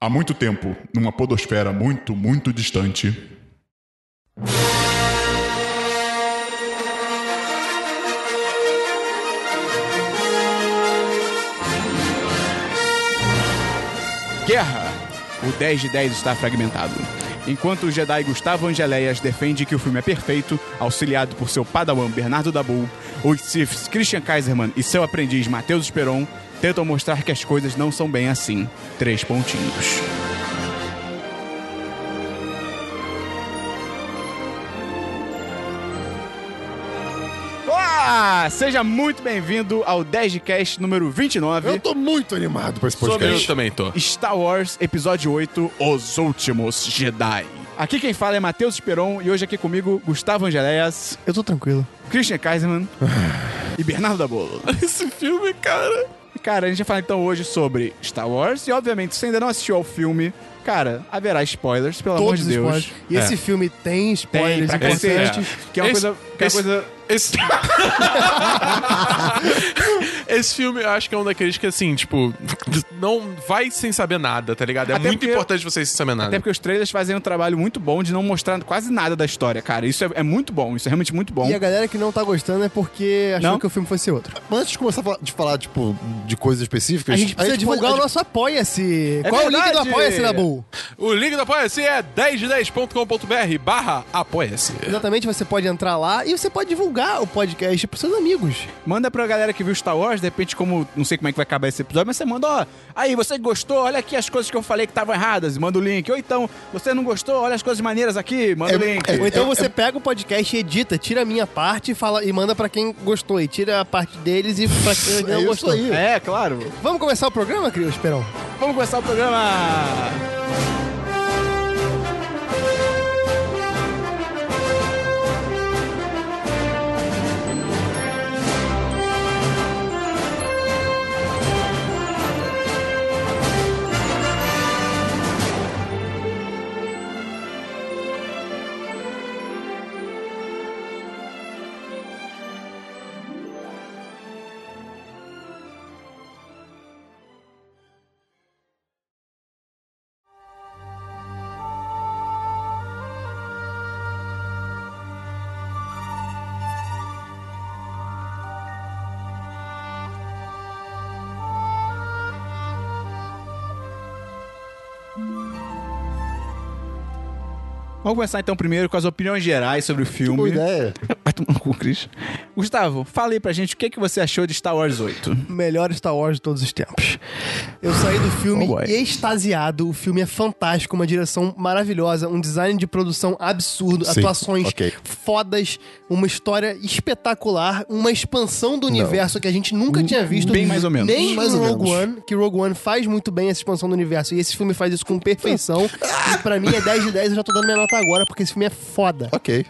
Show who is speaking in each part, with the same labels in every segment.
Speaker 1: Há muito tempo, numa podosfera muito, muito distante.
Speaker 2: Guerra! O 10 de 10 está fragmentado. Enquanto o Jedi Gustavo Angeléias defende que o filme é perfeito, auxiliado por seu padawan Bernardo Dabu, os Siths Christian Kaiserman e seu aprendiz Matheus Esperon tentam mostrar que as coisas não são bem assim. Três pontinhos. Olá! Seja muito bem-vindo ao 10 de Cast número 29.
Speaker 3: Eu tô muito animado pra esse podcast.
Speaker 4: Eu também tô.
Speaker 2: Star Wars Episódio 8 Os Últimos Jedi. Aqui quem fala é Matheus Esperon e hoje aqui comigo Gustavo Angeléas,
Speaker 3: Eu tô tranquilo.
Speaker 2: Christian Kaiserman e Bernardo Dabolo.
Speaker 4: Esse filme, cara.
Speaker 2: Cara, a gente vai falar então hoje sobre Star Wars e, obviamente, se você ainda não assistiu ao filme, cara, haverá spoilers, pelo amor
Speaker 3: Todos
Speaker 2: de
Speaker 3: os
Speaker 2: Deus.
Speaker 3: spoilers. E
Speaker 5: É.
Speaker 3: esse filme tem
Speaker 2: Tem,
Speaker 3: spoilers
Speaker 2: pra crescer,
Speaker 3: importantes.
Speaker 2: que é uma
Speaker 4: Esse-
Speaker 2: coisa... Que é uma
Speaker 4: esse-
Speaker 2: coisa...
Speaker 4: Esse... Esse filme eu acho que é um daqueles que, assim, tipo, não vai sem saber nada, tá ligado? É
Speaker 2: Até
Speaker 4: muito
Speaker 2: porque-
Speaker 4: importante vocês sem saber
Speaker 2: Até
Speaker 4: nada.
Speaker 2: porque os trailers fazem um trabalho muito bom de não mostrar quase nada da história, cara. Isso é, é muito bom, isso é realmente muito bom.
Speaker 5: E a galera que não tá gostando é porque achou
Speaker 2: Não?
Speaker 5: que o filme fosse outro.
Speaker 3: Mas antes de começar a falar- de falar, tipo, de coisas específicas... tipo,
Speaker 5: A gente precisa divulgar o
Speaker 3: pode-
Speaker 5: nosso Apoia-se. Qual é o link
Speaker 2: verdade!
Speaker 5: do Apoia-se, Dabu?
Speaker 4: O link do Apoia-se é 1010.com.br barra apoia-se.
Speaker 5: Exatamente, você pode entrar lá e você pode divulgar o podcast pros seus amigos.
Speaker 2: Manda pra galera que viu Star Wars, de repente, como. Não sei como é que vai acabar esse episódio, mas você manda, ó. Aí, você gostou, olha aqui as coisas que eu falei que estavam erradas, manda o link. Ou então, você não gostou, olha as coisas maneiras aqui, manda
Speaker 3: É,
Speaker 2: o link.
Speaker 5: Ou então você pega o podcast, edita, tira a minha parte e, fala, e manda pra quem gostou. E tira a parte deles e pra quem
Speaker 3: É
Speaker 5: não
Speaker 3: isso
Speaker 5: gostou.
Speaker 3: aí.
Speaker 2: É, claro.
Speaker 5: Vamos começar o programa, Cris Esperão?
Speaker 2: Vamos começar o programa. Vamos começar então primeiro com as opiniões gerais sobre o
Speaker 3: Boa
Speaker 2: filme.
Speaker 3: ideia.
Speaker 2: Vai tomar no cu, Cris. Gustavo, fala aí pra gente o que, que você achou de Star Wars 8.
Speaker 5: melhor Star Wars de todos os tempos. Eu saí do filme
Speaker 2: Oh, boy.
Speaker 5: extasiado. O filme é fantástico, uma direção maravilhosa, um design de produção absurdo,
Speaker 3: Sim,
Speaker 5: atuações
Speaker 3: ok.
Speaker 5: fodas, uma história espetacular, uma expansão do universo que a gente nunca tinha visto.
Speaker 2: bem mais ou menos.
Speaker 5: Nem
Speaker 3: Mais
Speaker 5: em
Speaker 3: ou
Speaker 5: Rogue
Speaker 3: menos.
Speaker 5: One, que Rogue One faz muito bem essa expansão do universo. E esse filme faz isso com perfeição. e pra mim é 10 de 10, eu já tô dando minha nota agora, porque esse filme é foda.
Speaker 3: Ok.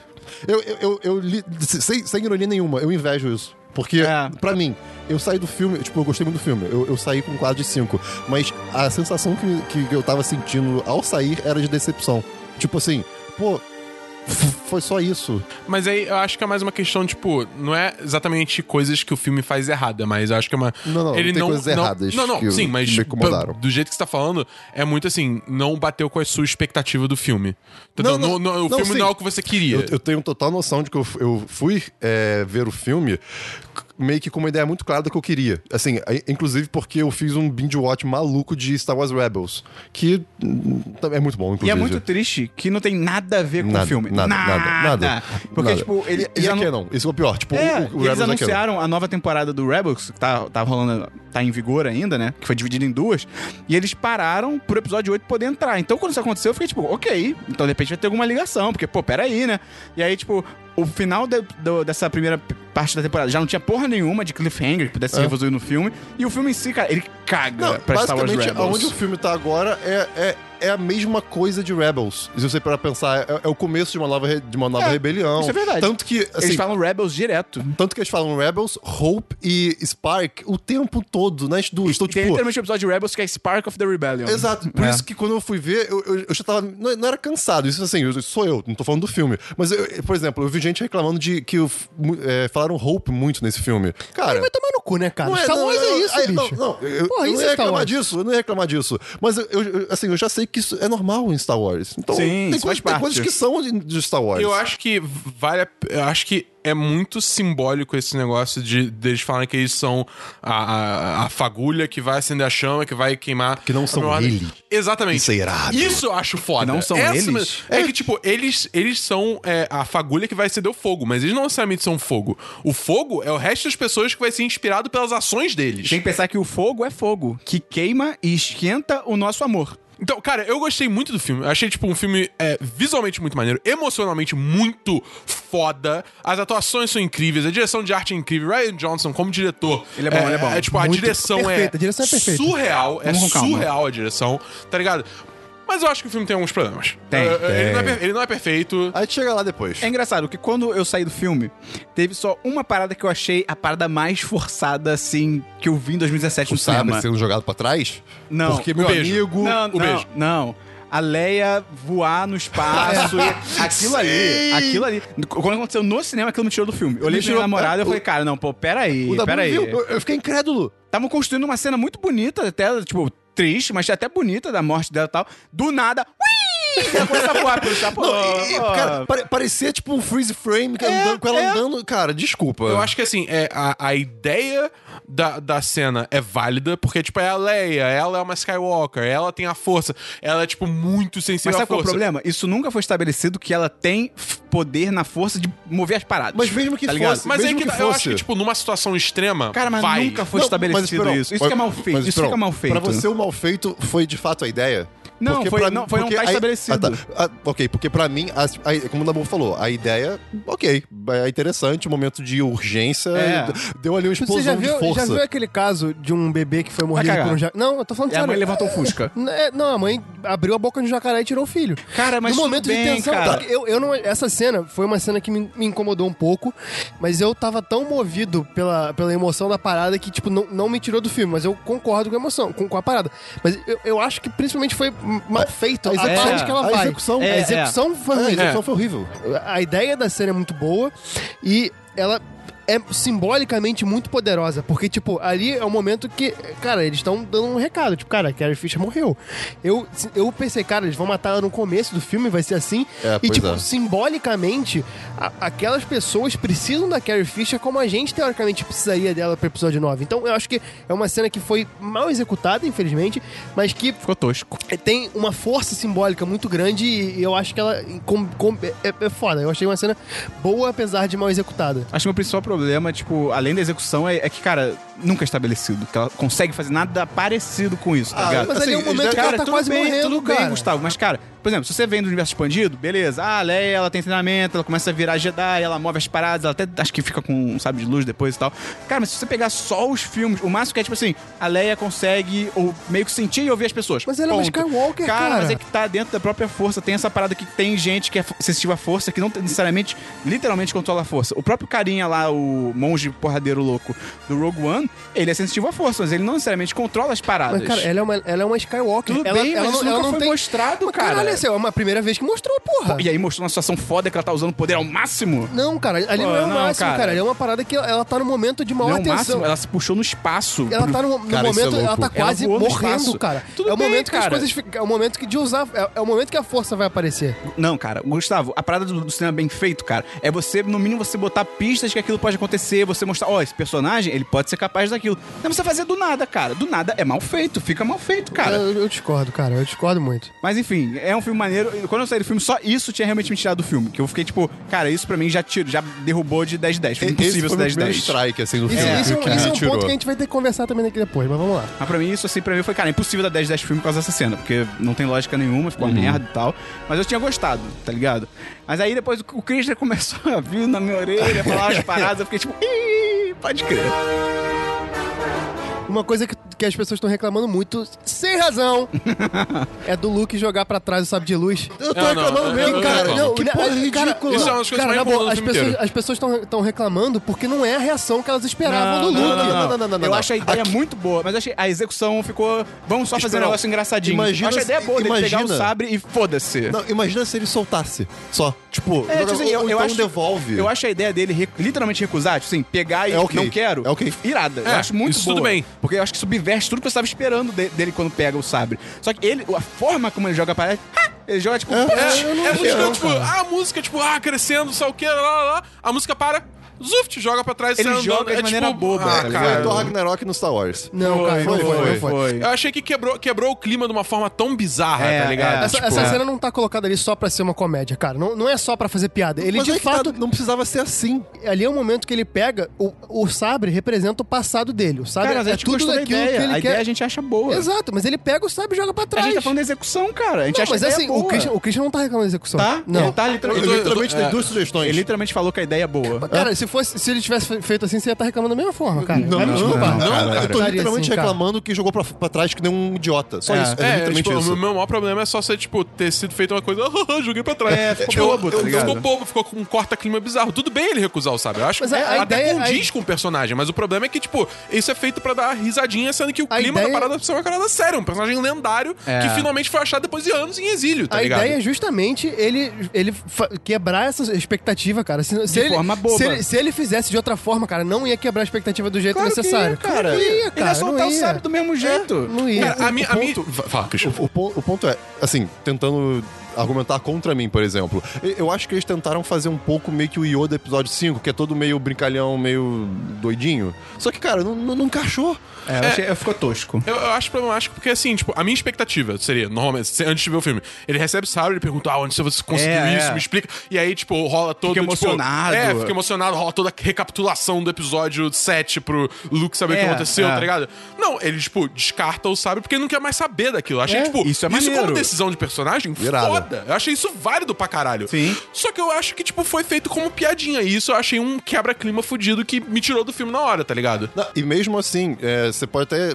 Speaker 3: Eu, eu, eu, eu li- sem, sem ironia nenhuma, eu invejo isso. Porque,
Speaker 2: É.
Speaker 3: pra mim, eu saí do filme, tipo, eu gostei muito do filme. Eu, eu saí com um quadro de 5. Mas a sensação que, que eu tava sentindo ao sair era de decepção. Tipo assim, pô, f- foi só isso.
Speaker 4: Mas aí eu acho que é mais uma questão, tipo, não é exatamente coisas que o filme faz errada, mas eu acho que é uma.
Speaker 3: Não, não,
Speaker 4: ele
Speaker 3: tem
Speaker 4: não,
Speaker 3: coisas
Speaker 4: não-
Speaker 3: erradas
Speaker 4: Não, não,
Speaker 3: que
Speaker 4: sim, mas. tipo,
Speaker 3: me incomodaram.
Speaker 4: Do jeito que você tá falando, é muito assim, não bateu com a sua expectativa do filme. Entendeu? Não-
Speaker 3: Não, não,
Speaker 4: não- o
Speaker 3: não,
Speaker 4: filme
Speaker 3: sim.
Speaker 4: não é o que você queria.
Speaker 3: Eu, eu tenho total noção de que eu, f- eu fui é, ver o filme c- meio que com uma ideia muito clara do que eu queria. Assim, a- inclusive porque eu fiz um binge-watch maluco de Star Wars Rebels, que hum, é muito bom,
Speaker 2: E
Speaker 3: inclusive.
Speaker 2: é muito triste que não tem nada a ver com
Speaker 3: Nada,
Speaker 2: o filme.
Speaker 3: Nada, nada, nada.
Speaker 2: Porque,
Speaker 3: nada.
Speaker 2: tipo, ele,
Speaker 3: E, e
Speaker 2: já
Speaker 3: a
Speaker 2: não-
Speaker 3: Canon? Esse é o pior. Tipo,
Speaker 2: É,
Speaker 3: o, o
Speaker 2: e eles
Speaker 3: Rebels é Canon.
Speaker 2: anunciaram a nova temporada do Rebels, que tá, tá rolando, tá em vigor ainda, né? Que foi dividida em duas. E eles pararam pro episódio 8 poder entrar. Então, quando isso aconteceu, eu fiquei tipo, ok. Então, de repente vai ter alguma ligação, porque, pô, peraí, né? E aí, tipo, o final de- do- dessa primeira p- parte da temporada já não tinha porra nenhuma de cliffhanger que pudesse ser resolvido no filme. E o filme em si, cara, ele caga
Speaker 3: É. Não,
Speaker 2: pra Star Wars
Speaker 3: É, basicamente,
Speaker 2: Rebels.
Speaker 3: aonde o filme tá agora é, é é a mesma coisa de Rebels. Se você para pensar, é, é o começo de uma nova, re- de uma nova
Speaker 2: É,
Speaker 3: rebelião.
Speaker 2: isso é verdade.
Speaker 3: Tanto que, assim,
Speaker 2: Eles falam Rebels direto.
Speaker 3: tanto que eles falam Rebels, Hope e Spark o tempo todo nas duas. Então,
Speaker 2: Tem
Speaker 3: tipo,
Speaker 2: literalmente o episódio de Rebels que é Spark of the Rebellion.
Speaker 3: Exato. Por isso que quando eu fui ver, eu, eu, eu já tava. Não, não era cansado. Isso assim, eu- sou eu, não tô falando do filme. Mas, eu- eu, por exemplo, eu vi gente reclamando de que o f- mu- é, falaram Hope muito nesse filme. Cara.
Speaker 5: Vai tomar no cu, né, cara?
Speaker 3: não é-
Speaker 5: Star
Speaker 3: não,
Speaker 5: Wars é
Speaker 3: não,
Speaker 5: isso,
Speaker 3: aí-
Speaker 5: bicho.
Speaker 3: Não, não, eu,
Speaker 5: Porra,
Speaker 3: eu
Speaker 5: isso
Speaker 3: não
Speaker 5: é
Speaker 3: ia
Speaker 5: Star
Speaker 3: reclamar
Speaker 5: Wars.
Speaker 3: disso, eu não ia reclamar disso. Mas eu, eu- eu- assim, eu já sei que isso é normal em Star Wars. Então,
Speaker 2: Sim,
Speaker 3: tem,
Speaker 2: isso faz
Speaker 3: coisas, tem
Speaker 2: parte.
Speaker 3: coisas que são de, de Star Wars.
Speaker 4: Eu acho que vale. a- Eu acho que é muito simbólico esse negócio de deles falarem que eles são a, a, a fagulha que vai acender a chama, que vai queimar.
Speaker 3: Que não são
Speaker 4: a-
Speaker 3: ele.
Speaker 4: Exatamente.
Speaker 3: Isso é irado.
Speaker 4: Isso eu acho foda.
Speaker 2: Que não são eles?
Speaker 4: mesmo- É que, tipo, eles, eles são é, a fagulha que vai acender o fogo, mas eles não necessariamente são fogo. O fogo é o resto das pessoas que vai ser inspirado pelas ações deles.
Speaker 2: Tem que pensar que o fogo é fogo, que queima e esquenta o nosso amor.
Speaker 4: Então, cara, eu gostei muito do filme. Eu achei, tipo, um filme é, visualmente muito maneiro, emocionalmente muito foda. As atuações são incríveis, a direção de arte é incrível. Ryan Johnson, como diretor.
Speaker 2: Ele é bom, ele é bom.
Speaker 4: tipo, a
Speaker 5: Muito
Speaker 4: direção
Speaker 5: perfeito,
Speaker 4: é.
Speaker 5: a direção é perfeita.
Speaker 4: Surreal, é
Speaker 2: Vamos com calma.
Speaker 4: surreal a direção, tá ligado? Mas eu acho que o filme tem alguns problemas.
Speaker 2: Tem,
Speaker 4: Eu- eu- Ele, não é, per- ele não é perfeito.
Speaker 3: A gente chega lá depois.
Speaker 2: É engraçado que quando eu saí do filme, teve só uma parada que eu achei a parada mais forçada, assim, que eu vi em 2017 no
Speaker 3: Sabe,
Speaker 2: cinema.
Speaker 3: sendo jogado pra trás?
Speaker 2: Não. um
Speaker 3: Porque, meu
Speaker 4: o beijo.
Speaker 3: amigo. um
Speaker 2: não,
Speaker 4: o
Speaker 2: não,
Speaker 4: beijo.
Speaker 2: não. A Leia voar no espaço. e- aquilo ali,
Speaker 3: Sim.
Speaker 2: aquilo ali. Quando aconteceu no cinema, aquilo me tirou do filme. Eu olhei
Speaker 3: Me
Speaker 2: pra minha
Speaker 3: tirou-
Speaker 2: namorada e eu
Speaker 3: o-
Speaker 2: falei, cara, não, pô,
Speaker 3: O
Speaker 2: peraí,
Speaker 3: Dabu
Speaker 2: peraí.
Speaker 3: viu? Eu, eu fiquei incrédulo.
Speaker 2: Estavam construindo uma cena muito bonita, até, tipo, triste, mas até bonita da morte dela e tal. Do nada. ui, ela Começa a voar pelo chapéu.
Speaker 3: Não, e- e, cara, pare- parecia tipo um freeze frame que andando- com ela
Speaker 2: é.
Speaker 3: andando. Cara, desculpa.
Speaker 4: Eu acho que assim, é, a, a ideia da, da cena é válida, porque, tipo, é a Leia, ela é uma Skywalker, ela tem a força, ela é, tipo, muito
Speaker 2: Mas
Speaker 4: sensível à
Speaker 2: sabe qual é o
Speaker 4: força.
Speaker 2: problema? Isso nunca foi estabelecido que ela tem f- poder na força de mover as paradas.
Speaker 3: Mas mesmo que
Speaker 2: tá ligado?
Speaker 3: fosse.
Speaker 4: Mas é
Speaker 3: mesmo
Speaker 4: que,
Speaker 3: que,
Speaker 4: eu
Speaker 3: fosse,
Speaker 4: acho que, tipo, numa situação extrema.
Speaker 2: Cara, mas
Speaker 4: vai.
Speaker 2: nunca foi
Speaker 3: Não, mas,
Speaker 2: estabelecido
Speaker 3: Esperon,
Speaker 2: isso. Isso que é mal feito.
Speaker 3: mas,
Speaker 2: isso que é
Speaker 3: Esperon,
Speaker 2: mal feito.
Speaker 3: Pra você, o mal feito foi de fato a ideia?
Speaker 2: Não, foi-
Speaker 3: pra
Speaker 2: não,
Speaker 3: mim-
Speaker 2: foi não tá
Speaker 3: aí-
Speaker 2: estabelecido.
Speaker 3: Ah, tá. Ah, ok, porque pra mim, as- aí, como o Dabu falou, a ideia, ok, é interessante, um momento de urgência,
Speaker 2: É.
Speaker 3: deu ali uma
Speaker 5: Você já
Speaker 3: explosão de
Speaker 5: viu, já viu
Speaker 3: força. É,
Speaker 5: aquele caso de um bebê que foi morrido
Speaker 2: cagar.
Speaker 5: por um jacaré? Não, eu tô falando
Speaker 2: E a mãe
Speaker 5: sério.
Speaker 2: levantou o Fusca.
Speaker 5: N- é, Não, a mãe abriu a boca de um jacaré e tirou o filho.
Speaker 2: Cara, É, mas
Speaker 5: no
Speaker 2: tudo
Speaker 5: momento
Speaker 2: bem,
Speaker 5: de tensão,
Speaker 2: cara.
Speaker 3: tá.
Speaker 5: porque Eu, eu não, essa cena foi uma cena que me, me incomodou um pouco, mas eu tava tão movido pela, pela emoção da parada que, tipo, não, não me tirou do filme, mas eu concordo com a emoção, com, com a parada. Mas eu, eu acho que principalmente foi mal feito a,
Speaker 3: execução-
Speaker 5: parte que ela
Speaker 3: a
Speaker 5: vai.
Speaker 3: execução-
Speaker 5: a
Speaker 2: é,
Speaker 5: execução foi
Speaker 3: Ah, a
Speaker 5: ruim.
Speaker 3: execução foi horrível.
Speaker 5: A ideia da cena é muito boa e ela é simbolicamente muito poderosa, porque, tipo, ali é o momento que, cara, eles estão dando um recado, tipo, cara, Carrie Fisher morreu. Eu, eu pensei, cara, eles vão matar ela no começo do filme, vai ser assim.
Speaker 3: É,
Speaker 5: e,
Speaker 3: pois
Speaker 5: tipo,
Speaker 3: é.
Speaker 5: simbolicamente, a- aquelas pessoas precisam da Carrie Fisher como a gente, teoricamente, precisaria dela pro episódio 9. Então, eu acho que é uma cena que foi mal executada, infelizmente, mas que
Speaker 2: Ficou tosco.
Speaker 5: É, tem uma força simbólica muito grande e eu acho que ela com- com- é, é foda. Eu achei uma cena boa, apesar de mal executada.
Speaker 2: Acho que o principal problema, tipo, além da execução, é, é que, cara, nunca é estabelecido. Que ela consegue fazer nada parecido com isso, tá
Speaker 3: Ah,
Speaker 2: ligado?
Speaker 5: Mas ali é um
Speaker 3: Assim,
Speaker 5: momento que ela
Speaker 2: Cara,
Speaker 5: tá
Speaker 2: tudo
Speaker 5: quase
Speaker 2: bem,
Speaker 5: morrendo,
Speaker 2: tudo bem,
Speaker 5: cara.
Speaker 2: Gustavo. Mas, cara, por exemplo, se você vem do universo expandido, beleza. Ah, a Leia, ela tem treinamento, ela começa a virar Jedi, ela move as paradas, ela até acho que fica com um sabre de luz depois e tal. Cara, mas se você pegar só os filmes, o máximo que é tipo assim, a Leia consegue ou meio que sentir e ouvir as pessoas.
Speaker 5: Mas ela é uma
Speaker 2: Ponto.
Speaker 5: Skywalker, cara.
Speaker 2: mas é que tá dentro da própria força. Tem essa parada que tem gente que é sensitiva à força, que não necessariamente, literalmente controla a força. O próprio carinha lá, o monge porradeiro louco do Rogue One, ele é sensitivo à força, mas ele não necessariamente controla as paradas.
Speaker 5: Mas, cara, ela é uma, ela é uma Skywalker.
Speaker 2: Tudo
Speaker 5: ela,
Speaker 2: bem,
Speaker 5: ela
Speaker 2: mas isso
Speaker 5: ela
Speaker 2: nunca foi mostrado,
Speaker 5: Mas,
Speaker 2: cara.
Speaker 5: Caralho, essa é uma primeira vez que mostrou, porra.
Speaker 2: E aí mostrou uma situação foda que ela tá usando o poder ao máximo.
Speaker 5: Não, cara, ali
Speaker 2: Pô,
Speaker 5: não é o
Speaker 2: não,
Speaker 5: máximo,
Speaker 2: cara.
Speaker 5: cara. Ali é uma parada que ela, ela tá no momento de
Speaker 2: Não
Speaker 5: maior
Speaker 2: é o
Speaker 5: tensão.
Speaker 2: máximo, ela se puxou no espaço.
Speaker 5: Ela
Speaker 2: Pro-
Speaker 5: tá no, no
Speaker 3: Cara, isso é
Speaker 5: momento, ela
Speaker 3: louco.
Speaker 5: tá
Speaker 3: Ela
Speaker 5: quase
Speaker 2: voou no
Speaker 5: morrendo,
Speaker 2: espaço.
Speaker 5: cara.
Speaker 2: Tudo
Speaker 5: é o
Speaker 2: bem,
Speaker 5: momento que
Speaker 2: cara.
Speaker 5: as coisas ficam. É o momento que de usar. É, é o momento que a força vai aparecer.
Speaker 2: Não, cara, Gustavo, a parada do, do cinema bem feito, cara, é você, no mínimo, você botar pistas que aquilo pode acontecer, você mostrar, ó, esse personagem, ele pode ser capaz daquilo. Não precisa fazer do nada, cara. Do nada é mal feito, fica mal feito, cara.
Speaker 5: eu, eu discordo, cara. Eu discordo muito.
Speaker 2: Mas enfim, é um filme maneiro. E Quando eu saí do filme, só isso tinha realmente me tirado do filme. Que eu fiquei tipo, cara, isso pra mim já tiro, já derrubou de 10 de 10. Foi
Speaker 3: Esse
Speaker 2: impossível
Speaker 3: foi
Speaker 2: ser
Speaker 3: o meu
Speaker 2: 10 de
Speaker 3: primeiro
Speaker 2: 10.
Speaker 3: strike, assim, no
Speaker 5: Isso,
Speaker 3: filme.
Speaker 5: isso é um-
Speaker 3: que me
Speaker 5: isso é um
Speaker 3: tirou.
Speaker 5: ponto que a gente vai ter que conversar também daqui depois, mas vamos lá.
Speaker 2: Mas pra mim, isso assim, pra mim foi, cara, impossível dar 10 10 filme por causa dessa cena, porque não tem lógica nenhuma, ficou
Speaker 3: Uhum.
Speaker 2: uma merda e tal. Mas eu tinha gostado, tá ligado? Mas aí depois o o Christian começou a vir na minha orelha, falar umas paradas, eu fiquei tipo, "Ih, pode crer.
Speaker 5: Uma coisa que, que as pessoas estão reclamando muito, sem razão, é do Luke jogar pra trás o sabre de luz.
Speaker 3: Eu tô
Speaker 4: não,
Speaker 3: reclamando
Speaker 4: eu-
Speaker 3: mesmo,
Speaker 4: eu
Speaker 3: cara.
Speaker 4: reclamo.
Speaker 3: Não, que porra
Speaker 5: né, cara,
Speaker 3: ridícula.
Speaker 4: Isso é uma das coisas
Speaker 5: cara,
Speaker 4: mais
Speaker 5: na boa,
Speaker 4: importantes
Speaker 5: as
Speaker 4: do filme inteiro.
Speaker 5: pessoas, as pessoas estão reclamando porque não é a reação que elas esperavam do Luke.
Speaker 2: Eu acho a ideia muito boa, mas achei a execução ficou. Vamos só fazer um
Speaker 3: Esperão,
Speaker 2: negócio engraçadinho.
Speaker 3: imagina
Speaker 2: acho a ideia
Speaker 3: se-
Speaker 2: boa dele pegar o
Speaker 3: imagina-
Speaker 2: sabre e foda-se.
Speaker 3: Não, imagina se ele soltasse. Só. Tipo,
Speaker 2: É,
Speaker 3: joga-
Speaker 2: tipo assim,
Speaker 3: ou-
Speaker 2: eu,
Speaker 3: ou
Speaker 2: eu
Speaker 3: então
Speaker 2: acho,
Speaker 3: devolve.
Speaker 2: Eu acho a ideia dele re- literalmente recusar, tipo assim, pegar e
Speaker 3: É ok,
Speaker 2: não quero.
Speaker 3: é ok.
Speaker 2: Irada. eu
Speaker 4: É,
Speaker 2: acho muito
Speaker 4: isso
Speaker 2: boa,
Speaker 4: tudo bem.
Speaker 2: Porque eu acho que subverte tudo que eu estava esperando de- dele quando pega o sabre. Só que ele, a forma como ele joga parece. Ele joga tipo.
Speaker 4: É,
Speaker 2: "Putz".
Speaker 4: é muito
Speaker 3: não,
Speaker 4: legal, tipo, a música, tipo, ah, crescendo, sei lá o que, lá, lá, lá. A música para, zuft, joga pra trás,
Speaker 2: Ele
Speaker 4: sai
Speaker 2: joga
Speaker 4: andando,
Speaker 2: de
Speaker 4: é,
Speaker 2: maneira
Speaker 4: tipo,
Speaker 2: boba,
Speaker 4: ah,
Speaker 2: tá
Speaker 3: Foi
Speaker 2: ligado?
Speaker 4: cara.
Speaker 3: igual Ragnarok no Star Wars.
Speaker 5: Não, cara, não foi, não foi. É,
Speaker 4: Eu achei que quebrou, quebrou o clima de uma forma tão bizarra,
Speaker 2: É,
Speaker 4: tá ligado?
Speaker 2: é.
Speaker 5: Essa,
Speaker 4: Tipo,
Speaker 5: essa
Speaker 4: é.
Speaker 5: cena não tá colocada ali só pra ser uma comédia, cara. Não, não é só pra fazer piada. Ele,
Speaker 3: Mas
Speaker 5: de
Speaker 3: é que tá,
Speaker 5: fato,
Speaker 3: não precisava ser assim.
Speaker 5: ali é o momento que ele pega... O, o sabre representa o passado dele. O sabre
Speaker 2: Cara, mas a
Speaker 5: é
Speaker 2: gente
Speaker 5: tudo
Speaker 2: gostou da
Speaker 5: daquilo
Speaker 2: ideia.
Speaker 5: que ele
Speaker 2: a
Speaker 5: quer.
Speaker 2: ideia a gente acha boa.
Speaker 5: Exato, mas ele pega o sabre e joga pra
Speaker 2: A
Speaker 5: trás.
Speaker 2: gente tá falando da execução, cara. A gente
Speaker 5: não,
Speaker 2: acha
Speaker 5: mas
Speaker 2: a ideia é
Speaker 5: assim, o
Speaker 2: boa.
Speaker 5: Christian, o Christian não tá reclamando da execução.
Speaker 2: Tá?
Speaker 5: Não.
Speaker 2: Ele, tá
Speaker 3: Eu,
Speaker 2: literalmente,
Speaker 3: literalmente dei duas sugestões.
Speaker 2: ele literalmente falou que a ideia é boa.
Speaker 5: Cara, se, fosse, se ele tivesse feito assim, você ia estar reclamando da mesma forma, cara.
Speaker 3: Não,
Speaker 5: Vai me
Speaker 3: não,
Speaker 5: desculpar.
Speaker 3: não, cara. Eu tô
Speaker 5: Estaria
Speaker 3: literalmente
Speaker 5: assim, cara.
Speaker 3: reclamando que jogou pra, pra trás que nem um idiota. Só
Speaker 2: É.
Speaker 3: isso. É,
Speaker 4: É,
Speaker 3: literalmente
Speaker 4: tipo,
Speaker 3: isso.
Speaker 4: o meu maior problema é só ser, tipo, ter sido feito uma coisa, ah, joguei pra trás.
Speaker 2: É, ficou
Speaker 4: Tipo,
Speaker 2: bobo, tá
Speaker 4: eu-
Speaker 2: ligado?
Speaker 4: Ficou bobo, ficou com um corta-clima bizarro. Tudo bem ele recusar o sabre, eu acho
Speaker 5: Mas
Speaker 4: que
Speaker 5: a- a
Speaker 4: até
Speaker 5: ideia-
Speaker 4: condiz com o personagem, mas o problema é que, tipo, isso é feito pra dar risadinha, sendo que o
Speaker 5: A
Speaker 4: clima da
Speaker 5: ideia-
Speaker 4: parada precisa ser uma parada séria, um personagem lendário
Speaker 2: É.
Speaker 4: que finalmente foi achado depois de anos em exílio, tá
Speaker 5: a
Speaker 4: ligado?
Speaker 5: ideia é justamente ele, ele fa- quebrar essa expectativa, cara. Se, se
Speaker 2: De
Speaker 5: ele,
Speaker 2: forma boba.
Speaker 5: Se ele, se ele fizesse de outra forma, cara, não ia quebrar a expectativa do jeito
Speaker 2: Claro que
Speaker 5: é, necessário.
Speaker 2: ia, cara.
Speaker 5: Não ia,
Speaker 2: Ele
Speaker 5: cara,
Speaker 2: ia soltar
Speaker 5: não
Speaker 2: o
Speaker 5: ia. É,
Speaker 2: sabre do mesmo jeito.
Speaker 5: Não ia.
Speaker 4: Cara, a minha. A minha... Fala, Christian.
Speaker 3: O, o pon- o ponto é, assim, tentando argumentar contra mim, por exemplo. e- Eu acho que eles tentaram fazer um pouco meio que o Yoda episódio 5, que é todo meio brincalhão, meio doidinho. Só que, cara, não, não, não encaixou.
Speaker 2: É, eu achei- ficou tosco.
Speaker 4: Eu, eu acho problemático porque, assim, tipo, a minha expectativa seria, normalmente, se- antes de ver o filme, ele recebe o sabre, ele pergunta, ah, onde você conseguiu
Speaker 2: É, é.
Speaker 4: isso, me explica. E aí, tipo, rola todo,
Speaker 2: Fica
Speaker 4: tipo,
Speaker 2: emocionado.
Speaker 4: é, fica emocionado, rola toda a recapitulação do episódio 7 pro Luke saber o
Speaker 2: É,
Speaker 4: que aconteceu,
Speaker 2: é.
Speaker 4: tá ligado? Não, ele, tipo, descarta o sabre porque ele não quer mais saber daquilo. Eu achei,
Speaker 2: É,
Speaker 4: tipo,
Speaker 2: isso é maneiro.
Speaker 4: como decisão de personagem,
Speaker 3: Irado.
Speaker 4: foda. Eu achei isso válido pra caralho.
Speaker 2: Sim.
Speaker 4: Só que eu acho que, tipo, foi feito como piadinha. E isso eu achei um quebra-clima fudido que me tirou do filme na hora, tá ligado?
Speaker 3: Não, e mesmo assim, é, você pode até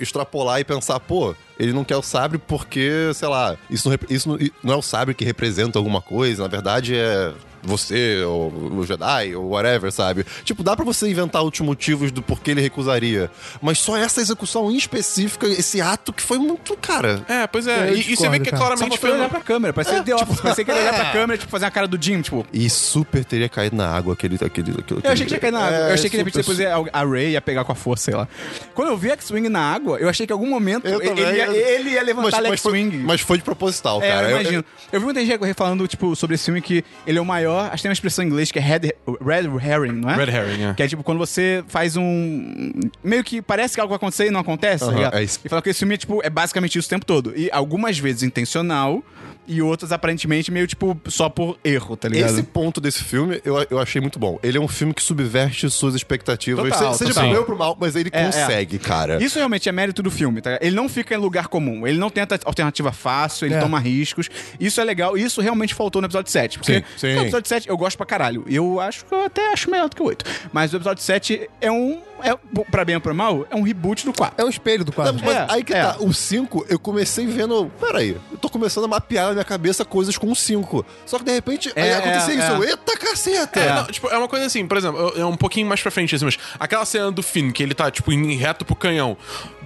Speaker 3: extrapolar e pensar, pô, ele não quer o sabre porque, sei lá, isso não, rep- isso não, não é o sabre que representa alguma coisa, na verdade é você, ou o Jedi, ou whatever, sabe? Tipo, dá pra você inventar outros motivos do porquê ele recusaria, mas só essa execução em específica, esse ato que foi muito, cara...
Speaker 4: É, pois é.
Speaker 5: Eu
Speaker 4: E- e, você vê
Speaker 5: discordo,
Speaker 4: que é
Speaker 5: cara.
Speaker 2: Só
Speaker 4: claramente
Speaker 2: faltou ele olhar pra câmera.
Speaker 3: É,
Speaker 2: Parecia
Speaker 3: tipo,
Speaker 2: The Office. Parecia que ele ia olhar pra câmera, tipo, fazer a cara do Jim, tipo...
Speaker 3: E super teria caído na água aquele... aquele, aquele
Speaker 2: Eu achei que ia cair na água.
Speaker 3: É,
Speaker 2: eu achei que de repente
Speaker 3: super-
Speaker 2: depois ia- a Ray ia pegar com a força, sei lá. Quando eu vi X-Wing na água, eu achei que em algum momento
Speaker 3: Eu
Speaker 2: ele,
Speaker 3: também,
Speaker 2: ia,
Speaker 3: eu-
Speaker 2: ele ia
Speaker 3: Mas,
Speaker 2: levantar a
Speaker 3: mas, foi,
Speaker 2: X-Wing.
Speaker 3: mas foi de proposital,
Speaker 2: É,
Speaker 3: cara.
Speaker 2: eu
Speaker 3: Eu-
Speaker 2: imagino. Eu, vi muita gente falando, tipo, sobre esse filme que ele é o maior. Acho que tem uma expressão em inglês que é red, red herring, não é?
Speaker 4: Red herring, é.
Speaker 2: Que é tipo quando você faz um. Meio que parece que algo vai acontecer e não acontece, tá
Speaker 3: Aham,
Speaker 2: ligado?
Speaker 3: é isso.
Speaker 2: E fala que esse filme é, tipo, é basicamente isso o tempo todo. E algumas vezes intencional e outras aparentemente meio, tipo, só por erro, tá ligado?
Speaker 3: Esse ponto desse filme eu, eu achei muito bom. Ele é um filme que subverte suas expectativas.
Speaker 2: Total,
Speaker 3: se- seja
Speaker 2: total.
Speaker 3: pro bem ou pro mal, mas ele
Speaker 2: É, é.
Speaker 3: consegue, cara.
Speaker 2: Isso realmente é mérito do filme, tá? Ele não fica em lugar comum. Ele não tenta alternativa fácil, ele
Speaker 5: É.
Speaker 2: toma riscos. Isso é legal. Isso realmente faltou no episódio 7. Porque
Speaker 3: Sim, sim.
Speaker 2: o episódio 7 eu gosto pra caralho. Eu acho que eu até acho melhor do que o 8. Mas o episódio 7 é um. É, pra bem ou pra mal, é um reboot do 4.
Speaker 5: É um espelho do
Speaker 3: Não,
Speaker 5: quadro.
Speaker 3: mas
Speaker 2: É,
Speaker 3: aí que
Speaker 2: é.
Speaker 3: tá, o 5, eu comecei vendo. Peraí, eu tô começando a mapear na minha cabeça coisas com o 5. Só que de repente aí
Speaker 2: É,
Speaker 3: acontecia
Speaker 2: é,
Speaker 3: isso.
Speaker 2: é.
Speaker 3: eu, Eita caceta!
Speaker 4: É,
Speaker 3: Não,
Speaker 4: não, tipo, é uma coisa assim, por exemplo, é é um pouquinho mais pra frente, assim, mas aquela cena do Finn, que ele tá, tipo, indo em reto pro canhão.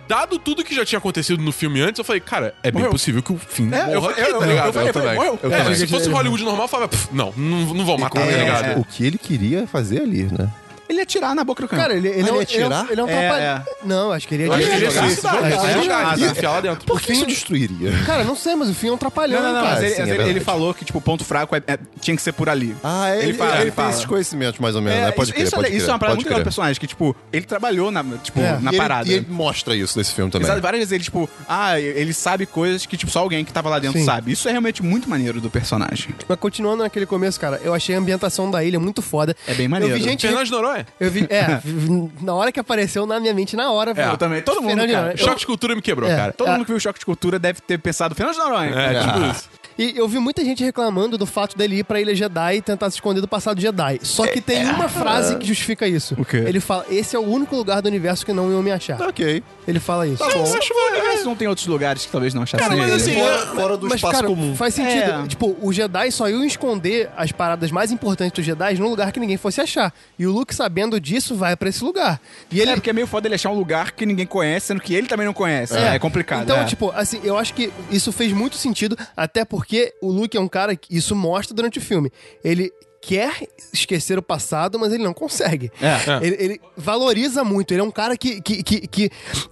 Speaker 4: Dado tudo que já tinha acontecido no filme antes, eu falei, cara, é bem
Speaker 2: Morreu.
Speaker 4: possível que o Finn
Speaker 2: É, eu-
Speaker 4: morra aqui,
Speaker 2: eu- eu-
Speaker 4: tá ligado?
Speaker 2: eu falei, eu falei, morreu.
Speaker 4: É,
Speaker 2: Eu também.
Speaker 4: se fosse Hollywood normal, eu falava, "Pff, não, não, não vou matar,
Speaker 3: é,
Speaker 4: tá ligado?
Speaker 3: O que ele queria fazer ali, né?
Speaker 2: Ele ia tirar na boca do canhão.
Speaker 5: Cara, ele, ele,
Speaker 3: Ah,
Speaker 5: é um-
Speaker 3: ele ia
Speaker 5: ele é um-
Speaker 3: tirar?
Speaker 5: Ele é um
Speaker 2: É,
Speaker 5: trapalhão. Não, acho que ele ia
Speaker 4: acho que ele ia jogar.
Speaker 5: jogar. Acho que
Speaker 4: Jogar.
Speaker 5: ele ia
Speaker 4: Jogar.
Speaker 5: jogar.
Speaker 2: Ah, tá.
Speaker 4: enfiar lá dentro.
Speaker 3: Por que isso é destruiria?
Speaker 5: Cara, não sei, mas o fim é um trapalhão,
Speaker 2: Não, não, não,
Speaker 5: cara.
Speaker 2: mas ele,
Speaker 3: sim, é
Speaker 2: mas ele-
Speaker 3: verdade.
Speaker 2: ele falou que, tipo, o ponto fraco é- é- tinha que ser por ali.
Speaker 3: Ah, ele, ele,
Speaker 2: fala,
Speaker 3: ele
Speaker 2: fala.
Speaker 3: tem esses conhecimentos mais ou menos,
Speaker 2: É,
Speaker 3: né? Pode
Speaker 2: isso,
Speaker 3: crer,
Speaker 2: isso é-
Speaker 3: pode
Speaker 2: isso é uma parada muito
Speaker 3: crer, pode
Speaker 2: legal do
Speaker 3: crer.
Speaker 2: personagem, que, tipo, ele trabalhou na, tipo,
Speaker 5: É,
Speaker 2: na
Speaker 3: E ele-
Speaker 2: parada.
Speaker 3: E ele mostra isso nesse filme também.
Speaker 2: Exato, várias vezes ele, tipo, ah, ele sabe coisas que, tipo, só alguém que tava lá dentro
Speaker 5: Sim.
Speaker 2: sabe. Isso é realmente muito maneiro do personagem.
Speaker 5: Mas continuando naquele começo, cara, eu achei a ambientação da ilha muito foda.
Speaker 2: É bem maneiro.
Speaker 5: Eu vi gente.
Speaker 4: Fernando de Noronha.
Speaker 5: Eu vi. É, vi- na hora que apareceu na minha mente, na hora.
Speaker 2: É, eu também. Todo mundo,
Speaker 5: Fernando de
Speaker 2: cara.
Speaker 5: Noronha. Eu-
Speaker 4: Choque de cultura me quebrou,
Speaker 5: É.
Speaker 4: cara.
Speaker 2: Todo
Speaker 5: Ah.
Speaker 2: mundo que viu o Choque de Cultura deve ter pensado, Fernando de Noronha. Ah,
Speaker 4: É,
Speaker 2: cara.
Speaker 4: tipo isso.
Speaker 5: E eu vi muita gente reclamando do fato dele ir pra Ilha Jedi e tentar se esconder do passado Jedi. Só que tem uma frase que justifica isso.
Speaker 2: É. O quê?
Speaker 5: Ele fala: esse é o único lugar do universo que não iam me achar.
Speaker 3: Ok.
Speaker 5: Ele fala isso.
Speaker 3: Tá bom.
Speaker 2: Acho tá que o universo não tem outros lugares que talvez não achassem
Speaker 4: mas
Speaker 2: ele.
Speaker 4: assim,
Speaker 3: Fora, fora do
Speaker 5: Mas,
Speaker 3: espaço
Speaker 5: cara,
Speaker 3: comum.
Speaker 5: faz sentido.
Speaker 2: É.
Speaker 5: Tipo, os Jedi só iam esconder as paradas mais importantes dos Jedi num lugar que ninguém fosse achar. E o Luke, sabendo disso, vai pra esse lugar. E ele...
Speaker 2: É porque é meio foda ele achar um lugar que ninguém conhece, sendo que ele também não conhece. É, é complicado.
Speaker 5: Então,
Speaker 2: é.
Speaker 5: tipo, assim, eu acho que isso fez muito sentido, até porque o Luke é um cara que isso mostra durante o filme. Ele quer esquecer o passado, mas ele não consegue.
Speaker 2: É,
Speaker 5: Ele, ele valoriza muito, ele é um cara que, que, que, que,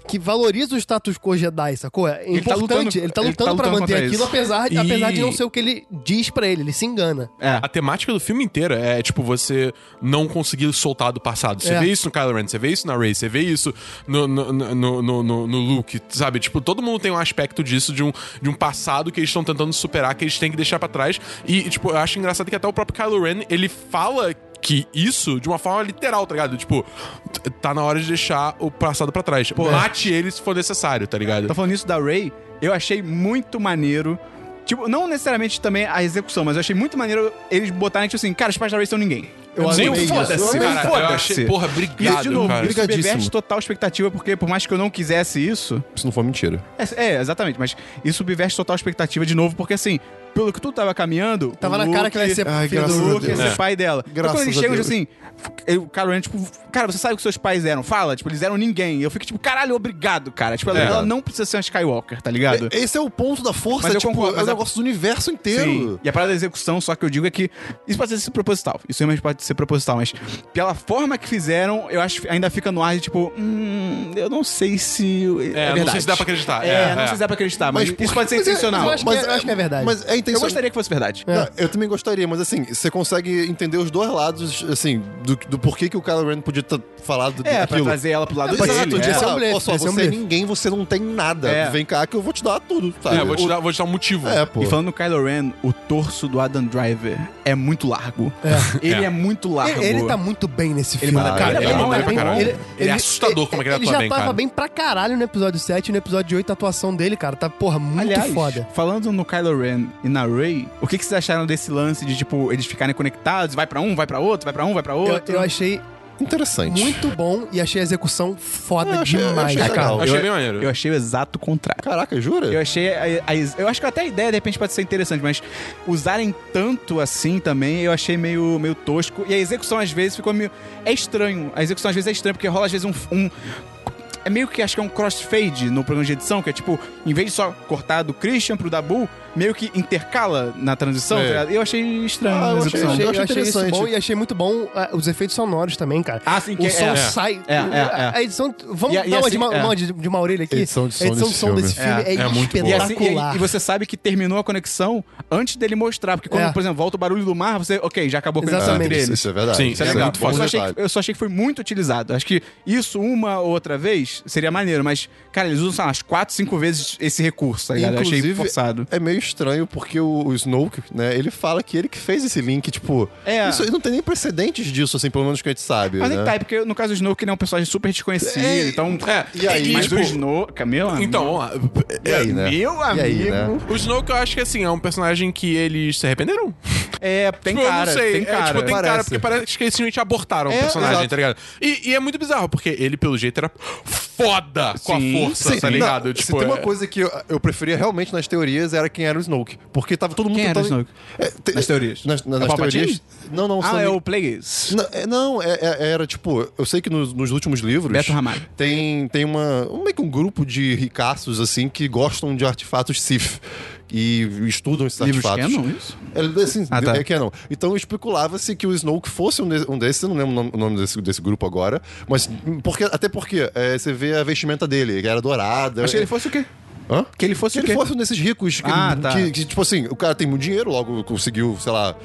Speaker 5: que valoriza o status quo Jedi, sacou? É
Speaker 2: Ele tá
Speaker 5: importante,
Speaker 2: lutando-
Speaker 5: ele tá
Speaker 2: ele
Speaker 5: lutando,
Speaker 2: tá
Speaker 5: pra
Speaker 2: lutando
Speaker 5: manter
Speaker 2: contra
Speaker 5: aquilo,
Speaker 2: isso.
Speaker 5: apesar,
Speaker 4: E-
Speaker 5: apesar de não ser o que ele diz pra ele, ele se engana.
Speaker 2: é.
Speaker 4: A temática do filme inteiro é, tipo, você não conseguir soltar do passado. Você
Speaker 5: É.
Speaker 4: vê isso no Kylo Ren, você vê isso na Rey, você vê isso no, no, no, no, no- no Luke, sabe? Tipo, todo mundo tem um aspecto disso, de um, de um passado que eles estão tentando superar, que eles têm que deixar pra trás. E, tipo, eu acho engraçado que até o próprio Kylo Ren, ele fala que isso de uma forma literal, tá ligado? Tipo, t- tá na hora de deixar o passado pra trás. Tipo,
Speaker 3: É.
Speaker 4: Mate ele se for necessário, tá ligado?
Speaker 2: Tá falando isso da Ray, eu achei muito maneiro. Tipo, não necessariamente também a execução, mas eu achei muito maneiro eles botarem, tipo assim, cara, os pais da Ray são ninguém.
Speaker 5: Eu
Speaker 2: Nem
Speaker 5: amei isso. Eu
Speaker 2: foda-se,
Speaker 5: amei
Speaker 2: cara.
Speaker 4: isso.
Speaker 2: Foda-se.
Speaker 4: Eu achei- porra, obrigado,
Speaker 2: E de novo,
Speaker 4: cara.
Speaker 2: isso subverte
Speaker 3: Obrigadíssimo.
Speaker 2: total expectativa, porque por mais que eu não quisesse isso,
Speaker 3: Se não for mentira.
Speaker 2: É, é, exatamente, mas isso subverte total expectativa de novo, porque assim, pelo que tu tava caminhando.
Speaker 5: Tava
Speaker 2: o
Speaker 5: na cara que ela ia ser
Speaker 3: Ai,
Speaker 5: filho do
Speaker 3: graças a
Speaker 2: O
Speaker 5: Luke.
Speaker 2: Luke ia
Speaker 3: Deus.
Speaker 2: ser pai dela.
Speaker 3: Graças
Speaker 2: então, quando eles
Speaker 3: a
Speaker 2: chegam,
Speaker 3: Deus.
Speaker 2: assim. eu- o Kylo Ren, tipo, cara, você sabe o que seus pais eram? Fala, tipo, eles eram ninguém. E eu fico, tipo, caralho, obrigado, cara. Tipo, ela,
Speaker 3: É.
Speaker 2: ela não precisa ser uma Skywalker, tá ligado?
Speaker 3: Esse é o ponto da força,
Speaker 2: Mas eu
Speaker 3: tipo,
Speaker 2: concordo,
Speaker 3: é o
Speaker 2: mas a-
Speaker 3: negócio do universo inteiro.
Speaker 2: E a parada da execução, só que eu digo é que. Isso pode ser proposital. Isso realmente pode ser proposital, mas pela forma que fizeram, eu acho que ainda fica no ar de tipo, hum, eu não sei se.
Speaker 4: É,
Speaker 2: É,
Speaker 4: não
Speaker 2: verdade.
Speaker 4: sei se dá pra acreditar.
Speaker 2: É,
Speaker 4: É,
Speaker 2: não
Speaker 4: é.
Speaker 2: sei se dá pra acreditar, mas,
Speaker 3: por-
Speaker 2: isso pode ser
Speaker 3: mas é-
Speaker 2: intencional.
Speaker 5: eu acho que é- acho que é verdade.
Speaker 3: Mas é
Speaker 2: Eu
Speaker 3: intencional.
Speaker 2: gostaria que fosse verdade.
Speaker 3: Não, Eu também gostaria, mas assim, você consegue entender os dois lados, assim, do, do porquê que o Kylo Ren podia ter falado
Speaker 2: É, pra
Speaker 3: daquilo.
Speaker 2: trazer ela pro lado
Speaker 5: Pois
Speaker 2: dele.
Speaker 5: exato,
Speaker 2: é.
Speaker 5: de
Speaker 3: Tipo,
Speaker 5: essa-
Speaker 3: ah,
Speaker 5: blefe,
Speaker 3: ó, só,
Speaker 5: esse é um
Speaker 3: você é
Speaker 5: blefe.
Speaker 3: ninguém, você não tem nada.
Speaker 2: É.
Speaker 3: Vem cá que eu vou te dar tudo, sabe?
Speaker 4: É, vou te
Speaker 3: O-
Speaker 4: dar, vou te dar um motivo.
Speaker 3: É, pô.
Speaker 2: E falando no Kylo Ren, o torso do Adam Driver é muito largo.
Speaker 5: É.
Speaker 2: Ele é.
Speaker 4: É.
Speaker 2: muito largo.
Speaker 5: Ele, ele tá muito bem nesse
Speaker 2: Ele
Speaker 5: filme.
Speaker 2: manda
Speaker 5: cara,
Speaker 2: bem, ele manda
Speaker 5: manda
Speaker 2: bem pra caralho.
Speaker 4: Ele é assustador como é que ele atua
Speaker 5: já
Speaker 4: bem,
Speaker 5: tava
Speaker 4: cara.
Speaker 5: bem pra caralho no episódio 7 e no episódio 8 a atuação dele, cara, tá, porra, muito
Speaker 2: Aliás,
Speaker 5: foda.
Speaker 2: falando no Kylo Ren e na Rey, o que, que vocês acharam desse lance de, tipo, eles ficarem conectados? Vai pra um, vai pra outro, vai pra um, vai pra
Speaker 5: Eu,
Speaker 2: outro?
Speaker 5: eu achei
Speaker 3: Interessante.
Speaker 5: muito bom e achei a execução foda
Speaker 3: Eu achei- eu
Speaker 5: demais,
Speaker 3: achei
Speaker 5: cara.
Speaker 3: legal.
Speaker 4: Achei bem maneiro.
Speaker 2: Eu achei o exato contrário.
Speaker 3: Caraca, jura?
Speaker 2: Eu achei. a- a- eu acho que até a ideia, de repente, pode ser interessante, mas usarem tanto assim também, eu achei meio, meio tosco. E a execução, às vezes, ficou meio. É estranho. A execução, às vezes, é estranha, porque rola, às vezes, um. um- é meio que acho que é um crossfade no programa de edição, que é tipo, em vez de só cortar do Christian pro Dabu, meio que intercala na transição.
Speaker 3: É.
Speaker 2: tá ligado? Eu achei estranho
Speaker 3: Ah,
Speaker 2: a
Speaker 3: eu achei-
Speaker 5: Eu
Speaker 2: execução.
Speaker 5: achei, eu
Speaker 3: achei
Speaker 5: achei isso
Speaker 3: interessante.
Speaker 5: bom e achei muito bom ah, os efeitos sonoros também, cara.
Speaker 2: Ah, sim,
Speaker 5: O
Speaker 2: que
Speaker 5: som
Speaker 2: é.
Speaker 5: sai.
Speaker 2: É, é, é.
Speaker 5: A edição. Vamos
Speaker 2: E-
Speaker 5: dar
Speaker 2: e
Speaker 5: uma,
Speaker 2: assim,
Speaker 5: de, uma,
Speaker 2: é.
Speaker 5: uma de, de uma orelha aqui.
Speaker 3: Edição de som
Speaker 5: A edição
Speaker 3: desse
Speaker 5: som desse filme
Speaker 2: filme.
Speaker 5: é,
Speaker 4: É muito boa.
Speaker 2: E, assim, e,
Speaker 5: espetacular.
Speaker 2: e você sabe que terminou a conexão antes dele mostrar, porque quando,
Speaker 5: É.
Speaker 2: por exemplo, volta o barulho do mar, você, ok, já acabou a conexão
Speaker 5: Exatamente.
Speaker 2: entre
Speaker 3: isso,
Speaker 2: eles.
Speaker 3: isso é verdade.
Speaker 4: Sim, isso é
Speaker 2: Isso é
Speaker 4: legal.
Speaker 2: muito
Speaker 3: bom
Speaker 2: foda. Eu só, achei,
Speaker 3: detalhe.
Speaker 2: que- eu só achei que foi muito utilizado. Acho que isso uma ou outra vez seria maneiro, mas, cara, eles usam, sei lá, umas 4, 5 vezes esse recurso, tá ligado? Eu achei
Speaker 3: Inclusive,
Speaker 2: forçado.
Speaker 3: É meio estranho porque o, o Snoke, né, ele fala que ele que fez esse link, tipo,
Speaker 2: É.
Speaker 3: isso aí não tem nem precedentes disso, assim, pelo menos que a gente sabe,
Speaker 2: Mas
Speaker 3: né?
Speaker 2: nem tá, é porque no caso do Snoke, ele é um personagem super desconhecido,
Speaker 3: É,
Speaker 2: então...
Speaker 4: É,
Speaker 3: E aí,
Speaker 2: mas
Speaker 4: tipo,
Speaker 2: o Snoke... Meu amigo.
Speaker 4: Então, vamos lá.
Speaker 3: E aí, né?
Speaker 2: Meu
Speaker 3: E
Speaker 2: amigo...
Speaker 3: aí, né?
Speaker 4: O Snoke, eu acho que assim, é um personagem que eles se arrependeram.
Speaker 2: É, tem
Speaker 4: Tipo,
Speaker 2: cara,
Speaker 4: eu não sei.
Speaker 2: tem
Speaker 4: É,
Speaker 2: cara. É,
Speaker 4: tipo, tem cara,
Speaker 3: Parece.
Speaker 4: porque parece que eles simplesmente abortaram o personagem,
Speaker 3: exato.
Speaker 4: tá ligado? E, e é muito bizarro, porque ele, pelo jeito, era foda com a
Speaker 2: Sim,
Speaker 4: força,
Speaker 3: Sim,
Speaker 4: tá ligado?
Speaker 3: não,
Speaker 4: tipo,
Speaker 3: se tem uma
Speaker 4: é-
Speaker 3: coisa que eu, eu preferia realmente nas teorias era quem era o Snoke. Porque tava todo mundo
Speaker 2: Quem era o
Speaker 3: tentando...
Speaker 2: Snoke?
Speaker 3: É, te-
Speaker 2: Nas teorias?
Speaker 3: Nas, na-
Speaker 2: É
Speaker 3: nas
Speaker 2: Palpatine?
Speaker 3: teorias... Não, não, se não
Speaker 2: Ah,
Speaker 3: me-
Speaker 2: é o Plagueis.
Speaker 3: Não, é- Não, é- é- era tipo, eu sei que nos, nos últimos livros.
Speaker 2: Beto Ramalho.
Speaker 3: Tem, tem uma, um- meio que um grupo de ricaços, assim, que gostam de artefatos Sith. E estudam esses
Speaker 2: Livros
Speaker 3: artefatos.
Speaker 2: canon, isso?
Speaker 3: É, assim,
Speaker 2: Ah, tá.
Speaker 3: é canon. Então especulava-se que o Snoke fosse um, de- um desses, eu não lembro o nome- o nome desse, desse grupo agora, mas porque, até porque é, você vê a vestimenta dele, que era dourada. é,
Speaker 2: Achei que ele fosse o quê?
Speaker 3: Hã?
Speaker 2: Que ele fosse
Speaker 3: Que
Speaker 2: o
Speaker 3: ele
Speaker 2: quê?
Speaker 3: fosse um desses ricos que,
Speaker 2: Ah, tá.
Speaker 3: que- que, tipo assim, o cara tem muito dinheiro, logo conseguiu, sei lá,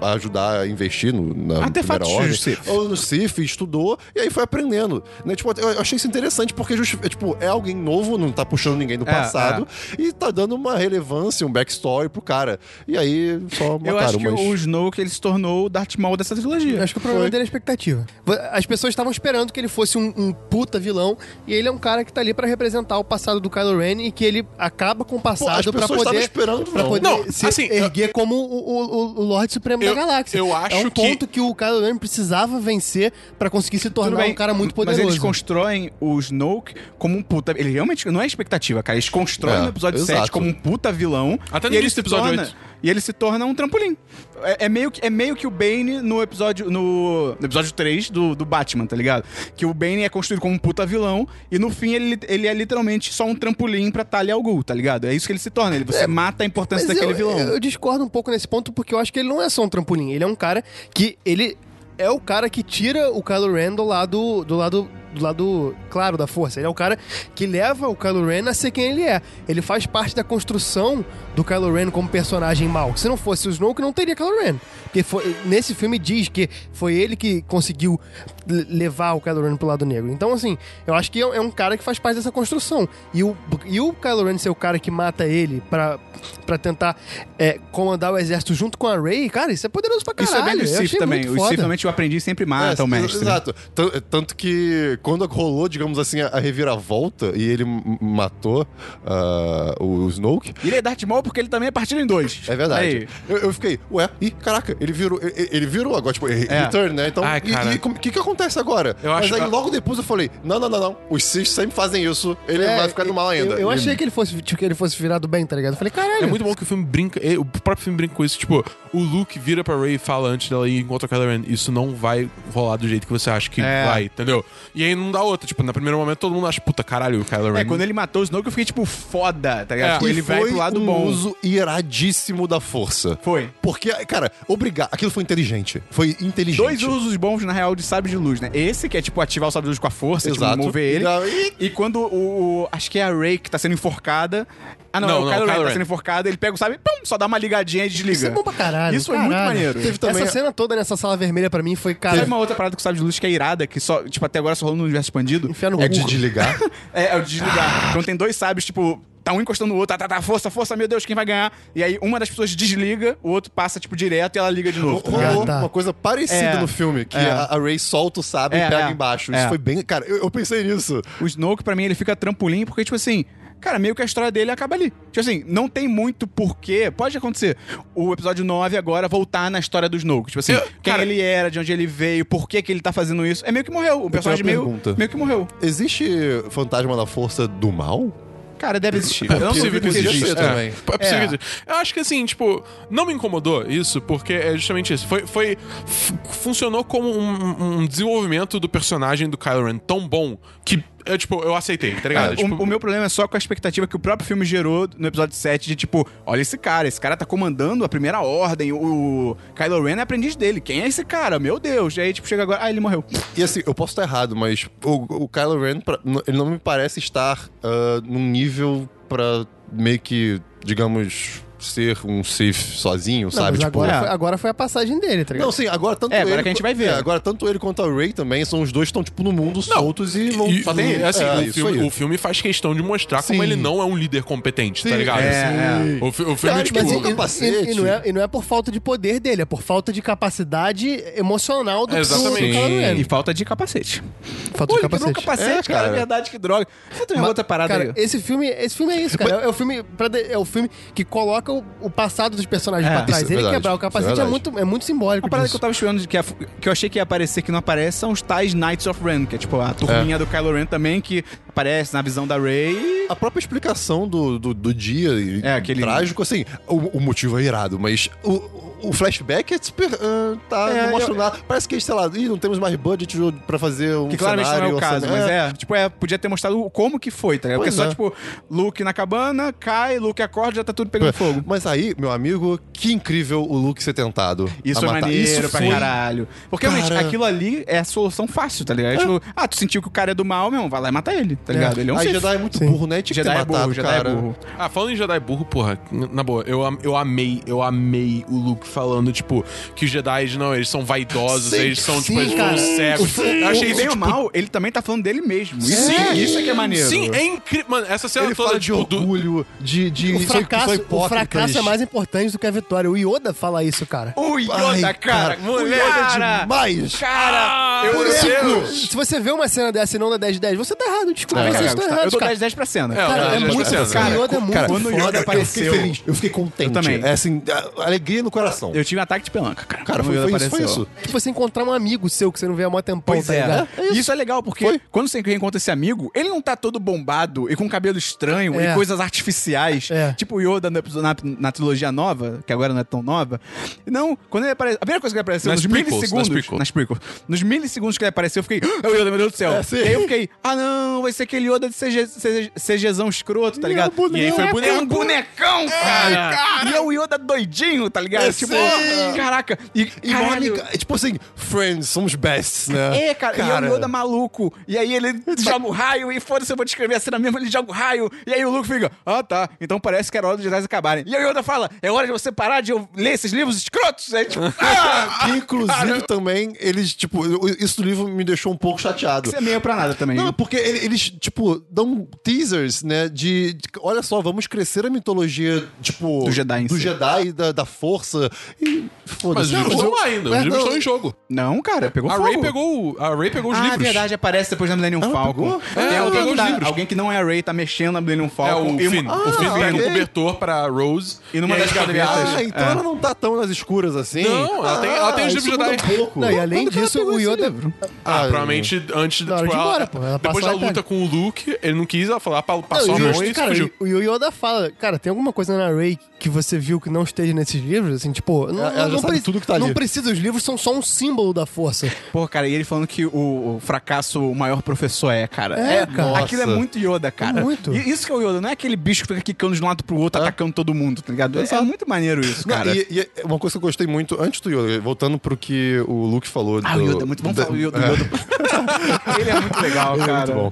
Speaker 3: a ajudar a investir no, na
Speaker 2: Artefatos
Speaker 3: primeira ordem.
Speaker 2: do Sith.
Speaker 3: Ou no Sif, estudou e aí foi aprendendo. Né? Tipo, eu eu achei isso interessante porque justi- é, tipo, é alguém novo, não tá puxando ninguém do
Speaker 2: É,
Speaker 3: passado e tá dando uma relevância, um backstory pro cara. E aí só
Speaker 2: Eu acho
Speaker 3: mataram,
Speaker 2: que
Speaker 3: mas...
Speaker 2: o Snow que ele se tornou o Darth Maul dessa trilogia.
Speaker 5: Acho que o problema dele é a expectativa. As pessoas estavam esperando que ele fosse um, um puta vilão e ele é um cara que tá ali pra representar o passado do Kylo Ren e que ele acaba com o
Speaker 3: as
Speaker 5: passado
Speaker 3: pessoas
Speaker 5: pra
Speaker 3: estavam
Speaker 5: poder,
Speaker 3: esperando,
Speaker 5: pra
Speaker 3: não.
Speaker 5: poder
Speaker 4: Não,
Speaker 5: se
Speaker 4: assim,
Speaker 5: erguer como o, o, o Lorde Supremo
Speaker 4: Eu-
Speaker 5: da Galáxia.
Speaker 4: eu
Speaker 5: é
Speaker 4: acho
Speaker 5: um
Speaker 4: que-
Speaker 5: ponto que... o Kylo Ren precisava vencer pra conseguir se
Speaker 2: Tudo
Speaker 5: tornar
Speaker 2: bem,
Speaker 5: um cara muito poderoso.
Speaker 2: Mas eles constroem o Snoke como um puta. Ele realmente não é expectativa, cara. Eles constroem
Speaker 3: É,
Speaker 2: no episódio
Speaker 3: exato.
Speaker 2: 7 como um puta vilão.
Speaker 4: Até no
Speaker 2: e ele se
Speaker 4: início do episódio
Speaker 2: torna,
Speaker 4: 8.
Speaker 2: E ele se torna um trampolim. É, é meio que, é meio que o Bane no episódio. No, no episódio 3 do, do Batman, tá ligado? Que o Bane é construído como um puta vilão. E no fim ele, ele é literalmente só um trampolim pra Talia al Ghul, tá ligado? É isso que ele se torna. Ele, você mata a importância
Speaker 5: Mas
Speaker 2: daquele
Speaker 5: eu,
Speaker 2: vilão.
Speaker 5: eu discordo um pouco nesse ponto, porque eu acho que ele não é só um trampolim. Ele é um cara que. Ele é o cara que tira o Kylo Ren do lado. Do lado do lado claro da força. Ele é o cara que leva o Kylo Ren a ser quem ele é. Ele faz parte da construção do Kylo Ren como personagem mau. Se não fosse o Snoke, não teria Kylo Ren. Porque foi- nesse filme diz que foi ele que conseguiu le- levar o Kylo Ren pro lado negro. Então, assim, eu acho que é, é um cara que faz parte dessa construção. E o, e o Kylo Ren ser o cara que mata ele pra, pra tentar é, comandar o exército junto com a Rey, cara, isso é poderoso pra caralho.
Speaker 2: isso é bem
Speaker 5: Eu
Speaker 2: do Sif
Speaker 5: achei
Speaker 2: também.
Speaker 5: muito
Speaker 2: O
Speaker 5: foda.
Speaker 2: Sif realmente o aprendiz sempre mata
Speaker 3: É,
Speaker 2: o mestre. né?
Speaker 3: Exato. Tan- Tanto que quando rolou, digamos assim, a a reviravolta e ele m- matou ah, o Snoke,
Speaker 2: E ele é Darth Maul porque ele também é partido em dois.
Speaker 3: é verdade.
Speaker 2: Aí.
Speaker 3: Eu, eu fiquei, ué, ih, caraca, ele virou, e- e- ele virou agora, tipo, e-
Speaker 2: É.
Speaker 3: return, né? Então,
Speaker 4: Ai, cara.
Speaker 3: e o que que acontece agora?
Speaker 4: Eu
Speaker 3: Mas
Speaker 4: acho-
Speaker 3: aí logo depois eu falei, não, não, não, não, os Sith sempre fazem isso, ele
Speaker 5: É,
Speaker 3: vai ficar do mal ainda.
Speaker 5: Eu, eu achei que ele fosse tipo, que ele fosse virado bem, tá ligado? Eu falei, caralho.
Speaker 4: É muito bom que o filme brinca, eh, o próprio filme brinca com isso. Tipo, o Luke vira pra Ray e fala antes dela ir encontrar o Kylo Ren. Isso não vai rolar do jeito que você acha que
Speaker 2: É.
Speaker 4: vai, entendeu? E aí não dá outra. Tipo, no primeiro momento todo mundo acha, puta, caralho, o Kylo Ren.
Speaker 2: É, quando ele matou o Snoke, eu fiquei tipo foda, tá ligado?
Speaker 4: É.
Speaker 2: Tipo,
Speaker 3: um E
Speaker 2: ele vai
Speaker 3: foi
Speaker 2: pro lado
Speaker 3: um
Speaker 2: bom.
Speaker 3: uso iradíssimo da força.
Speaker 2: Foi.
Speaker 3: Porque, cara, obrigado. Aquilo foi inteligente. Foi inteligente.
Speaker 2: Dois usos bons, na real, de sábio de luz, né? Esse, que é tipo ativar o sábio de luz com a força, tipo,
Speaker 3: Exato.
Speaker 2: mover ele.
Speaker 3: Não, e-
Speaker 2: E quando o, o- Acho que é a Rey que tá sendo enforcada. Ah, não,
Speaker 4: Não,
Speaker 2: é o
Speaker 4: não,
Speaker 2: Kylo Ren
Speaker 4: Kylo
Speaker 2: que tá
Speaker 4: Ren.
Speaker 2: sendo enforcado, ele pega o sábio, pum, só dá uma ligadinha e desliga.
Speaker 5: Isso é bom pra caralho.
Speaker 2: Isso foi
Speaker 5: caralho.
Speaker 2: muito maneiro.
Speaker 3: Teve também-
Speaker 5: Essa cena toda nessa sala vermelha pra mim foi, cara.
Speaker 2: Sabe uma outra parada com o sábio de luz que é irada, que só, tipo, até agora só rolou no universo expandido?
Speaker 5: Enfiar no
Speaker 3: É
Speaker 5: cu.
Speaker 3: de desligar.
Speaker 2: É, é o desligar. Então tem dois sábios, tipo, tá um encostando o outro, tá, tá, tá, força, força, meu Deus, quem vai ganhar? E aí uma das pessoas desliga, o outro passa, tipo, direto e ela liga de novo. tá ligado?
Speaker 3: Rolou
Speaker 5: Ah, tá.
Speaker 3: uma coisa parecida
Speaker 2: É.
Speaker 3: no filme, que
Speaker 2: É.
Speaker 3: a, a Ray solta o sábio
Speaker 2: É,
Speaker 3: e pega
Speaker 2: é.
Speaker 3: embaixo. Isso
Speaker 2: É.
Speaker 3: foi bem. Cara, eu, eu pensei nisso.
Speaker 2: O Snoke, pra mim, ele fica trampolim, porque, tipo assim. Cara, meio que a história dele acaba ali. Tipo assim, não tem muito porquê. Pode acontecer. O episódio 9 agora voltar na história do Snoke. Tipo assim,
Speaker 4: Eu-
Speaker 2: quem
Speaker 4: cara-
Speaker 2: ele era, de onde ele veio, por que, que ele tá fazendo isso. É meio que morreu. O personagem
Speaker 3: uma
Speaker 2: meio,
Speaker 3: pergunta.
Speaker 2: meio que morreu.
Speaker 3: Existe fantasma da força do mal?
Speaker 2: Cara, deve existir.
Speaker 4: É
Speaker 2: Eu não
Speaker 4: possível
Speaker 2: duvido
Speaker 4: que
Speaker 2: que
Speaker 3: exista.
Speaker 4: exista.
Speaker 2: exista.
Speaker 4: É,
Speaker 3: também.
Speaker 4: é possível que exista. Eu acho que assim, tipo, não me incomodou isso, porque é justamente isso. Foi, foi- fu- funcionou como um, um desenvolvimento do personagem do Kylo Ren tão bom que, eu, tipo, eu aceitei, tá ligado?
Speaker 2: O-
Speaker 4: Tipo,
Speaker 2: o, meu problema é só com a expectativa que o próprio filme gerou no episódio 7 de tipo, olha esse cara, esse cara tá comandando a primeira ordem, o Kylo Ren é aprendiz dele. Quem é esse cara? Meu Deus. E aí, tipo, chega agora, ah, ele morreu.
Speaker 3: E assim, eu posso estar errado, mas o, o Kylo Ren, pra- n- ele não me parece estar ah, num nível pra meio que, digamos, ser um Sith sozinho,
Speaker 5: Não,
Speaker 3: sabe?
Speaker 5: mas
Speaker 3: Tipo,
Speaker 5: agora,
Speaker 2: é.
Speaker 5: foi, agora foi a passagem dele, tá ligado?
Speaker 3: Não, sim, agora tanto
Speaker 2: É, agora
Speaker 3: ele
Speaker 2: que a gente vai ver.
Speaker 3: é, agora tanto ele quanto a Ray também são os dois que estão tipo no mundo soltos e vão
Speaker 4: E, e, assim,
Speaker 3: É,
Speaker 4: o,
Speaker 3: isso
Speaker 4: filme,
Speaker 3: aí.
Speaker 4: o filme faz questão de mostrar como
Speaker 3: Sim.
Speaker 4: ele não é um líder competente, tá
Speaker 3: Sim.
Speaker 4: ligado?
Speaker 2: É,
Speaker 4: O, fi- o filme,
Speaker 3: Cara,
Speaker 4: tipo,
Speaker 3: mas
Speaker 5: e-
Speaker 3: o capacete.
Speaker 5: E, e não é, e não é por falta de poder dele, é por falta de capacidade emocional do
Speaker 4: Exatamente.
Speaker 5: do Kylo Ren.
Speaker 2: E falta de capacete.
Speaker 5: é. Falta
Speaker 2: Pô,
Speaker 5: de
Speaker 2: ele quebrou o
Speaker 5: capacete.
Speaker 2: capacete,
Speaker 3: É,
Speaker 2: cara.
Speaker 3: cara.
Speaker 2: É verdade, que droga. Você tem
Speaker 5: Mas,
Speaker 2: outra parada
Speaker 5: cara,
Speaker 2: aí.
Speaker 5: Esse filme, esse filme é isso, cara. É o filme pra de- é o filme que coloca o, o passado dos personagens
Speaker 2: É.
Speaker 5: pra trás.
Speaker 3: Isso é
Speaker 5: ele
Speaker 3: verdade.
Speaker 5: quebrar o
Speaker 3: Isso é
Speaker 5: capacete é,
Speaker 3: verdade.
Speaker 5: muito é muito simbólico
Speaker 2: Uma parada que
Speaker 5: disso.
Speaker 2: eu tava esperando, de que, a- que eu achei que ia aparecer que não aparece, são os tais Knights of Ren, que é tipo a turminha do Kylo Ren também, que aparece na visão da Rey.
Speaker 3: A própria explicação do, do, do dia e-
Speaker 2: É, aquele-
Speaker 3: trágico, assim, o, o motivo é irado, mas o, o flashback é super. ah, tá,
Speaker 2: É,
Speaker 3: não mostra nada. Parece que, sei lá, "Ih, não temos mais budget pra fazer um.
Speaker 2: Que claramente
Speaker 3: cenário,
Speaker 2: não é o
Speaker 3: um
Speaker 2: caso,
Speaker 3: cenário."
Speaker 2: mas é, tipo, é, podia ter mostrado o- como que foi, tá ligado? Porque
Speaker 3: Pois
Speaker 2: só,
Speaker 3: é.
Speaker 2: tipo, Luke na cabana, cai, Luke acorda, já tá tudo pegando fogo.
Speaker 3: Mas aí, meu amigo, que incrível o Luke ser tentado.
Speaker 2: Isso
Speaker 3: a
Speaker 2: é
Speaker 3: matar.
Speaker 2: maneiro
Speaker 3: Isso
Speaker 2: pra
Speaker 3: foi-
Speaker 2: caralho. Porque realmente,
Speaker 3: Cara.
Speaker 2: aquilo ali é a solução fácil, tá ligado? Tipo, ah, tu sentiu que o cara é do é mal mesmo, vai lá e mata ele. tá ligado? Ele é um
Speaker 3: Ai,
Speaker 2: Sith.
Speaker 3: Jedi é muito
Speaker 5: Sim.
Speaker 3: burro, né? Tinha que
Speaker 2: Jedi
Speaker 3: ter
Speaker 2: é burro,
Speaker 3: matado,
Speaker 2: Jedi é
Speaker 3: cara.
Speaker 2: burro.
Speaker 4: Ah, falando em Jedi burro, porra, n- na boa, eu, am- eu amei, eu amei o Luke falando, tipo, que os Jedi, não, eles são vaidosos,
Speaker 3: Sim,
Speaker 4: eles são, tipo,
Speaker 5: sim,
Speaker 4: eles
Speaker 5: cara.
Speaker 4: foram cegos.
Speaker 2: O-
Speaker 4: Eu achei
Speaker 2: o-
Speaker 4: isso,
Speaker 2: bem ou
Speaker 4: tipo,
Speaker 2: mal, ele também tá falando dele mesmo. Isso,
Speaker 4: Sim.
Speaker 2: isso é que é maneiro.
Speaker 4: Sim, é incrível. Mano, essa cena
Speaker 3: Ele
Speaker 4: toda,
Speaker 3: fala de
Speaker 4: tipo, do,
Speaker 3: orgulho, de, de
Speaker 5: O
Speaker 3: sou-
Speaker 5: fracasso,
Speaker 3: sou
Speaker 5: o
Speaker 3: hipócrita,
Speaker 5: fracasso é
Speaker 3: eles-
Speaker 5: mais importante do que a vitória. O Yoda fala isso, cara.
Speaker 2: O Yoda,
Speaker 5: Ai,
Speaker 2: cara,
Speaker 5: cara,
Speaker 2: mulher,
Speaker 3: é
Speaker 5: Cara, demais.
Speaker 2: cara, eu
Speaker 4: Deus.
Speaker 5: Se você vê uma cena dessa e não dá 10 de 10, você tá errado,
Speaker 2: É,
Speaker 5: desculpa,
Speaker 2: Cara,
Speaker 5: vocês estão
Speaker 2: Gustavo, eu
Speaker 5: errados,
Speaker 2: dou
Speaker 5: cara.
Speaker 2: 10 10 pra cena.
Speaker 4: É, eu
Speaker 5: Cara,
Speaker 4: dou
Speaker 5: é
Speaker 4: 10
Speaker 5: muito,
Speaker 4: pra cena.
Speaker 5: cara, o Yoda é muito
Speaker 3: Cara,
Speaker 2: assim, quando o
Speaker 5: foda.
Speaker 2: Yoda
Speaker 3: Eu fiquei
Speaker 2: apareceu,
Speaker 3: feliz, eu fiquei contente.
Speaker 2: Eu também.
Speaker 3: É assim, a- alegria no coração.
Speaker 2: eu tive um ataque de pelanca, cara.
Speaker 3: Cara,
Speaker 2: Quando o
Speaker 3: foi,
Speaker 2: Yoda
Speaker 3: foi isso, foi
Speaker 2: apareceu.
Speaker 3: isso.
Speaker 5: Tipo, você encontrar um amigo seu que você não vê há mó tempão,
Speaker 2: Pois
Speaker 5: tá
Speaker 2: é.
Speaker 5: ligado?
Speaker 2: Isso. é legal, porque quando você reencontra esse amigo, ele não tá todo bombado e com cabelo estranho
Speaker 5: É.
Speaker 2: e coisas artificiais.
Speaker 5: É.
Speaker 2: Tipo o Yoda na, na- na trilogia nova, que agora não é tão nova. Não, quando ele apareceu. A primeira coisa que ele apareceu
Speaker 4: Nas
Speaker 2: nos
Speaker 4: prequels, nas
Speaker 2: milissegundos.
Speaker 4: prequels.
Speaker 2: prequels. Nos milissegundos que ele apareceu, eu fiquei. "Ah, É o Yoda, meu Deus do céu.
Speaker 3: É, sim.
Speaker 2: e aí eu fiquei, ah não, vai ser aquele Yoda de CG, CG, CGzão escroto, tá ligado?
Speaker 3: boneco.
Speaker 2: e aí foi
Speaker 3: É um
Speaker 2: boneco. É um bonecão, cara. E é o Yoda doidinho, tá ligado?
Speaker 3: É,
Speaker 2: tipo,
Speaker 3: sim.
Speaker 2: caraca. E,
Speaker 3: E
Speaker 2: caralho.
Speaker 3: Mônica, é tipo assim, friends, somos bests, né?
Speaker 2: É, cara, e é o Yoda maluco. E aí ele joga o raio, e foda-se, eu vou descrever a cena mesmo, ele joga o raio. E aí o Luke fica, ah tá, então parece que era hora dos Jedi acabarem. E aí o Yoda fala, é hora de você parar de eu ler esses livros escrotos. Aí, tipo, ah!
Speaker 3: Que, inclusive, também, eles, tipo, eu- isso do livro me deixou um pouco chateado.
Speaker 2: Isso é meio pra nada também.
Speaker 3: Não, é porque ele- eles, tipo, dão teasers, né? De, de- Olha só, vamos crescer a mitologia, tipo.
Speaker 2: Do Jedi em
Speaker 3: Do
Speaker 2: si.
Speaker 3: Jedi, da, da força. E.
Speaker 4: Mas os
Speaker 3: Foda-se.
Speaker 4: livros
Speaker 3: Não,
Speaker 4: estão lá ainda, os
Speaker 3: Mas
Speaker 4: livros
Speaker 3: não-
Speaker 4: estão em jogo.
Speaker 2: Não, cara, pegou
Speaker 4: A
Speaker 2: fogo.
Speaker 4: Ray pegou, o- a Ray pegou os
Speaker 2: ah,
Speaker 4: livros.
Speaker 2: verdade, aparece depois da Millennium Falcon.
Speaker 3: pegou?
Speaker 2: Tem
Speaker 4: É,
Speaker 2: alguém,
Speaker 4: pegou
Speaker 2: que
Speaker 4: os
Speaker 2: tá-
Speaker 4: livros.
Speaker 2: alguém que não é a Ray tá mexendo na Millennium
Speaker 4: É,
Speaker 2: Falcon.
Speaker 4: o
Speaker 2: E uma- Ah, é
Speaker 4: Finn. o Finn pega um
Speaker 3: ok.
Speaker 4: cobertor pra Rose.
Speaker 2: E numa
Speaker 4: aí
Speaker 2: das
Speaker 4: as gavetas-
Speaker 2: gavetas-
Speaker 3: Ah, então
Speaker 2: É.
Speaker 3: ela não tá tão nas escuras assim.
Speaker 4: Não, ela tem- ela tem os
Speaker 3: isso
Speaker 4: livros
Speaker 3: muda
Speaker 4: Jedi.
Speaker 3: Um pouco.
Speaker 5: Não, e além
Speaker 3: Quando que ela
Speaker 5: disso,
Speaker 3: pegou
Speaker 5: o
Speaker 3: esse
Speaker 5: Yoda.
Speaker 3: livro?
Speaker 4: Ah,
Speaker 3: Ah,
Speaker 4: provavelmente antes tipo,
Speaker 5: na hora de ir
Speaker 4: ela-
Speaker 5: embora, pô. Ela
Speaker 4: depois
Speaker 5: passa
Speaker 4: da
Speaker 5: lá e
Speaker 4: luta
Speaker 5: pega.
Speaker 4: com o Luke, ele não quis, ela falou, "Ah,
Speaker 5: Não,
Speaker 4: passou a
Speaker 5: e o-
Speaker 4: mão e
Speaker 5: cara,
Speaker 4: fugiu.
Speaker 5: o o Yoda fala, cara, tem alguma coisa na Ray que você viu que não esteja nesses livros? Assim, tipo, não,
Speaker 3: Ela- ela já
Speaker 5: não
Speaker 3: sabe
Speaker 5: preci-
Speaker 3: tudo que tá ali.
Speaker 5: não precisa, os livros são só um símbolo da força.
Speaker 2: Pô, cara, e ele falando que o, o fracasso o maior professor é, cara.
Speaker 5: É, cara.
Speaker 2: Aquilo é
Speaker 3: Nossa.
Speaker 2: muito Yoda, cara.
Speaker 5: Muito.
Speaker 2: E isso que é o Yoda, não é aquele bicho que fica quicando de um lado pro outro, atacando todo mundo, tá ligado? É, é muito maneiro isso,
Speaker 3: É. Não,
Speaker 2: cara.
Speaker 3: e, e uma coisa que eu gostei muito, antes do Yoda, voltando pro que o Luke falou.
Speaker 2: Ah,
Speaker 3: do,
Speaker 2: o Yoda é muito bom.
Speaker 3: da-
Speaker 2: falar o Yoda, o Yoda. ele é muito legal, cara.
Speaker 3: Muito bom.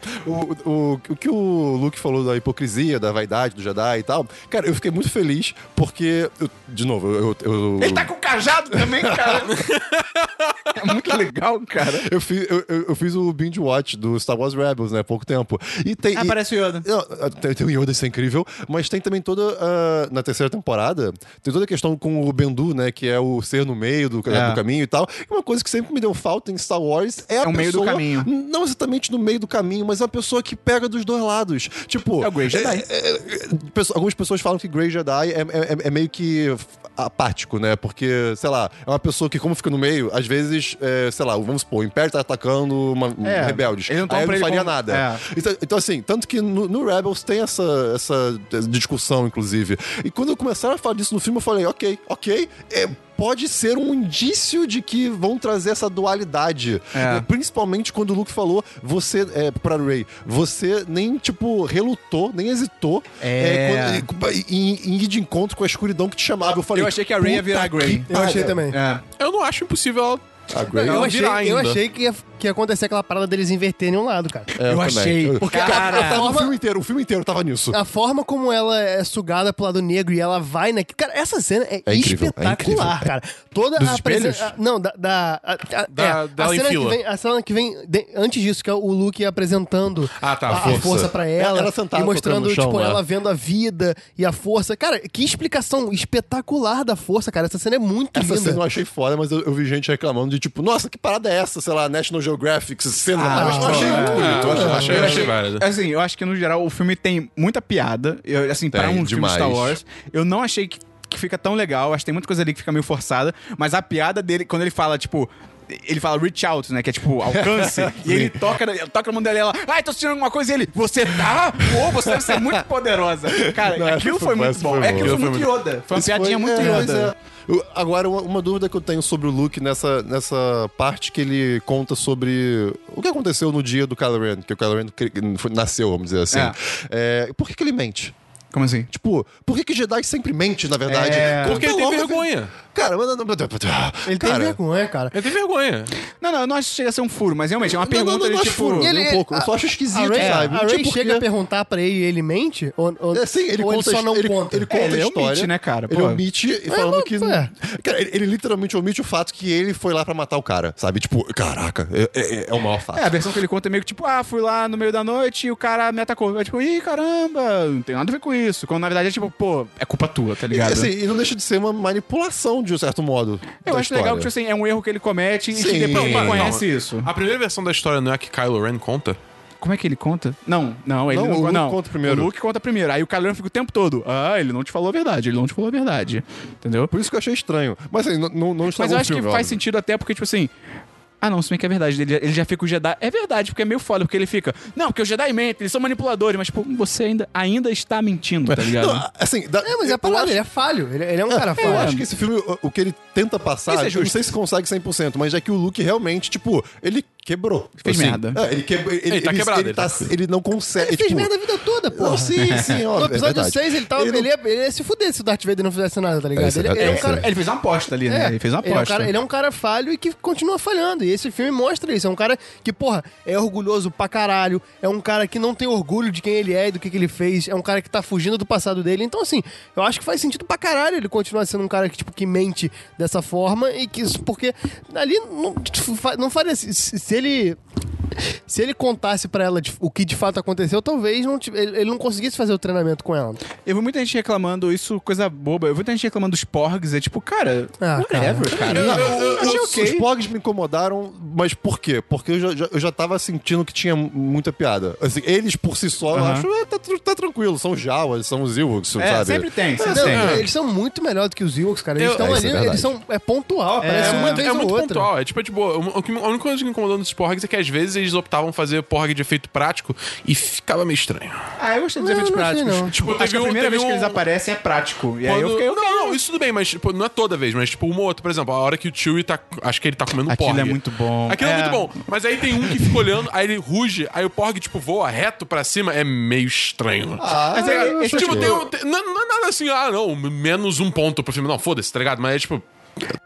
Speaker 3: O, o, o que o Luke falou da hipocrisia, da vaidade do Jedi e tal, cara, eu fiquei muito feliz porque. eu- de novo, eu. eu, eu
Speaker 2: Ele tá com cajado também, cara. é muito legal, cara.
Speaker 3: eu fiz, eu, eu- eu fiz o binge watch do Star Wars Rebels, né? Há pouco tempo. E tem.
Speaker 2: Ah,
Speaker 3: e-
Speaker 2: parece o Yoda.
Speaker 3: Não, tem, tem o Yoda, isso é incrível. Mas tem também toda. ah, na terceira temporada, tem toda a questão com o Bendu, né? Que é o ser no meio do,
Speaker 2: É.
Speaker 3: do caminho e tal. E uma coisa que sempre me deu falta em Star Wars é a
Speaker 2: É o meio do
Speaker 3: pessoa-
Speaker 2: caminho.
Speaker 3: Não exatamente no meio do caminho, mas a pessoa que pega dos dois lados. Tipo.
Speaker 2: É o Grey Jedi.
Speaker 3: é, é, pessoa- algumas pessoas falam que Grey Jedi é, é- é meio que apático, né? Porque, sei lá, é uma pessoa que, como fica no meio, às vezes, é, sei lá, vamos supor, o Império tá atacando uma,
Speaker 2: É,
Speaker 3: rebeldes.
Speaker 2: ele não toma
Speaker 3: Aí
Speaker 2: pra ele
Speaker 3: faria
Speaker 2: como-
Speaker 3: nada.
Speaker 2: É.
Speaker 3: Então, então, assim, tanto que no, no Rebels tem essa, essa discussão, inclusive. E quando começaram a falar disso no filme, eu falei, ok, ok, é, pode ser um indício de que vão trazer essa dualidade.
Speaker 2: É.
Speaker 3: É, Principalmente quando o Luke falou, você, é, pra Ray, você nem, tipo, relutou, nem hesitou
Speaker 2: É.
Speaker 3: é, quando- em, em- em ir de encontro com a escuridão que te chamava. Eu falei,
Speaker 2: Eu achei que a Rey ia
Speaker 3: "Puta
Speaker 2: virar
Speaker 3: que
Speaker 2: Grey."
Speaker 5: Eu achei
Speaker 3: pariu."
Speaker 5: também.
Speaker 2: É.
Speaker 4: Eu não acho impossível ela.
Speaker 3: A Grey-
Speaker 5: Eu
Speaker 4: Ela
Speaker 5: achei,
Speaker 4: vira
Speaker 5: eu
Speaker 4: ainda.
Speaker 5: achei que ia, que ia acontecer aquela parada deles inverterem um lado, cara.
Speaker 3: É,
Speaker 2: Eu
Speaker 3: também.
Speaker 2: achei.
Speaker 3: Eu-
Speaker 2: Porque,
Speaker 3: Cara,
Speaker 2: cara,
Speaker 3: eu tava o
Speaker 5: forma-
Speaker 3: filme inteiro, o filme inteiro tava nisso.
Speaker 5: A forma como ela é sugada pro lado negro e ela vai na. Cara, essa cena é,
Speaker 3: É incrível, é
Speaker 5: espetacular, cara. Toda
Speaker 3: Dos
Speaker 5: a presen-
Speaker 3: espelhos?
Speaker 5: a- Não, da. Da, a, a-
Speaker 4: Da-
Speaker 5: é,
Speaker 4: dela
Speaker 5: a
Speaker 4: em
Speaker 5: cena que
Speaker 4: fila.
Speaker 5: vem, a cena que vem de- antes disso, que é o Luke apresentando
Speaker 4: Ah, tá,
Speaker 5: a,
Speaker 4: a
Speaker 5: a
Speaker 4: força.
Speaker 5: força. pra ela.
Speaker 3: É, Ela sentada
Speaker 5: e mostrando,
Speaker 3: tocando no chão,
Speaker 5: tipo,
Speaker 3: né?
Speaker 5: ela vendo a vida e a força. Cara, que explicação espetacular da força, cara. Essa cena é muito
Speaker 3: Essa
Speaker 5: linda.
Speaker 3: cena eu achei foda, mas eu, eu vi gente reclamando de tipo, nossa, que parada é essa? Sei lá, National Geographic, essa cena.
Speaker 2: Ah,
Speaker 3: mas eu achei
Speaker 2: não,
Speaker 3: muito
Speaker 2: não,
Speaker 3: bonito.
Speaker 4: não,
Speaker 3: eu achei-
Speaker 4: não,
Speaker 3: achei-
Speaker 4: não.
Speaker 3: achei-
Speaker 4: válido.
Speaker 2: Assim, eu acho que no geral o filme tem muita piada. Eu, assim, para
Speaker 3: Tem,
Speaker 2: um
Speaker 3: demais.
Speaker 2: filme Star Wars, eu não achei que, que fica tão legal. Acho que tem muita coisa ali que fica meio forçada. Mas a piada dele, quando ele fala, tipo. Ele fala reach out, né? Que é tipo alcance. e ele toca, na- toca na mão dela e ela, ai, tô sentindo alguma coisa. E ele, você tá? Uou, você deve ser muito poderosa. Cara,
Speaker 3: Não,
Speaker 2: aquilo
Speaker 3: essa
Speaker 2: foi
Speaker 3: foi-
Speaker 2: muito
Speaker 3: essa
Speaker 2: bom.
Speaker 3: foi
Speaker 2: É
Speaker 3: boa.
Speaker 2: aquilo foi muito Yoda. Foi uma
Speaker 3: Isso
Speaker 2: piadinha
Speaker 3: foi-
Speaker 2: muito
Speaker 3: é, pois
Speaker 2: Yoda.
Speaker 3: é. Eu- agora, uma, uma dúvida que eu tenho sobre o Luke nessa, nessa parte que ele conta sobre o que aconteceu no dia do Kylo Ren, que o Kylo Ren cri- foi- nasceu, vamos dizer assim. É, por que, que ele mente?
Speaker 2: Como assim?
Speaker 3: Tipo, por que, que Jedi sempre mente, na verdade?
Speaker 2: É.
Speaker 3: Conta
Speaker 4: Porque ele tem
Speaker 3: logo-
Speaker 4: vergonha.
Speaker 3: Cara, mas...
Speaker 5: Ele tem
Speaker 3: cara,
Speaker 5: vergonha, cara. é
Speaker 4: Ele tem vergonha.
Speaker 2: Não, não, eu não acho que chega a ser um furo, mas realmente é uma
Speaker 3: Não,
Speaker 2: pergunta
Speaker 3: não, não,
Speaker 2: de
Speaker 3: não acho
Speaker 2: tipo.
Speaker 3: furo, nem
Speaker 5: Ele-
Speaker 3: um pouco. Eu só acho
Speaker 5: A
Speaker 3: esquisito,
Speaker 5: Ray,
Speaker 3: sabe?
Speaker 5: é. a
Speaker 3: Não
Speaker 5: Ray
Speaker 3: sei por
Speaker 5: chega a
Speaker 3: quê.
Speaker 5: perguntar pra ele e ele mente? Ou, ou,
Speaker 3: É, sim, ele
Speaker 5: ou
Speaker 3: conta
Speaker 5: ele só
Speaker 3: a
Speaker 5: não
Speaker 3: his- ele,
Speaker 5: conta?
Speaker 3: ele conta
Speaker 2: ele
Speaker 3: a
Speaker 2: omite,
Speaker 3: história.
Speaker 2: né, cara?
Speaker 3: Ele
Speaker 2: Pô.
Speaker 3: omite e falando
Speaker 5: mas,
Speaker 3: que.
Speaker 5: é.
Speaker 3: Cara, ele, ele literalmente omite o fato que ele foi lá pra matar o cara, sabe? Tipo, caraca, é, é- é o maior fato.
Speaker 2: É, a versão que ele conta é meio que tipo, ah, fui lá no meio da noite e o cara me atacou. É tipo, ih, caramba, não tem nada a ver com isso. Quando na verdade é tipo, pô, é culpa tua, tá
Speaker 3: E,
Speaker 2: ligado?
Speaker 3: assim, e não deixa de ser uma manipulação, de um certo modo.
Speaker 2: eu
Speaker 3: da
Speaker 2: acho
Speaker 3: história.
Speaker 2: legal que tipo assim, é um erro que ele comete e que
Speaker 3: Sim.
Speaker 2: depois ele
Speaker 3: Não,
Speaker 2: conhece
Speaker 4: não.
Speaker 2: isso.
Speaker 4: A primeira versão da história não é a que Kylo Ren conta?
Speaker 2: Como é que ele conta? Não, não, ele
Speaker 3: Não,
Speaker 2: não,
Speaker 3: o Luke
Speaker 2: não.
Speaker 3: conta primeiro.
Speaker 2: O Luke conta primeiro. Aí o Kylo Ren fica o tempo todo. Ah, ele não te falou a verdade, ele não te falou a verdade. Entendeu?
Speaker 3: Por isso que eu achei estranho. Mas assim, não, não, não
Speaker 2: Mas
Speaker 3: estragou
Speaker 2: eu
Speaker 3: o
Speaker 2: acho que
Speaker 3: filme,
Speaker 2: faz
Speaker 3: óbvio.
Speaker 2: sentido até porque, tipo assim. Ah, não, se bem que é verdade. Ele, ele já fica o Jedi. É verdade, porque é meio foda, porque ele fica. Não, porque o Jedi mente, eles são manipuladores, mas, tipo, você ainda, ainda está mentindo, tá ligado?
Speaker 3: Não, assim, da-
Speaker 5: É, mas é
Speaker 3: eu
Speaker 5: a parada,
Speaker 3: acho-
Speaker 5: ele é falho. Ele, ele é um cara falho.
Speaker 3: Eu acho que esse filme, o- o que ele tenta
Speaker 2: Isso
Speaker 3: passar,
Speaker 2: é
Speaker 3: eu não sei se consegue 100%, mas é que o Luke realmente, tipo, ele quebrou.
Speaker 2: Fez merda.
Speaker 3: É, ele, quebrou, ele,
Speaker 4: Ele tá quebrado,
Speaker 3: Ele,
Speaker 4: ele
Speaker 3: tá-
Speaker 4: tá-
Speaker 3: ele não consegue.
Speaker 5: Ele fez
Speaker 3: tipo,
Speaker 5: merda a vida toda, pô.
Speaker 3: Não, sim, sim, ó,
Speaker 5: No
Speaker 3: é
Speaker 5: episódio
Speaker 3: verdade.
Speaker 5: 6, ele, tava,
Speaker 3: Ele
Speaker 5: ele,
Speaker 3: não-
Speaker 5: ia, ele ia se fuder se o Darth Vader não fizesse nada, tá ligado?
Speaker 3: É,
Speaker 5: Ele, ele é um
Speaker 3: é,
Speaker 5: cara.
Speaker 2: Ele fez uma aposta ali, né?
Speaker 5: é,
Speaker 2: ele fez uma
Speaker 5: é um
Speaker 2: aposta.
Speaker 5: cara, ele é um cara falho e que continua falhando. E esse filme mostra isso. É um cara que, porra, é orgulhoso pra caralho. É um cara que não tem orgulho de quem ele é e do que, que ele fez. É um cara que tá fugindo do passado dele. Então, assim, eu acho que faz sentido pra caralho ele continuar sendo um cara que, tipo, que mente dessa forma e que isso. Porque ali não, não faria. Se, se ele. Se ele contasse pra ela de- o que de fato aconteceu, talvez não tive- ele, ele não conseguisse fazer o treinamento com ela.
Speaker 2: Eu vi muita gente reclamando, isso, coisa boba. Eu vi muita gente reclamando dos porgs. É tipo, cara,
Speaker 5: Ah,
Speaker 2: whatever, cara.
Speaker 3: Não,
Speaker 2: achei
Speaker 3: os,
Speaker 2: ok.
Speaker 3: os blogs me incomodaram, mas por quê? Porque eu já, já- eu já tava sentindo que tinha muita piada. Assim, eles por si só, eu
Speaker 2: Aham.
Speaker 3: acho, "Ah, tá, tru- tá tranquilo, são Jawas, são os Ewoks,
Speaker 2: É,
Speaker 3: sabe?
Speaker 2: sempre tem, sempre
Speaker 5: Não,
Speaker 2: tem.
Speaker 5: cara, eles são muito melhor do que os Ewoks, cara. Eles
Speaker 4: Eu-
Speaker 3: É,
Speaker 5: estão
Speaker 3: isso
Speaker 5: ali,
Speaker 3: é verdade.
Speaker 5: eles são. É pontual, aparece uma vez
Speaker 4: é
Speaker 5: ou
Speaker 4: muito
Speaker 5: outra.
Speaker 4: pontual. É tipo, é de boa. O, o que- a única coisa que me incomodou nos porgs é que às vezes eles optavam fazer porg de efeito prático e ficava meio estranho.
Speaker 2: Ah, eu gostei dos
Speaker 5: Não,
Speaker 2: efeitos
Speaker 5: não achei,
Speaker 2: práticos.
Speaker 5: não.
Speaker 4: Tipo,
Speaker 2: acho que
Speaker 4: teve
Speaker 2: a
Speaker 4: um-
Speaker 2: primeira
Speaker 4: teve
Speaker 2: vez que
Speaker 4: um-
Speaker 2: eles aparecem é prático. E aí eu
Speaker 4: Quando-
Speaker 2: fiquei.
Speaker 4: não, não, isso tudo bem, mas tipo, não é toda vez, mas tipo, uma ou outra, por exemplo, a hora que o Chewie tá. Acho que ele tá comendo um
Speaker 2: Aquilo
Speaker 4: porg.
Speaker 2: é muito bom.
Speaker 4: Aquilo é.
Speaker 2: É.
Speaker 4: muito bom. Mas aí tem um que fica olhando, aí ele ruge, aí o porg, tipo, voa reto pra cima. É meio estranho.
Speaker 3: Ah,
Speaker 2: Mas é-
Speaker 3: eu
Speaker 2: esse
Speaker 3: acho
Speaker 4: tipo,
Speaker 3: que-
Speaker 4: tem, um- tem- não, não é nada assim, ah, não, menos um ponto pro filme. Não, foda-se, tá ligado? Mas é tipo.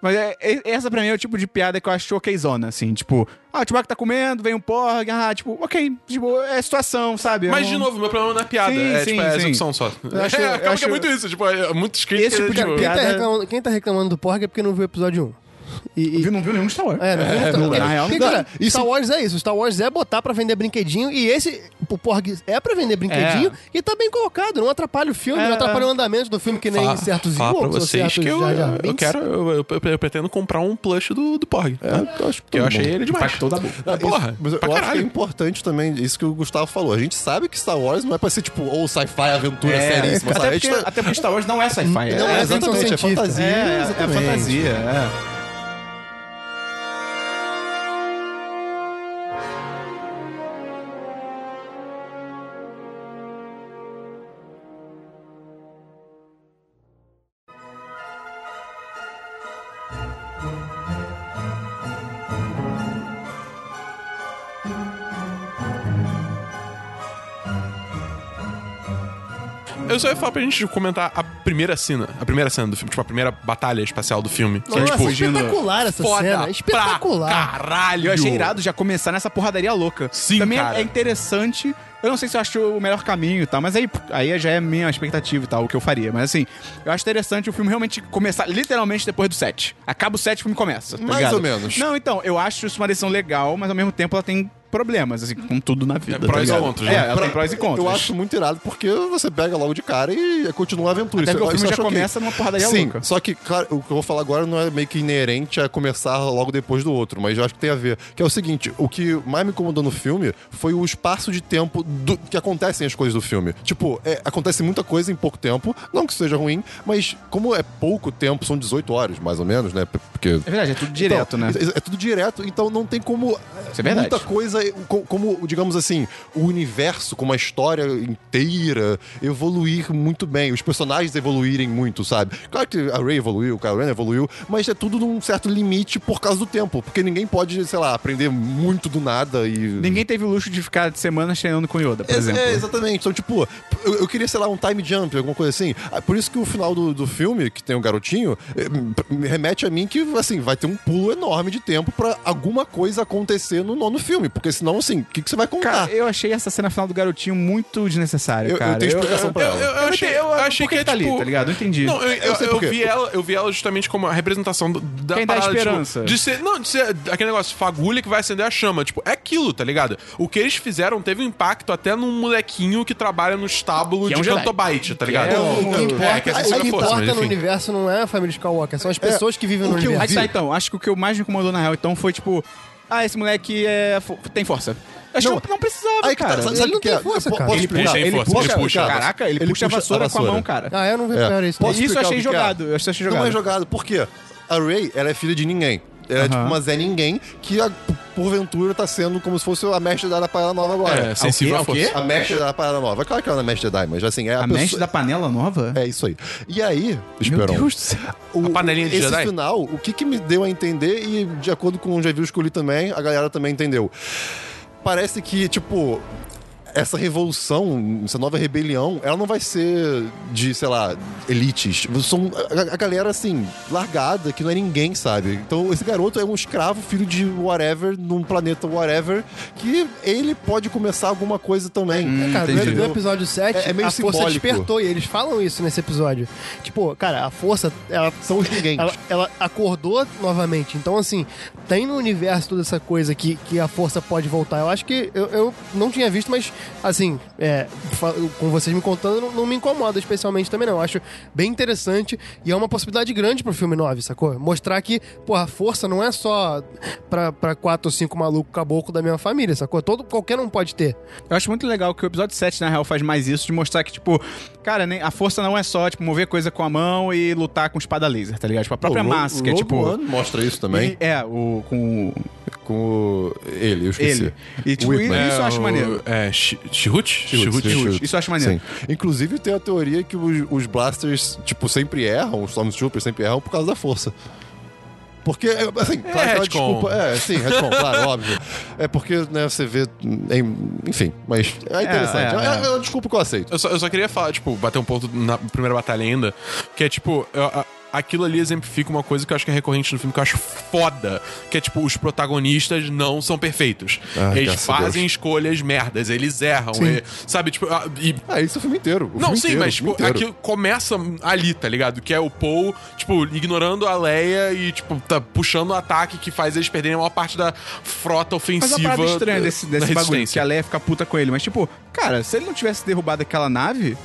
Speaker 2: Mas é- é- essa pra mim é o tipo de piada que eu acho okzona, assim. Tipo, ah, o Chewbacca tá comendo, vem um porg, ah, tipo, ok. Tipo, é situação, sabe? Eu
Speaker 4: Mas de
Speaker 2: não-
Speaker 4: novo, meu problema não é piada.
Speaker 2: Então, Sim,
Speaker 4: é
Speaker 2: sim,
Speaker 4: tipo, é
Speaker 2: sim.
Speaker 4: execução só.
Speaker 2: Eu acho-
Speaker 4: é,
Speaker 2: eu
Speaker 4: acaba que
Speaker 2: acho-
Speaker 4: é muito isso, tipo, é, muitos críticos.
Speaker 2: Esse tipo de
Speaker 4: tipo,
Speaker 5: Quem, tá
Speaker 2: Piada-
Speaker 5: reclamando, quem tá reclamando do Porg é porque não viu o episódio 1. E, e-
Speaker 2: Viu, não viu nenhum Star Wars.
Speaker 5: É, não viu o episódio
Speaker 2: verdade.
Speaker 5: 1.
Speaker 2: Na real,
Speaker 5: Porque,
Speaker 2: não
Speaker 5: cara,
Speaker 3: dá. Isso-
Speaker 5: Star Wars é isso. Star Wars é botar pra vender brinquedinho. E esse, o Porg é pra vender brinquedinho. E tá bem colocado. Não atrapalha o filme,
Speaker 2: É.
Speaker 5: não atrapalha o andamento do filme, que nem
Speaker 4: Fala-
Speaker 5: certos
Speaker 4: fala pra
Speaker 5: Ewoks ou
Speaker 4: vocês
Speaker 5: certos
Speaker 4: que eu,
Speaker 5: Jar Jar
Speaker 4: eu
Speaker 5: Binks.
Speaker 4: quero, eu, eu- eu pretendo comprar um plush do, do Porg.
Speaker 3: É, eu acho que
Speaker 4: Porque eu
Speaker 3: todo
Speaker 4: achei
Speaker 3: mundo.
Speaker 4: ele demais.
Speaker 2: tá Impactou da boca.
Speaker 3: Ah,
Speaker 4: Ah,
Speaker 3: isso-
Speaker 4: Porra,
Speaker 3: mas eu
Speaker 4: pra
Speaker 3: acho que é
Speaker 4: caralho.
Speaker 3: importante também isso que o Gustavo falou. A gente sabe que Star Wars não é pra ser tipo ou sci-fi, aventura, seríssima, sabe? A
Speaker 2: É. até,
Speaker 3: gente
Speaker 2: porque,
Speaker 3: tá-
Speaker 2: até porque Star Wars não é sci-fi. é-
Speaker 3: Não,
Speaker 5: é ficção
Speaker 3: é, exatamente, é
Speaker 5: científica.
Speaker 3: fantasia.
Speaker 2: É, é
Speaker 3: exatamente.
Speaker 2: fantasia, é.
Speaker 4: Eu só ia falar pra gente comentar a primeira cena. A primeira cena do filme, tipo, a primeira batalha espacial do filme. Que é,
Speaker 5: Nossa,
Speaker 4: tipo,
Speaker 5: espetacular essa cena. é
Speaker 4: pra
Speaker 5: Espetacular.
Speaker 4: Caralho.
Speaker 2: Eu achei irado já começar nessa porradaria louca.
Speaker 4: Sim,
Speaker 2: Também é-
Speaker 4: cara.
Speaker 2: é interessante. Eu não sei se eu acho o melhor caminho e tal, mas aí, aí já é a minha expectativa e tal, o que eu faria. Mas assim, eu acho interessante o filme realmente começar literalmente depois do set. Acaba o set, o filme começa. tá
Speaker 3: Mais
Speaker 2: ligado?
Speaker 3: ou menos.
Speaker 2: Não, então, eu acho isso uma decisão legal, mas ao mesmo tempo ela tem problemas, assim, com tudo na vida.
Speaker 4: É prós
Speaker 2: tá
Speaker 4: e
Speaker 2: ligado?
Speaker 4: contras,
Speaker 2: É,
Speaker 4: né?
Speaker 2: ela
Speaker 3: Pra-
Speaker 2: tem prós e contras.
Speaker 3: Eu acho muito irado porque você pega logo de cara e é, continua a aventura.
Speaker 2: Até
Speaker 3: Isso- é-
Speaker 2: porque o
Speaker 3: isso
Speaker 2: filme
Speaker 3: eu
Speaker 2: já
Speaker 3: acho ok.
Speaker 2: começa numa porradaria
Speaker 3: Sim,
Speaker 2: louca.
Speaker 3: só que, claro, o que eu vou falar agora não é meio que inerente a começar logo depois do outro, mas eu acho que tem a ver. Que é o seguinte, o que mais me incomodou no filme foi o espaço de tempo do- que acontecem as coisas do filme. Tipo, é, acontece muita coisa em pouco tempo, não que isso seja ruim, mas como é pouco tempo, são 18 horas mais ou menos, né? Porque
Speaker 2: É verdade, é tudo direto,
Speaker 3: então,
Speaker 2: né?
Speaker 3: É, é tudo direto, então não tem como
Speaker 2: Isso é verdade.
Speaker 3: muita coisa, co- como, digamos assim, o universo com uma história inteira evoluir muito bem, os personagens evoluírem muito, sabe? Claro que a Ray evoluiu, o Kylo Ren evoluiu, mas é tudo num certo limite por causa do tempo, porque ninguém pode, sei lá, aprender muito do nada e...
Speaker 2: Ninguém teve o luxo de ficar semanas treinando com Yoda, por
Speaker 3: É,
Speaker 2: exemplo. né?
Speaker 3: É, exatamente. Então, tipo, eu, eu queria, sei lá, um time jump, alguma coisa assim. Ah, Por isso que o final do, do filme, que tem o garotinho, eh, me remete a mim que, assim, vai ter um pulo enorme de tempo pra alguma coisa acontecer no nono filme. Porque senão, assim, o que, que você vai contar?
Speaker 2: Cara, eu achei essa cena final do garotinho muito desnecessária,
Speaker 3: Eu- eu
Speaker 2: cara.
Speaker 3: tenho explicação pra
Speaker 4: Eu,
Speaker 3: ela.
Speaker 4: eu- eu achei, eu achei
Speaker 2: por que
Speaker 4: que, é,
Speaker 2: que tá ali,
Speaker 4: tipo-
Speaker 2: tá ligado? Eu entendi.
Speaker 4: Não, eu,
Speaker 3: Eu sei
Speaker 4: eu-
Speaker 3: por quê.
Speaker 4: eu vi ela, eu vi ela justamente como a representação do- da
Speaker 2: Quem dá
Speaker 4: parada, tipo,
Speaker 2: esperança.
Speaker 4: de ser, não, de ser aquele negócio fagulha que vai acender a chama, tipo, é aquilo, tá ligado? O que eles fizeram teve um impacto até num molequinho que trabalha no estábulo
Speaker 2: Que é
Speaker 4: de
Speaker 2: um Jedi.
Speaker 4: Cantobite, tá ligado?
Speaker 2: é um-
Speaker 5: O que importa,
Speaker 4: É, que essa
Speaker 5: o que
Speaker 4: seja a força,
Speaker 5: importa
Speaker 4: mas
Speaker 5: no
Speaker 4: enfim.
Speaker 5: universo não é a família Skywalker, são as pessoas que vivem no
Speaker 3: o que eu
Speaker 5: universo.
Speaker 2: Aí tá, então. Acho que o que eu mais me incomodou na real, então, foi tipo... Ah, esse moleque é... fo- tem força. Eu Acho
Speaker 3: Não,
Speaker 2: que não precisava,
Speaker 3: Aí que
Speaker 2: cara.
Speaker 3: tá, sabe é
Speaker 5: ele
Speaker 3: o
Speaker 5: não
Speaker 3: que
Speaker 5: tem
Speaker 3: é?
Speaker 5: força,
Speaker 3: Eu po-
Speaker 5: cara.
Speaker 3: posso
Speaker 5: Ele
Speaker 4: puxa,
Speaker 3: explicar?
Speaker 4: ele força, ele puxa.
Speaker 2: Caraca, ele, puxa, a vassoura com a mão, cara.
Speaker 3: É,
Speaker 5: Ah, eu não
Speaker 4: É.
Speaker 5: reparo isso.
Speaker 3: Posso
Speaker 2: isso eu
Speaker 3: explicar
Speaker 2: achei
Speaker 3: o que que é?
Speaker 2: jogado, eu achei jogado.
Speaker 3: Não é jogado, por quê? A Ray, ela é filha de ninguém. Ela é tipo uma Zé Ninguém que, a- porventura, tá sendo como se fosse a mestre da parada nova agora.
Speaker 4: É, sensível
Speaker 2: Ao
Speaker 4: à
Speaker 2: quê? Ao quê?
Speaker 4: força.
Speaker 3: A mestre da parada nova. Claro que ela não é mestre Jedi, mas assim, é a,
Speaker 2: A
Speaker 3: pessoa-
Speaker 2: mestre da panela nova?
Speaker 3: É isso aí. E aí,
Speaker 2: Meu
Speaker 3: Esperon,
Speaker 2: Deus do céu.
Speaker 3: o,
Speaker 4: A panelinha de
Speaker 3: esse
Speaker 4: Jedi?
Speaker 3: final, o que, que me deu a entender, e de acordo com os reviews que eu li também, a galera também entendeu. Parece que, tipo, essa revolução, essa nova rebelião, ela não vai ser de, sei lá, elites. São a, a galera, assim, largada, que não é ninguém, sabe? Então, esse garoto é um escravo, filho de whatever, num planeta whatever, que ele pode começar alguma coisa também.
Speaker 5: Cara,
Speaker 2: Hum, Entendi.
Speaker 5: no no episódio 7,
Speaker 3: É- é meio
Speaker 5: a força
Speaker 3: simbólico.
Speaker 5: despertou e eles falam isso nesse episódio. Tipo, cara, a força, ela,
Speaker 3: São os ninguém.
Speaker 5: ela, ela acordou novamente. Então, assim, tem no universo toda essa coisa que, que a força pode voltar. Eu acho que eu, eu não tinha visto, mas, assim, é, fa- com vocês me contando, não, não me incomoda especialmente também, não. Eu acho bem interessante e é uma possibilidade grande pro filme 9, sacou? Mostrar que, porra, a força não é só pra, pra quatro ou cinco malucos caboclo da mesma família, sacou? Todo, qualquer um pode ter.
Speaker 2: Eu acho muito legal que o episódio 7, na real, faz mais isso, de mostrar que, tipo, cara, nem, a força não é só, tipo, mover coisa com a mão e lutar com espada laser, tá ligado? Tipo, a própria máscara,
Speaker 3: Rogue
Speaker 2: tipo.
Speaker 3: One mostra isso também.
Speaker 2: e- é, o. com o-
Speaker 3: com o... ele, eu esqueci.
Speaker 2: ele. E, tipo,
Speaker 3: Whitman.
Speaker 2: isso eu acho
Speaker 4: o-
Speaker 2: maneiro.
Speaker 4: É, Chi- Chirrut?
Speaker 3: Chirrut,
Speaker 4: Chirrut.
Speaker 2: Isso eu acho maneiro.
Speaker 3: Sim. Inclusive tem a teoria que os, os blasters, tipo, sempre erram, os Stormtroopers sempre erram por causa da força. Porque, assim, claro que ela
Speaker 4: retcon.
Speaker 3: desculpa. É, sim, retcon, claro, óbvio. É porque, né, você vê. em- Enfim, mas é interessante.
Speaker 2: é,
Speaker 3: É,
Speaker 2: é.
Speaker 3: é uma desculpa que eu aceito.
Speaker 4: Eu só, eu só queria falar, tipo, bater um ponto na primeira batalha ainda, que é tipo. eu- a- Aquilo ali exemplifica uma coisa que eu acho que é recorrente no filme, que eu acho foda. Que é tipo, os protagonistas não são perfeitos.
Speaker 3: Ah,
Speaker 4: eles
Speaker 3: graças a
Speaker 4: fazem escolhas merdas, eles erram. e- sabe, tipo, a- e
Speaker 3: Ah, isso é o filme inteiro. o
Speaker 4: não,
Speaker 3: filme
Speaker 4: sim,
Speaker 3: inteiro,
Speaker 4: mas
Speaker 3: o
Speaker 4: tipo,
Speaker 3: filme inteiro.
Speaker 4: aquilo começa ali, tá ligado? Que é o Paul, tipo, ignorando a Leia e, tipo, tá puxando o ataque que faz eles perderem a maior parte da
Speaker 2: Mas é
Speaker 4: frota ofensiva.
Speaker 2: uma parada estranha
Speaker 4: da-
Speaker 2: desse,
Speaker 4: da
Speaker 2: desse bagulho, que
Speaker 4: é resistência.
Speaker 2: a Leia fica puta com ele. Mas, tipo, cara, se ele não tivesse derrubado aquela nave,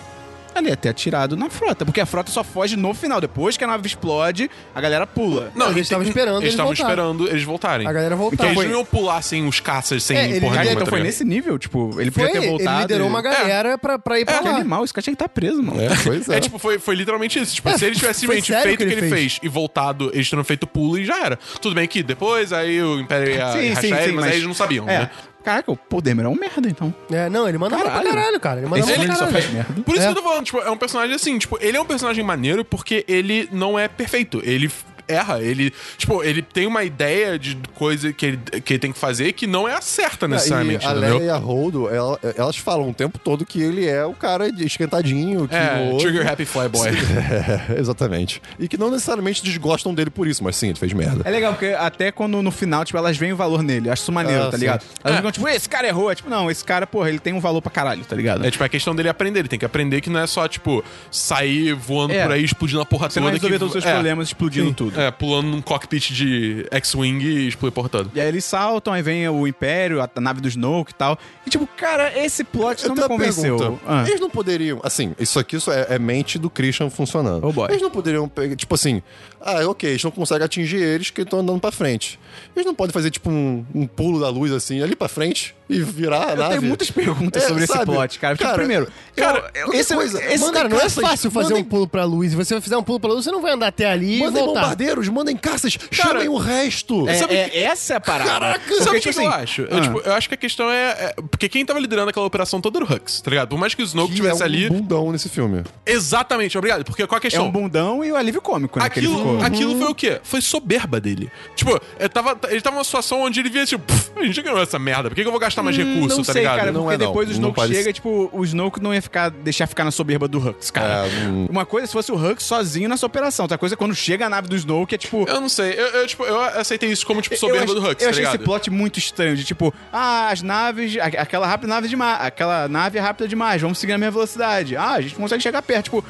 Speaker 2: ela ia ter atirado na frota. Porque a frota só foge no final. Depois que a nave explode, a galera pula.
Speaker 4: Não,
Speaker 5: Eles
Speaker 4: e-
Speaker 5: estavam esperando
Speaker 4: Eles
Speaker 5: eles
Speaker 4: estavam
Speaker 5: voltarem.
Speaker 4: esperando eles voltarem.
Speaker 5: A galera voltar.
Speaker 4: Porque eles
Speaker 5: Foi-
Speaker 4: não iam pular sem os caças, sem
Speaker 5: É, ele-
Speaker 4: porra
Speaker 2: Cara,
Speaker 4: nenhuma,
Speaker 2: então
Speaker 4: tá
Speaker 2: foi
Speaker 4: ligado?
Speaker 2: nesse nível, tipo, ele podia
Speaker 5: Foi,
Speaker 2: ter voltado.
Speaker 5: ele liderou uma galera pra, pra ir pra
Speaker 2: Que
Speaker 5: lá.
Speaker 2: animal, esse cara tinha que estar preso, mano.
Speaker 3: É, pois é.
Speaker 4: É, tipo, foi, foi literalmente isso. Tipo,
Speaker 5: É,
Speaker 4: se ele tivesse
Speaker 5: foi
Speaker 4: simplesmente
Speaker 5: sério
Speaker 4: feito o que ele, fez.
Speaker 5: fez.
Speaker 4: e voltado, eles teriam feito o pulo e já era. Tudo bem que depois aí o Império ia
Speaker 2: Sim,
Speaker 4: rachar
Speaker 2: sim,
Speaker 4: ele,
Speaker 2: sim,
Speaker 4: mas, aí eles não sabiam,
Speaker 2: é.
Speaker 4: né?
Speaker 2: Caraca, o Paul Demer é um merda, então.
Speaker 5: É, não, ele manda mal pra
Speaker 2: Caralho.
Speaker 5: caralho, cara. Ele manda
Speaker 2: Esse
Speaker 5: mal pra
Speaker 2: filme só
Speaker 5: é caralho.
Speaker 2: faz merda.
Speaker 4: Por isso
Speaker 5: É.
Speaker 4: que eu tô falando, tipo, é um personagem assim, tipo, ele é um personagem maneiro porque ele não é perfeito. Ele f- erra, ele, tipo, ele tem uma ideia de coisa que ele, que ele tem que fazer que não é a certa necessariamente,
Speaker 3: E a
Speaker 4: entendeu?
Speaker 3: Leia e a Holdo, ela- elas falam o tempo todo que ele é o cara de esquentadinho. Que
Speaker 4: É,
Speaker 3: o-
Speaker 4: Trigger Happy Fly Boy.
Speaker 3: É, exatamente. E que não necessariamente desgostam dele por isso, mas sim, ele fez merda.
Speaker 2: É legal, porque até quando no final, tipo, elas veem o valor nele. Eu acho isso maneiro,
Speaker 3: Ah,
Speaker 2: tá
Speaker 3: sim.
Speaker 2: ligado? Elas ficam, tipo, esse cara errou. É, tipo, não, esse cara, porra, ele tem um valor pra caralho, tá ligado?
Speaker 4: É tipo a questão dele aprender, ele tem que aprender que não é só, tipo, sair voando
Speaker 2: É.
Speaker 4: por aí, explodindo a porra
Speaker 2: Você
Speaker 4: toda.
Speaker 2: vai resolver
Speaker 4: que...
Speaker 2: todos os seus
Speaker 4: é.
Speaker 2: problemas explodindo tudo.
Speaker 4: É, pulando num cockpit de X-Wing e explodir portado.
Speaker 2: E aí eles saltam, aí vem o Império, a nave do Snoke e tal. E tipo, cara, esse plot não me
Speaker 3: tenho uma
Speaker 2: convenceu.
Speaker 3: pergunta.
Speaker 2: Ah.
Speaker 3: Eles não poderiam. Assim, isso aqui isso é, é mente do Christian funcionando.
Speaker 2: Oh, boy.
Speaker 3: Eles não poderiam pegar. Tipo assim, ah, ok, eles não conseguem atingir eles que estão andando pra frente. Eles não podem fazer, tipo, um, um pulo da luz assim, ali pra frente e virar a
Speaker 2: Eu
Speaker 3: nave.
Speaker 2: tenho muitas perguntas
Speaker 3: É,
Speaker 2: sobre esse
Speaker 3: sabe?
Speaker 2: plot, cara. Porque,
Speaker 3: Cara,
Speaker 2: primeiro,
Speaker 3: cara,
Speaker 2: eu- eu-
Speaker 3: qualquer
Speaker 2: esse,
Speaker 3: coisa.
Speaker 2: esse
Speaker 3: Manda
Speaker 5: Cara, não é
Speaker 3: caças,
Speaker 2: um
Speaker 5: fácil fazer
Speaker 3: mandem-
Speaker 5: um pulo pra luz. Se você fizer um pulo pra luz, você não vai andar até ali e
Speaker 3: Mandem
Speaker 5: voltar.
Speaker 3: bombeiros, mandem caças,
Speaker 4: Cara,
Speaker 3: chamem o resto.
Speaker 4: sabe
Speaker 2: É, é- essa é a parada.
Speaker 4: Caraca,
Speaker 2: Porque,
Speaker 4: sabe o que
Speaker 2: tipo
Speaker 4: eu
Speaker 2: assim,
Speaker 4: acho? Eu, tipo, eu acho que a questão é, é- Porque quem tava liderando aquela operação toda era o Hux, tá ligado? Por mais que o Snoke
Speaker 3: Que
Speaker 4: estivesse
Speaker 3: é um
Speaker 4: ali.
Speaker 3: bundão nesse filme.
Speaker 4: Exatamente, obrigado. Porque qual a
Speaker 2: É
Speaker 4: questão?
Speaker 2: um bundão e o alívio cômico, né? que ele
Speaker 4: Aquilo,
Speaker 2: ficou.
Speaker 4: aquilo foi o quê? Foi soberba dele. Tipo, eu tava, ele tava numa situação onde ele via, tipo, "Pff, a gente ganhou essa merda, por que, que eu vou gastar mais recurso,
Speaker 2: Hum, não
Speaker 4: tá
Speaker 2: sei,
Speaker 4: ligado?
Speaker 2: cara,
Speaker 3: Não
Speaker 2: porque
Speaker 3: é, não.
Speaker 2: depois o
Speaker 3: Não
Speaker 2: Snoke
Speaker 3: parece-
Speaker 2: chega, tipo, o Snoke não ia ficar, deixar ficar na soberba do Hux, cara. Uma coisa é se fosse o Hux sozinho nessa operação, outra coisa é quando chega a nave do Snoke, é tipo...
Speaker 4: Eu não sei, eu, eu, tipo, eu aceitei isso como, tipo, soberba
Speaker 2: eu,
Speaker 4: do
Speaker 2: ach-
Speaker 4: Hux,
Speaker 2: eu
Speaker 4: tá
Speaker 2: achei
Speaker 4: ligado?
Speaker 2: esse plot muito estranho, de tipo, ah, as naves, a- aquela rápida nave demais, aquela nave é rápida demais, vamos seguir na mesma velocidade. Ah, a gente consegue chegar perto, tipo,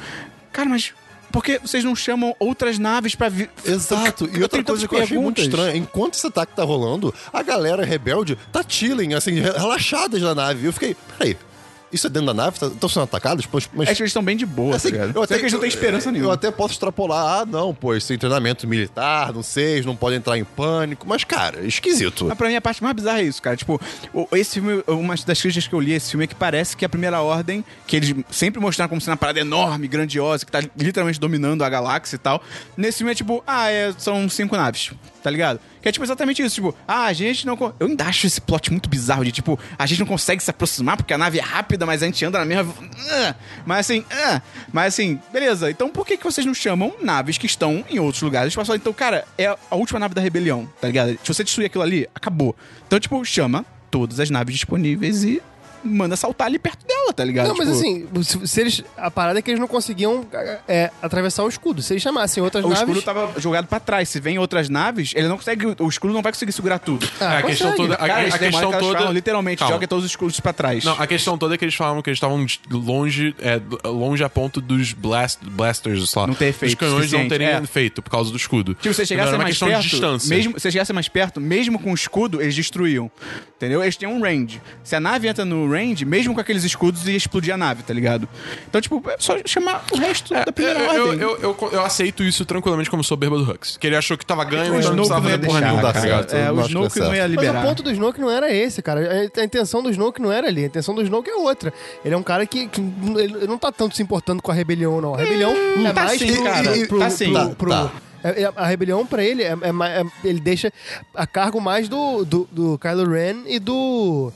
Speaker 2: cara, mas por que vocês não chamam outras naves pra vir?
Speaker 3: Exato. E
Speaker 2: Eu
Speaker 3: outra
Speaker 2: tenho
Speaker 3: coisa
Speaker 2: tantas
Speaker 3: que eu achei muito
Speaker 2: perguntas.
Speaker 3: estranha, enquanto esse ataque tá rolando, a galera rebelde tá chilling, assim, re- relaxadas na nave. Eu fiquei, peraí, isso é dentro da nave? Estão sendo atacados? Pois, mas.
Speaker 2: Acho É que eles estão bem de boa,
Speaker 3: assim,
Speaker 2: tá ligado? Só que eles não têm esperança
Speaker 3: eu
Speaker 2: nenhuma.
Speaker 3: até posso extrapolar, ah, não, pô, isso tem treinamento militar, não sei, eles não podem entrar em pânico, mas, cara, é esquisito.
Speaker 2: Mas pra mim a parte mais bizarra é isso, cara. Tipo, o- esse filme, uma das críticas que eu li a esse filme é que parece que a Primeira Ordem, que eles sempre mostraram como sendo uma parada enorme, grandiosa, que tá literalmente dominando a galáxia e tal. Nesse filme é tipo, ah, é- são cinco naves, tá ligado? Que é tipo exatamente isso, tipo, ah, a gente não. con- Eu ainda acho esse plot muito bizarro de tipo, a gente não consegue se aproximar porque a nave é rápida, mas a gente anda na mesma. Ah, Mas assim, ah, mas assim, beleza. Então por que, que vocês não chamam naves que estão em outros lugares? Tipo, só, então, cara, é a última nave da rebelião, tá ligado? Se você destruir aquilo ali, acabou. Então, tipo, chama todas as naves disponíveis e manda saltar ali perto dela, tá ligado?
Speaker 5: Não, mas
Speaker 2: Tipo,
Speaker 5: assim, se, se eles, a parada é que eles não conseguiam é, atravessar o escudo. Se eles chamassem outras
Speaker 2: O escudo
Speaker 5: naves.
Speaker 2: tava jogado pra trás. Se vem outras naves, ele não consegue. O escudo não vai conseguir segurar tudo.
Speaker 5: Ah,
Speaker 4: É, a questão
Speaker 5: consegue.
Speaker 4: toda. A,
Speaker 2: Cara,
Speaker 4: a
Speaker 2: eles
Speaker 4: questão
Speaker 2: demoram que elas
Speaker 4: toda.
Speaker 2: falam, literalmente,
Speaker 4: Calma.
Speaker 2: joga todos os escudos pra trás.
Speaker 4: Não, a questão toda é que eles falavam que eles estavam de- longe, é, do- longe a ponto dos blast, blasters, sei lá.
Speaker 2: Não ter
Speaker 4: Os
Speaker 2: efeito
Speaker 4: canhões não
Speaker 2: suficiente,
Speaker 4: terem
Speaker 2: é.
Speaker 4: efeito por causa do escudo.
Speaker 2: Tipo, se você chegasse
Speaker 4: Era uma
Speaker 2: mais
Speaker 4: questão
Speaker 2: perto,
Speaker 4: de distância.
Speaker 2: mesmo, se você chegasse mais perto, mesmo com o escudo, eles destruíam. Entendeu? Eles tinham um range. Se a nave entra no range, mesmo com aqueles escudos, ia explodir a nave, tá ligado? Então, tipo, é só chamar o resto da primeira
Speaker 4: É, Eu, eu,
Speaker 2: ordem.
Speaker 4: eu, eu- eu aceito isso tranquilamente como soberba do Hux. Que ele achou que tava ganho,
Speaker 2: o
Speaker 4: então não
Speaker 2: Snoke
Speaker 4: precisava
Speaker 2: não ia
Speaker 4: fazer porra
Speaker 2: deixar,
Speaker 4: nenhuma.
Speaker 3: dá
Speaker 2: cara.
Speaker 3: certo,
Speaker 2: É,
Speaker 3: eu
Speaker 2: o
Speaker 3: acho que dá
Speaker 2: Snoke não ia
Speaker 3: certo.
Speaker 5: Mas
Speaker 2: liberar.
Speaker 5: o ponto do Snoke não era esse, cara. A a intenção do Snoke não era ali. A intenção do Snoke é outra. Ele é um cara que, que n- ele não tá tanto se importando com a rebelião, não. A rebelião é
Speaker 2: tá
Speaker 5: mais
Speaker 2: sim,
Speaker 5: pro-
Speaker 2: cara.
Speaker 5: pro- pro-
Speaker 2: Tá sim.
Speaker 5: pro-
Speaker 2: Tá,
Speaker 5: pro-
Speaker 3: tá.
Speaker 5: é- é- A rebelião, pra ele, é- é ma- é- ele deixa a cargo mais do, do, do Kylo Ren e do...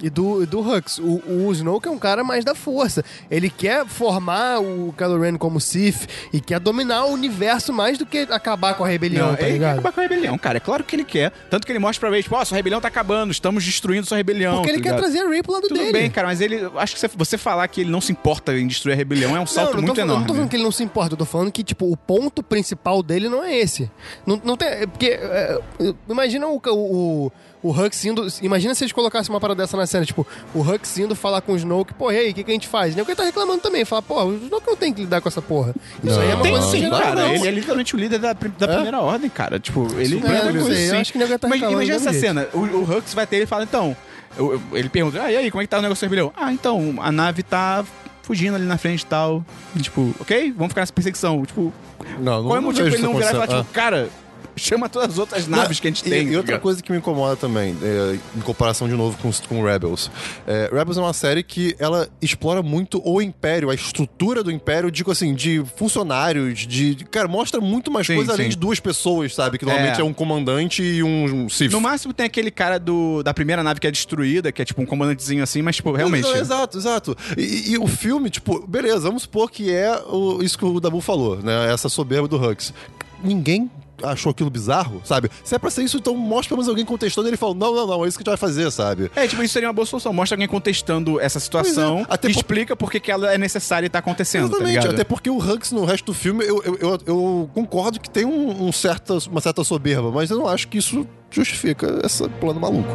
Speaker 5: E do, e do Hux. O, o Snoke é um cara mais da força. Ele quer formar o Kylo Ren como Sith e quer dominar o universo mais do que acabar com a rebelião,
Speaker 2: Não, é
Speaker 5: tá
Speaker 2: ele quer
Speaker 5: ligado?
Speaker 2: acabar com a rebelião, cara. É claro que ele quer. Tanto que ele mostra pra vez, tipo, ó, sua rebelião tá acabando, estamos destruindo sua rebelião.
Speaker 5: Porque ele
Speaker 2: tá
Speaker 5: quer
Speaker 2: ligado?
Speaker 5: trazer a Ray pro lado
Speaker 2: Tudo
Speaker 5: dele.
Speaker 2: bem, cara, mas ele. Acho que você- você falar que ele não se importa em destruir a rebelião é um salto
Speaker 5: não, não tô
Speaker 2: muito
Speaker 5: falando-
Speaker 2: enorme.
Speaker 5: Eu não tô falando que ele não se importa, eu tô falando que, tipo, o ponto principal dele não é esse. Não, não tem. é Porque. é, é, imagina o. ca- o o Hux indo. Imagina se eles colocassem uma parada dessa na cena, tipo, o Hux indo falar com o Snoke, pô, e aí, o que, que a gente faz? Ninguém tá reclamando também, fala, pô, o Snoke não tem que lidar com essa porra. Isso aí é uma
Speaker 2: Tem
Speaker 5: coisa
Speaker 2: sim,
Speaker 5: geral,
Speaker 2: cara.
Speaker 5: não.
Speaker 2: Ele é literalmente o líder da, pri- da primeira ordem, cara. Tipo, ele
Speaker 5: não é,
Speaker 2: lembra
Speaker 5: não
Speaker 2: disso,
Speaker 5: sei, eu
Speaker 2: sim.
Speaker 5: acho que ninguém tá
Speaker 2: Mas
Speaker 5: reclamando
Speaker 2: imagina
Speaker 5: do
Speaker 2: essa
Speaker 5: mesmo
Speaker 2: cena. O, o Hux vai ter ele e fala, então... eu- eu- ele pergunta, ah, e aí, como é que tá o negócio da rebelião? Ah, então, a nave tá fugindo ali na frente e tal. E, tipo, ok? Vamos ficar nessa perseguição. Tipo,
Speaker 3: Não, não-
Speaker 2: qual é o
Speaker 3: não
Speaker 2: motivo pra
Speaker 3: vejo
Speaker 2: ele não
Speaker 3: isso
Speaker 2: virar e falar,
Speaker 3: acontecendo.
Speaker 2: tipo, cara... Chama todas as outras naves que a gente
Speaker 3: E-
Speaker 2: tem.
Speaker 3: E,
Speaker 2: tá
Speaker 3: outra
Speaker 2: ligado?
Speaker 3: coisa que me incomoda também, é, em comparação de novo com, os- com Rebels. É, Rebels é uma série que ela explora muito o Império, a estrutura do Império, digo assim, de funcionários, de. de- Cara, mostra muito mais
Speaker 2: Sim,
Speaker 3: coisa além
Speaker 2: sim.
Speaker 3: de duas pessoas, sabe? Que normalmente
Speaker 2: É.
Speaker 3: é, um comandante e um, um Sith.
Speaker 2: No máximo tem aquele cara do, da primeira nave que é destruída, que é tipo um comandantezinho assim, mas tipo, realmente.
Speaker 3: Não, exato, exato. E, e o filme, tipo, beleza, vamos supor que é o- isso que o Dabu falou, né? Essa soberba do Hux. Ninguém achou aquilo bizarro, sabe? Se é pra ser isso, então mostra pelo menos alguém contestando e ele falou, não, não, não, é isso que a gente vai fazer, sabe?
Speaker 2: É, tipo, isso seria uma boa solução. Mostra alguém contestando essa situação
Speaker 3: Pois é, até
Speaker 2: e
Speaker 3: por-
Speaker 2: explica por que que ela é necessária e tá acontecendo, tá
Speaker 3: Exatamente,
Speaker 2: ligado?
Speaker 3: até porque o Hux no resto do filme, eu, eu, eu, eu concordo que tem um, um certa, uma certa soberba, mas eu não acho que isso justifica esse plano maluco.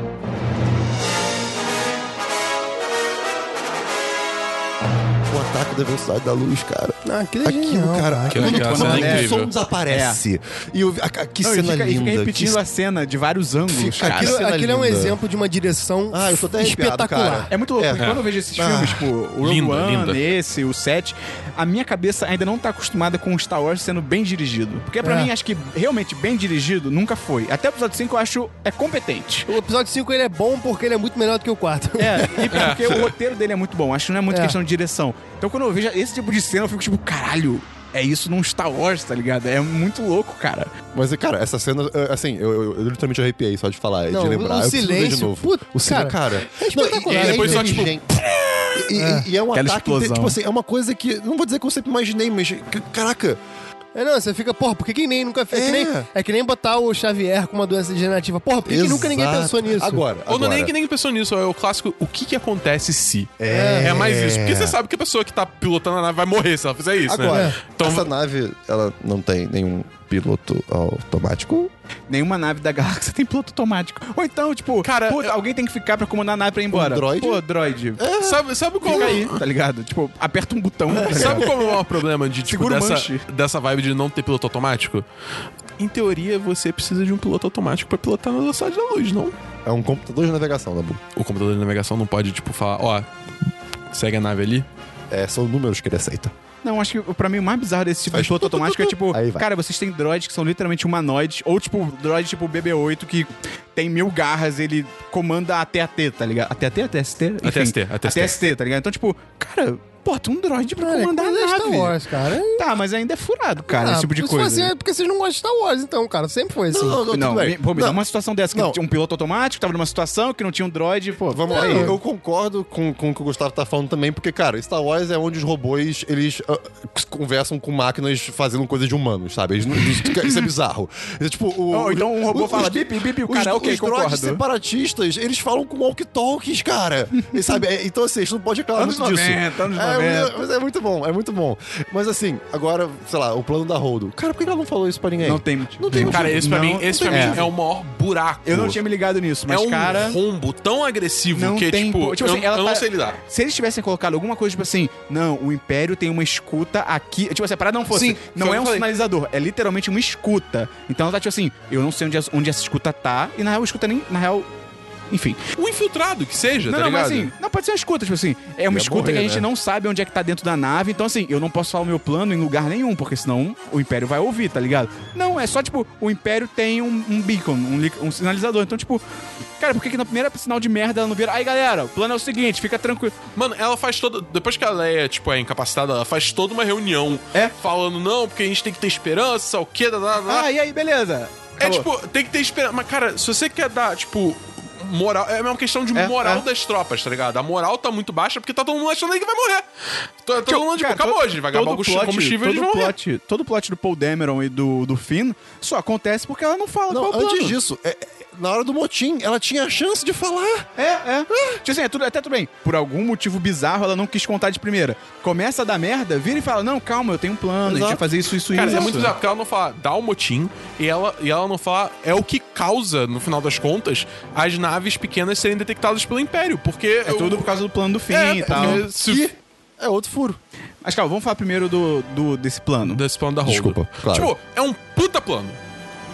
Speaker 3: O ataque da velocidade da luz, cara.
Speaker 5: Ah, que
Speaker 3: Aquilo,
Speaker 5: genial,
Speaker 3: cara,
Speaker 4: Aquilo,
Speaker 3: quando-
Speaker 4: aquela
Speaker 3: quando
Speaker 4: cena é
Speaker 3: o
Speaker 4: incrível.
Speaker 3: som desaparece. E eu, a, a- que
Speaker 2: É. Não, e
Speaker 3: cena
Speaker 2: fica, e fica
Speaker 3: linda.
Speaker 2: repetindo
Speaker 3: que-
Speaker 2: a cena de vários ângulos,
Speaker 3: Fica-
Speaker 2: cara.
Speaker 5: Aquilo,
Speaker 3: cena
Speaker 5: aquilo é um
Speaker 3: linda.
Speaker 5: exemplo de uma direção
Speaker 3: Ah, eu tô até arrepiado,
Speaker 5: espetacular.
Speaker 3: cara.
Speaker 2: É muito louco,
Speaker 3: É.
Speaker 2: porque quando eu vejo esses
Speaker 3: Ah.
Speaker 2: filmes, tipo, o Rogue
Speaker 4: Linda,
Speaker 2: One,
Speaker 4: linda.
Speaker 2: esse, o 7, a minha cabeça ainda não tá acostumada com o Star Wars sendo bem dirigido. Porque pra
Speaker 5: É.
Speaker 2: mim, acho que realmente bem dirigido nunca foi. Até o episódio 5 eu acho é competente.
Speaker 5: O episódio 5 ele é bom porque ele é muito melhor do que o 4.
Speaker 2: É, e porque o roteiro dele é muito bom. Acho que não é muito
Speaker 5: É.
Speaker 2: questão de direção. Então quando eu vejo esse tipo de cena, eu fico tipo, caralho, É isso num Star Wars, tá ligado? É muito louco, cara.
Speaker 3: Mas, cara, essa cena, eh, assim, eu, eu, eu literalmente arrepiei só de falar,
Speaker 5: Não,
Speaker 3: de lembrar.
Speaker 5: o
Speaker 3: eu preciso ver de
Speaker 5: silêncio,
Speaker 3: novo.
Speaker 5: puta,
Speaker 3: o silêncio,
Speaker 5: cara,
Speaker 3: cara.
Speaker 5: é espetacular.
Speaker 3: Não,
Speaker 4: E depois só, tipo,
Speaker 3: inteligente. E, e- e é um
Speaker 2: Aquela
Speaker 3: ataque, inte-
Speaker 2: explosão.
Speaker 3: tipo assim, é uma coisa que, não vou dizer que eu sempre imaginei, mas, que- caraca,
Speaker 5: É, não, você fica, porra, por que, que nem nunca fez? É.
Speaker 3: É.
Speaker 5: que nem, é que nem botar o Xavier com uma doença degenerativa. Porra, por que, que nunca ninguém
Speaker 3: exato.
Speaker 5: pensou nisso?
Speaker 3: Agora,
Speaker 4: Ou não é
Speaker 3: agora.
Speaker 4: nem que nem pensou nisso, é o clássico o que que acontece se.
Speaker 3: É.
Speaker 4: mais isso. Porque você sabe que a pessoa que tá pilotando a nave vai morrer se ela fizer isso,
Speaker 3: Agora, É.
Speaker 4: né? Então,
Speaker 3: essa nave, ela não tem nenhum piloto automático.
Speaker 2: Nenhuma nave da galáxia tem piloto automático. Ou então, tipo,
Speaker 4: Cara,
Speaker 2: puta,
Speaker 4: eu-
Speaker 2: alguém tem que ficar pra comandar a nave pra ir embora.
Speaker 3: Um droide?
Speaker 2: Pô, droid.
Speaker 4: sabe, sabe qual
Speaker 2: Fica aí, tá ligado? Tipo, aperta um botão. Tá ligado?
Speaker 4: Sabe qual um- é o maior problema de, tipo,
Speaker 2: Segura o
Speaker 4: dessa,
Speaker 2: manche.
Speaker 4: dessa vibe de não ter piloto automático? Em teoria, você precisa de um piloto automático pra pilotar na velocidade da luz, não?
Speaker 3: É um computador de navegação, Dabu.
Speaker 4: O computador de navegação não pode, tipo, falar, ó, segue a nave ali.
Speaker 3: É, são números que ele aceita.
Speaker 2: Não, acho que pra mim o mais bizarro desse tipo de piloto automático é tipo,
Speaker 3: Aí vai.
Speaker 2: cara, vocês têm droids que são literalmente humanoides, ou tipo, droid tipo BB-8 que tem mil garras, ele comanda a TAT, tá ligado? A TAT, a TST? Enfim,
Speaker 4: TST, a TST.
Speaker 2: tá ligado? Então, tipo, cara, bota um droid pra
Speaker 5: Cara,
Speaker 2: comandar a
Speaker 5: coisa de Star
Speaker 2: nave.
Speaker 5: Wars, cara.
Speaker 2: Tá, mas ainda é furado, cara,
Speaker 5: Ah,
Speaker 2: esse tipo de
Speaker 5: isso
Speaker 2: coisa.
Speaker 5: foi assim, é porque vocês não gostam de Star Wars, então, cara. Sempre foi assim.
Speaker 3: não,
Speaker 2: Não, me, pô, me dá uma situação dessa, que
Speaker 3: Não.
Speaker 2: tinha um piloto automático, tava numa situação que não tinha um droid, pô.
Speaker 3: Vamos lá, eu concordo com, com o que o Gustavo tá falando também, porque, cara, Star Wars é onde os robôs, eles ah, conversam com máquinas fazendo coisa de humanos, sabe? Eles não- isso, isso é bizarro. É, tipo, o,
Speaker 2: Ou então um robô
Speaker 3: os-
Speaker 2: fala,
Speaker 3: os-
Speaker 2: bip, bip, o
Speaker 3: os-
Speaker 2: cara, ok,
Speaker 3: Os droides
Speaker 2: concordo.
Speaker 3: separatistas, eles falam com walkie-talkies, cara. E, sabe? é, então, assim, a gente não pode reclamar
Speaker 2: Anos
Speaker 3: muito disso.
Speaker 2: 90, anos
Speaker 3: É,
Speaker 2: 90.
Speaker 3: mas é muito bom, é muito bom. Mas, assim, agora, sei lá, o plano da Holdo. Cara, por que ela não falou isso pra ninguém?
Speaker 2: Não tem motivo.
Speaker 3: Não tem
Speaker 4: Cara, esse pra
Speaker 2: Não,
Speaker 4: mim, esse
Speaker 2: não
Speaker 4: pra
Speaker 2: tem
Speaker 4: mim
Speaker 2: motivo.
Speaker 4: é o maior buraco.
Speaker 2: um- Eu não tinha me ligado nisso, mas,
Speaker 4: é um
Speaker 2: cara...
Speaker 4: rombo tão agressivo
Speaker 2: Não
Speaker 4: que,
Speaker 2: tem
Speaker 4: tipo,
Speaker 2: como. Tipo assim,
Speaker 4: eu,
Speaker 2: ela
Speaker 4: eu
Speaker 2: tá-
Speaker 4: não sei lidar.
Speaker 2: Se eles tivessem colocado alguma coisa, tipo assim, não, o Império tem uma escuta aqui. Tipo assim, a parada não fosse.
Speaker 4: Sim,
Speaker 2: não
Speaker 4: foi o que
Speaker 2: é
Speaker 4: eu
Speaker 2: um
Speaker 4: falei.
Speaker 2: sinalizador, é literalmente uma escuta. Então ela tá tipo assim, eu não sei onde, essa- onde essa escuta tá, e na real a escuta nem. Na real. Enfim.
Speaker 4: Um infiltrado que seja,
Speaker 2: Não,
Speaker 4: tá
Speaker 2: não, mas
Speaker 4: ligado?
Speaker 2: assim, não pode ser uma escuta, tipo assim, é uma
Speaker 3: Ia
Speaker 2: escuta que a
Speaker 3: morrer,
Speaker 2: gente
Speaker 3: né?
Speaker 2: não sabe onde é que tá dentro da nave, então assim, eu não posso falar o meu plano em lugar nenhum, porque senão o Império vai ouvir, tá ligado? Não, é só tipo, o Império tem um, um beacon, um, li- um sinalizador, então tipo, cara, por que, que na primeira sinal de merda ela não vira, aí galera, o plano é o seguinte, fica tranquilo.
Speaker 4: assim, Mano, ela faz toda. Depois que a Leia, tipo, é incapacitada, ela faz toda uma reunião.
Speaker 2: É.
Speaker 4: Falando, não, porque a gente tem que ter esperança, sei lá o quê, da, da, da.
Speaker 2: Ah, e aí, beleza.
Speaker 4: É
Speaker 2: Acabou.
Speaker 4: tipo, tem que ter esperança. Mas, cara, se você quer dar, tipo, moral. É uma questão de
Speaker 2: É,
Speaker 4: moral
Speaker 2: é.
Speaker 4: das tropas, tá ligado? A moral tá muito baixa porque tá todo mundo achando aí que vai morrer. Tô, todo mundo, tipo,
Speaker 2: Cara,
Speaker 4: acabou
Speaker 2: todo-
Speaker 4: hoje, vai
Speaker 2: todo
Speaker 4: acabar o
Speaker 2: plot-
Speaker 4: combustível e eles
Speaker 2: todo
Speaker 4: vão morrer.
Speaker 2: plot, Todo plot do Paul Dameron e do, do Finn só acontece porque ela não fala
Speaker 3: Não,
Speaker 2: qual é o plano.
Speaker 3: antes disso, é- é- na hora do motim, ela tinha a chance de falar.
Speaker 2: É, é. Tipo assim, é tudo, até tudo bem. Por algum motivo bizarro, ela não quis contar de primeira. Começa a dar merda, vira e fala, não, calma, eu tenho um plano, a gente
Speaker 3: Exato.
Speaker 2: vai fazer isso, isso e
Speaker 4: Cara,
Speaker 2: isso.
Speaker 4: é muito bizarro, porque ela não fala dá o motim e ela, e ela não fala é o que causa, no final das contas, as naves pequenas serem detectadas pelo Império. Porque.
Speaker 2: É tudo por causa do plano do Finn
Speaker 4: É,
Speaker 2: e tal.
Speaker 4: porque se-
Speaker 3: Que é outro furo.
Speaker 2: Mas calma, vamos falar primeiro do, do- desse plano.
Speaker 4: desse plano da Holdo.
Speaker 3: Desculpa, claro.
Speaker 4: Tipo, é um puta plano.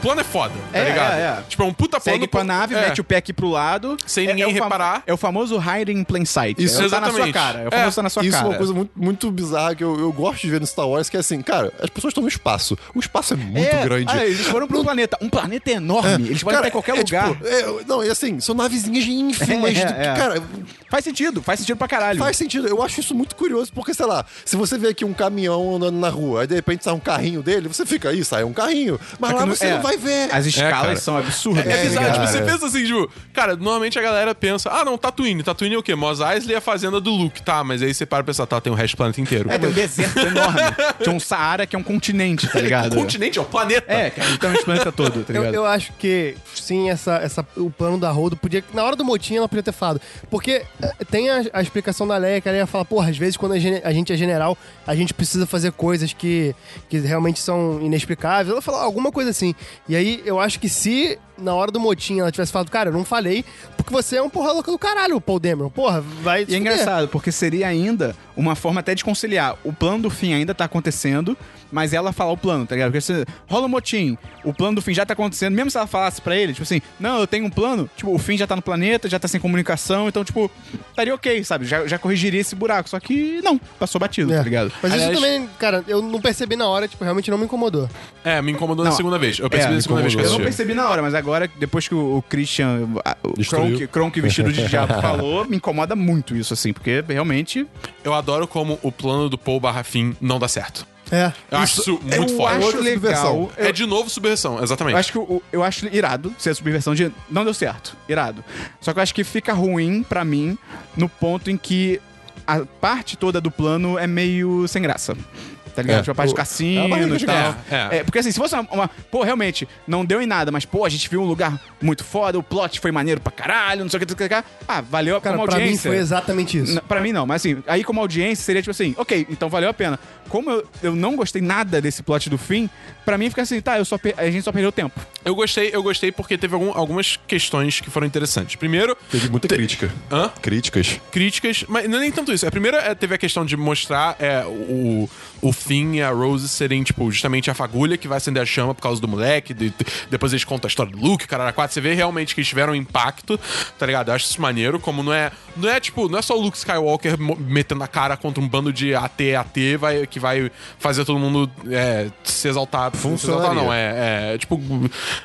Speaker 4: Plano é foda,
Speaker 2: É,
Speaker 4: tá ligado?
Speaker 2: é, é.
Speaker 4: Tipo, é um puta plano.
Speaker 2: Segue com a nave,
Speaker 4: é.
Speaker 2: mete o pé aqui pro lado.
Speaker 4: Sem
Speaker 2: É- é
Speaker 4: ninguém
Speaker 2: o famo-
Speaker 4: reparar.
Speaker 2: É o famoso hiding in plain sight.
Speaker 4: Isso,
Speaker 2: é, o Tá na sua
Speaker 4: exatamente.
Speaker 2: cara. É o
Speaker 4: É,
Speaker 2: famoso tá na sua
Speaker 3: Isso
Speaker 2: cara.
Speaker 3: é uma coisa muito, muito bizarra que eu, eu gosto de ver no Star Wars, que é assim, cara, as pessoas estão no espaço. O espaço é muito
Speaker 2: É,
Speaker 3: grande.
Speaker 2: ah, eles foram pra um planeta. Um planeta enorme. Eles podem pra
Speaker 3: Cara,
Speaker 2: qualquer
Speaker 3: é
Speaker 2: lugar.
Speaker 3: tipo, é, não, e assim, são navezinhas ínfimas.
Speaker 2: É,
Speaker 3: do-
Speaker 2: é.
Speaker 3: Cara,
Speaker 2: Faz sentido, faz sentido pra caralho.
Speaker 3: faz sentido. Eu acho isso muito curioso, porque, sei lá, se você vê aqui um caminhão andando na rua, aí de repente sai um carrinho dele, você fica aí, sai um carrinho. Mas
Speaker 2: Só que
Speaker 3: lá
Speaker 2: não-
Speaker 3: você
Speaker 2: é,
Speaker 3: não vai ver.
Speaker 2: As escalas
Speaker 4: cara.
Speaker 2: são absurdas. tá
Speaker 4: É bizarro,
Speaker 3: cara.
Speaker 4: tipo, você pensa assim, tipo, cara, normalmente a galera pensa, ah, não, Tatooine, Tatooine é o quê? Mos Eisley é a fazenda do Luke, tá, mas aí você para e pensa, tá, tem o resto do planeta inteiro.
Speaker 2: É, tem um deserto enorme. Tinha um Saara que é um continente, tá ligado?
Speaker 4: O
Speaker 3: Um
Speaker 4: continente é o planeta.
Speaker 2: É, cara, então o planeta todo, tá
Speaker 5: Eu,
Speaker 2: ligado?
Speaker 5: eu acho que sim, essa, essa, o plano da Rodo podia. Na hora do motim ela podia ter falado. Porque eh, tem a, a explicação da Leia que ela ia falar, porra, às vezes quando a, gene- a gente é general, a gente precisa fazer coisas que, que realmente são inexplicáveis. Ela falou alguma coisa assim. E aí eu acho que se na hora do motim ela tivesse falado, cara, eu não falei, porque você é um porra louca do caralho, Paul Dameron. Porra, vai.
Speaker 2: E é engraçado, porque seria ainda uma forma até de conciliar. O plano do fim ainda tá acontecendo, mas ela falar o plano, tá ligado? Porque se rola um motim, o plano do fim já tá acontecendo, mesmo se ela falasse pra ele, tipo assim, não, eu tenho um plano, tipo, o fim já tá no planeta, já tá sem comunicação, então, tipo, estaria ok, sabe? Já, já corrigiria esse buraco. Só que não, passou batido, tá ligado?
Speaker 5: É. Mas
Speaker 4: Aliás-
Speaker 5: isso também, cara, eu não percebi na hora, tipo, realmente não me incomodou.
Speaker 4: É, me incomodou
Speaker 2: Não,
Speaker 4: na segunda vez. Eu
Speaker 2: é,
Speaker 4: percebi
Speaker 2: me
Speaker 4: na segunda vez que eu
Speaker 2: Eu não
Speaker 4: assisti.
Speaker 2: percebi na hora, mas agora, depois que o o Christian, a- o
Speaker 3: Destruiu.
Speaker 2: Kronk, Kronk vestido de diabo falou, me incomoda muito isso, assim, porque realmente.
Speaker 4: Eu adoro como o plano do Paul barra fim não dá certo.
Speaker 5: É.
Speaker 4: Eu acho isso muito
Speaker 2: eu
Speaker 4: forte.
Speaker 2: Acho legal.
Speaker 3: subversão.
Speaker 2: Eu,
Speaker 4: É de novo subversão, exatamente.
Speaker 2: eu acho que o- eu acho irado ser a subversão de não deu certo, irado. Só que eu acho que fica ruim pra mim no ponto em que a parte toda do plano é meio sem graça. Tá ligado?
Speaker 4: É.
Speaker 2: tipo, a parte
Speaker 4: O-
Speaker 2: do
Speaker 4: é uma
Speaker 2: cassino
Speaker 4: barriga
Speaker 2: e
Speaker 4: de
Speaker 2: tal.
Speaker 4: guerra, é.
Speaker 2: É, porque assim, se fosse uma, uma- Pô, realmente, não deu em nada, mas, pô, a gente viu um lugar muito foda, o plot foi maneiro pra caralho, não sei o que, não sei o que. Ah, valeu
Speaker 5: Cara,
Speaker 2: como
Speaker 5: pra mim
Speaker 2: audiência.
Speaker 5: foi exatamente isso.
Speaker 2: N- Pra mim não, mas assim, aí como audiência seria tipo assim, ok, então valeu a pena. Como eu, eu não gostei nada desse plot do fim, pra mim fica assim, tá, eu só per- a gente só perdeu tempo.
Speaker 4: Eu gostei, eu gostei porque teve algum- algumas questões que foram interessantes. Primeiro,
Speaker 3: Teve muita crítica.
Speaker 4: Hã?
Speaker 3: Críticas.
Speaker 4: críticas, mas não é nem tanto isso. A primeira é, teve a questão de mostrar é, o, o Finn e a Rose serem, tipo, justamente a fagulha que vai acender a chama por causa do moleque. de- de- depois eles contam a história do Luke, caralho, a quatro. Você vê realmente que eles tiveram um impacto, tá ligado? Eu acho isso maneiro, como não é. Não é, tipo, não é só o Luke Skywalker mo- metendo a cara contra um bando de AT, AT vai, que vai fazer todo mundo é, se exaltar. Se exaltar não, é, é tipo.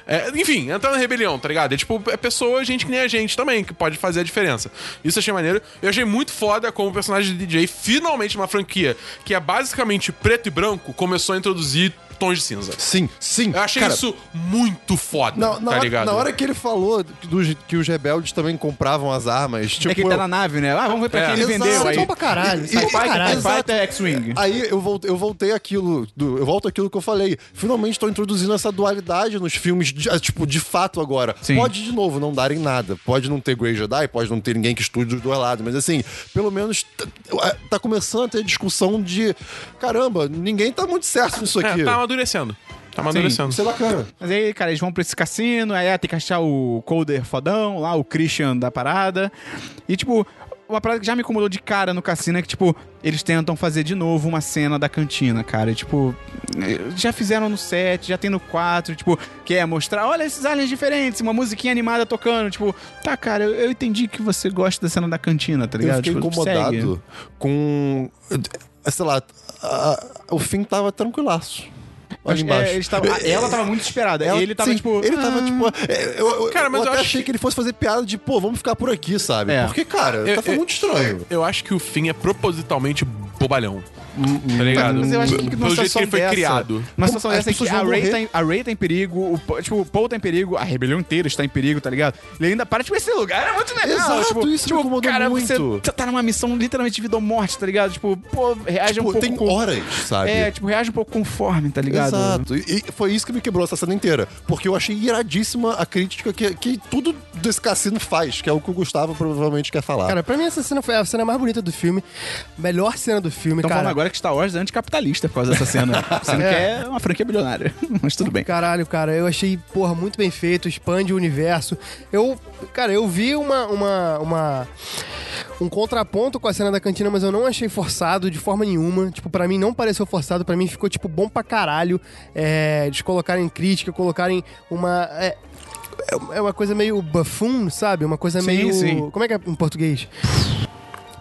Speaker 4: é, enfim, entrar na rebelião, tá ligado? É tipo, é pessoa, gente que nem a gente também, que pode fazer a diferença. Isso eu achei maneiro. Eu achei muito foda como o personagem de DJ, finalmente, uma franquia que é basicamente preto e branco, começou a introduzir tons de cinza.
Speaker 3: Sim, sim.
Speaker 4: Eu achei
Speaker 3: Cara,
Speaker 4: isso muito foda,
Speaker 3: Na,
Speaker 4: tá
Speaker 3: na hora,
Speaker 4: ligado?
Speaker 3: na hora que ele falou do- que os rebeldes também compravam as armas, tipo.
Speaker 2: é que ele tá
Speaker 3: eu-
Speaker 2: na nave, né? Ah, vamos ver pra
Speaker 4: É.
Speaker 2: quem ele
Speaker 3: Exato.
Speaker 2: vendeu
Speaker 5: Isso é
Speaker 2: aí.
Speaker 5: bom pra caralho. Isso é bom pra
Speaker 2: Pai,
Speaker 5: caralho.
Speaker 2: Pai, Pai, X-Wing.
Speaker 3: Aí eu voltei, eu voltei aquilo, do- eu volto aquilo que eu falei. Finalmente tô introduzindo essa dualidade nos filmes, de- ah, tipo, de fato agora.
Speaker 2: Sim.
Speaker 3: Pode, de novo, não dar em nada. Pode não ter Grey Jedi, pode não ter ninguém que estude dos dois lados. Mas assim, pelo menos tá, tá começando a ter discussão de caramba, ninguém tá muito certo nisso
Speaker 4: É,
Speaker 3: aqui.
Speaker 4: tá amadurecendo. Tá amadurecendo.
Speaker 3: Isso é bacana.
Speaker 2: Mas aí, cara, eles vão pra esse cassino, aí ah, tem que achar o Colder fodão, lá, o Christian da parada. E, tipo, uma parada que já me incomodou de cara no cassino é que, tipo, eles tentam fazer de novo uma cena da cantina, cara. E, tipo, já fizeram no 7, já tem no 4, tipo, que é mostrar, olha esses aliens diferentes, uma musiquinha animada tocando. Tipo, tá, cara, eu, eu entendi que você gosta da cena da cantina, tá
Speaker 3: Eu
Speaker 2: ligado?
Speaker 3: fiquei
Speaker 2: Tipo,
Speaker 3: incomodado
Speaker 2: segue.
Speaker 3: com. eh, Sei lá, a- o fim tava tranquilaço.
Speaker 2: Acho
Speaker 3: Ali
Speaker 2: que,
Speaker 3: embaixo.
Speaker 2: é, eles tavam- ah, ela tava muito desesperada.
Speaker 3: Ela-
Speaker 2: ele tava,
Speaker 3: sim,
Speaker 2: tipo.
Speaker 3: Ele tava,
Speaker 2: "Ah,
Speaker 3: tipo. é, Eu, eu-
Speaker 4: Cara, mas
Speaker 3: eu
Speaker 4: eu
Speaker 3: até
Speaker 4: acho-
Speaker 3: achei que ele fosse fazer piada de, pô, vamos ficar por aqui, sabe?
Speaker 2: É.
Speaker 3: Porque, cara,
Speaker 4: Eu-
Speaker 3: tava
Speaker 4: eu-
Speaker 3: tá muito estranho.
Speaker 4: Eu acho que o Finn é propositalmente bobalhão. Tá ligado?
Speaker 2: Mas eu acho que numa
Speaker 4: Pelo jeito que
Speaker 2: situação
Speaker 4: ele foi
Speaker 2: dessa,
Speaker 4: criado.
Speaker 2: Uma situação
Speaker 3: As
Speaker 2: dessa é que
Speaker 3: pessoas
Speaker 2: a
Speaker 3: vão
Speaker 2: Ray,
Speaker 3: morrer.
Speaker 2: tá em, a Rey tá em perigo, o, Po- tipo, o Paul tá em perigo, a rebelião inteira está em perigo, tá ligado? Ele ainda para, tipo, esse lugar era muito legal.
Speaker 3: Exato,
Speaker 2: tipo,
Speaker 3: isso me
Speaker 2: tipo,
Speaker 3: incomodou
Speaker 2: cara, Você
Speaker 3: muito.
Speaker 2: tá- tá numa missão literalmente de vida ou morte, tá ligado? Tipo, pô, reage um
Speaker 3: Tipo,
Speaker 2: pouco.
Speaker 3: tem
Speaker 2: com-
Speaker 3: horas, sabe?
Speaker 2: É, tipo, reage um pouco conforme, tá ligado?
Speaker 3: Exato. E, e foi isso que me quebrou essa cena inteira. Porque eu achei iradíssima a crítica que, que tudo desse cassino faz, que é o que o Gustavo provavelmente quer falar.
Speaker 5: Cara, pra mim essa cena foi a cena mais bonita do filme. Melhor cena do filme,
Speaker 2: Estão falando
Speaker 5: cara.
Speaker 2: agora que Star Wars é anticapitalista por causa dessa cena. Sendo que
Speaker 5: É.
Speaker 2: é uma franquia bilionária. Mas tudo bem.
Speaker 5: Caralho, cara, eu achei, porra, muito bem feito, expande o universo. Eu, cara, eu vi uma, uma, uma- um contraponto com a cena da cantina, mas eu não achei forçado de forma nenhuma. Tipo, pra mim não pareceu forçado, pra mim ficou, tipo, bom pra caralho. É, eles colocarem crítica, colocarem uma... É, é uma coisa meio buffoon, sabe? Uma coisa
Speaker 2: Sim,
Speaker 5: meio...
Speaker 2: sim.
Speaker 5: Como é que é em português?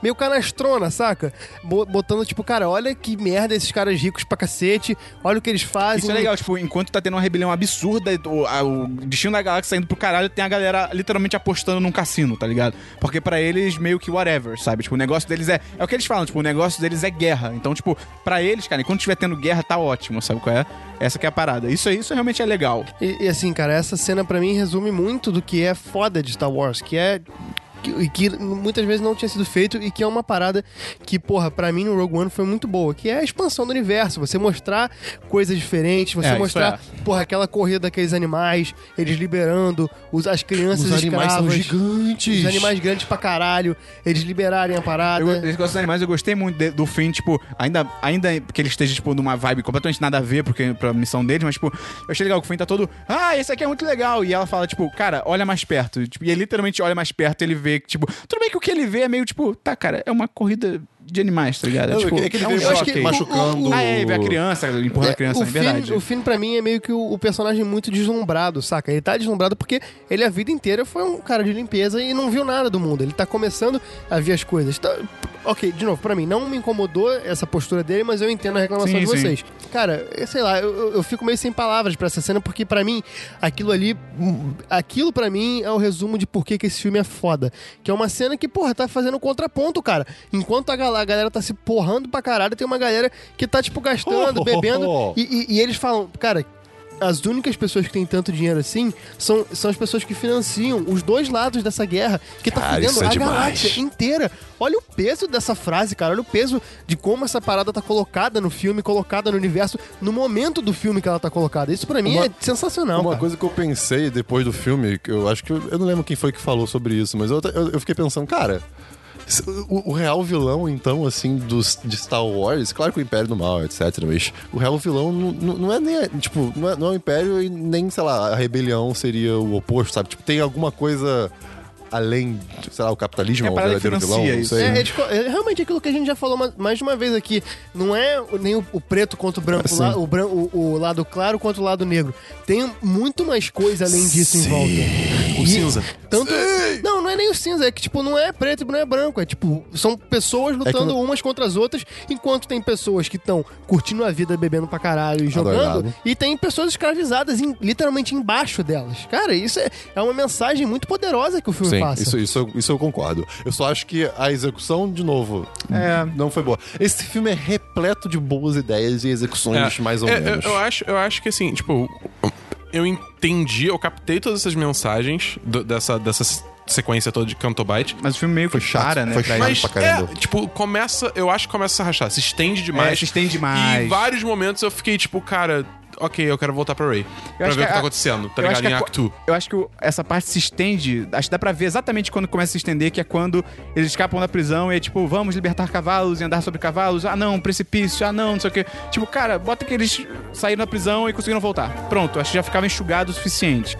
Speaker 5: meio canastrona, saca? Bo- Botando, tipo, cara, olha que merda esses caras ricos pra cacete, olha o que eles fazem.
Speaker 2: Isso é legal, tipo, enquanto tá tendo uma rebelião absurda, o, a- o destino da galáxia tá indo pro caralho, tem a galera literalmente apostando num cassino, tá ligado? Porque pra eles, meio que whatever, sabe? Tipo, o negócio deles é. É o que eles falam, tipo, o negócio deles é guerra. Então, tipo, pra eles, cara, enquanto tiver tendo guerra, tá ótimo, sabe qual é? Essa que é a parada. Isso, aí- isso realmente é legal.
Speaker 5: E, e assim, cara, essa cena pra mim resume muito do que é foda de Star Wars, que é que, que muitas vezes não tinha sido feito e que é uma parada que, porra, pra mim no Rogue One foi muito boa, que é a expansão do universo, você mostrar coisas diferentes, você
Speaker 2: É, isso
Speaker 5: mostrar, porra, aquela corrida daqueles animais, eles liberando os, as crianças
Speaker 3: os animais são
Speaker 5: escravas,
Speaker 3: gigantes.
Speaker 5: os animais grandes pra caralho, eles liberarem a parada.
Speaker 2: Eu, esse negócio dos animais, eu gostei muito de- do fim, tipo, ainda, ainda que ele esteja, tipo, numa vibe completamente nada a ver porque, pra missão dele, mas, tipo, eu achei legal que o Finn tá todo, ah, esse aqui é muito legal. E ela fala, tipo, cara, olha mais perto. E, tipo, e ele literalmente olha mais perto e ele vê que, tipo, tudo bem que o que ele vê é meio, tipo, tá, cara, é uma corrida de animais, tá ligado?
Speaker 3: Não,
Speaker 2: tipo,
Speaker 3: é que ele
Speaker 2: um
Speaker 3: vê
Speaker 2: choque.
Speaker 5: acho que o-
Speaker 3: machucando.
Speaker 2: Ah, é, ele vê a criança, ele empurra a criança,
Speaker 5: o
Speaker 2: é verdade.
Speaker 5: Finn, o Finn, pra mim, é meio que o, o personagem muito deslumbrado, saca? Ele tá deslumbrado porque ele a vida inteira foi um cara de limpeza e não viu nada do mundo. Ele tá começando a ver as coisas. Tá- ok, de novo, pra mim, não me incomodou essa postura dele, mas eu entendo a reclamação
Speaker 2: Sim,
Speaker 5: de
Speaker 2: sim.
Speaker 5: vocês. Cara, eu sei lá, eu, eu- eu fico meio sem palavras pra essa cena, porque pra mim, aquilo ali. hum, Aquilo pra mim é o resumo de por que que esse filme é foda. Que é uma cena que, porra, tá fazendo um contraponto, cara. Enquanto a lá, a galera tá se porrando pra caralho, tem uma galera que tá, tipo, gastando,
Speaker 3: Oh.
Speaker 5: bebendo, e, e- e eles falam, cara. As únicas pessoas que têm tanto dinheiro assim são, são as pessoas que financiam os dois lados dessa guerra, que tá
Speaker 3: Cara,
Speaker 5: fudendo
Speaker 3: isso é
Speaker 5: a
Speaker 3: demais.
Speaker 5: galáxia inteira. Olha o peso dessa frase, cara. Olha o peso de como essa parada tá colocada no filme, colocada no universo, no momento do filme que ela tá colocada. Isso pra mim
Speaker 3: Uma-
Speaker 5: é sensacional.
Speaker 3: Uma
Speaker 5: cara.
Speaker 3: coisa que eu pensei depois do filme, que eu acho que. Eu, eu não lembro quem foi que falou sobre isso, mas eu, até- eu, eu fiquei pensando, cara. se- O, o real vilão, então, assim, dos, de Star Wars, claro que o Império do Mal, etc. Mas o real vilão não, não- não é nem. a- Tipo, não é, não é o Império e nem, sei lá, a rebelião seria o oposto, sabe? Tipo, tem alguma coisa além, sei lá, o capitalismo
Speaker 2: É
Speaker 3: é
Speaker 2: a
Speaker 3: um
Speaker 2: parada que
Speaker 3: verdadeiro vilão,
Speaker 2: financia
Speaker 3: não
Speaker 2: isso.
Speaker 3: sei.
Speaker 5: É, é tipo, é realmente aquilo que a gente já falou ma- mais de uma vez aqui. Não é o- nem o, o preto contra o branco,
Speaker 3: Assim.
Speaker 5: lá- o, bran- o- o lado claro contra o lado negro. Tem muito mais coisa além disso em volta. O cinza. Tanto, Não, não é nem o cinza. É que, tipo, não é preto e não é branco. É tipo, são pessoas lutando
Speaker 3: É não-
Speaker 5: umas contra as outras, enquanto tem pessoas que estão curtindo a vida, bebendo pra caralho e jogando.
Speaker 3: Adorado.
Speaker 5: E tem pessoas escravizadas em- literalmente embaixo delas. Cara, isso é, é uma mensagem muito poderosa que o filme
Speaker 3: Sim,
Speaker 5: passa.
Speaker 3: isso, isso, eu- isso eu concordo. Eu só acho que a execução, de novo,
Speaker 5: É.
Speaker 3: não foi boa. Esse filme é repleto de boas ideias e execuções mais ou
Speaker 4: É, eu-
Speaker 3: menos.
Speaker 4: Eu, acho, eu acho que assim, tipo, eu entendi, eu captei todas essas mensagens do- dessa, dessa se- sequência toda de Canto Byte.
Speaker 2: Mas o filme meio que
Speaker 3: chato,
Speaker 2: para, né?
Speaker 3: foi
Speaker 2: pra
Speaker 3: chato.
Speaker 2: isso.
Speaker 4: Mas,
Speaker 3: pra caramba.
Speaker 4: é, tipo, começa. Eu acho que começa a rachar. Se estende demais.
Speaker 2: É, se estende demais.
Speaker 4: E em vários momentos eu fiquei, tipo, cara, ok, eu quero voltar pra Ray. pra ver
Speaker 2: acho que
Speaker 4: o que
Speaker 2: a-
Speaker 4: tá acontecendo, tá
Speaker 2: eu acho
Speaker 4: ligado?
Speaker 2: que
Speaker 4: Em
Speaker 2: a-
Speaker 4: Act 2.
Speaker 2: Eu acho que o- essa parte se estende, acho que dá pra ver exatamente quando começa a se estender, que é quando eles escapam da prisão e é tipo, vamos libertar cavalos e andar sobre cavalos, ah não, precipício, ah não, não sei o quê. Tipo, cara, bota que eles saíram da prisão e conseguiram voltar. Pronto, acho que já ficava enxugado o suficiente.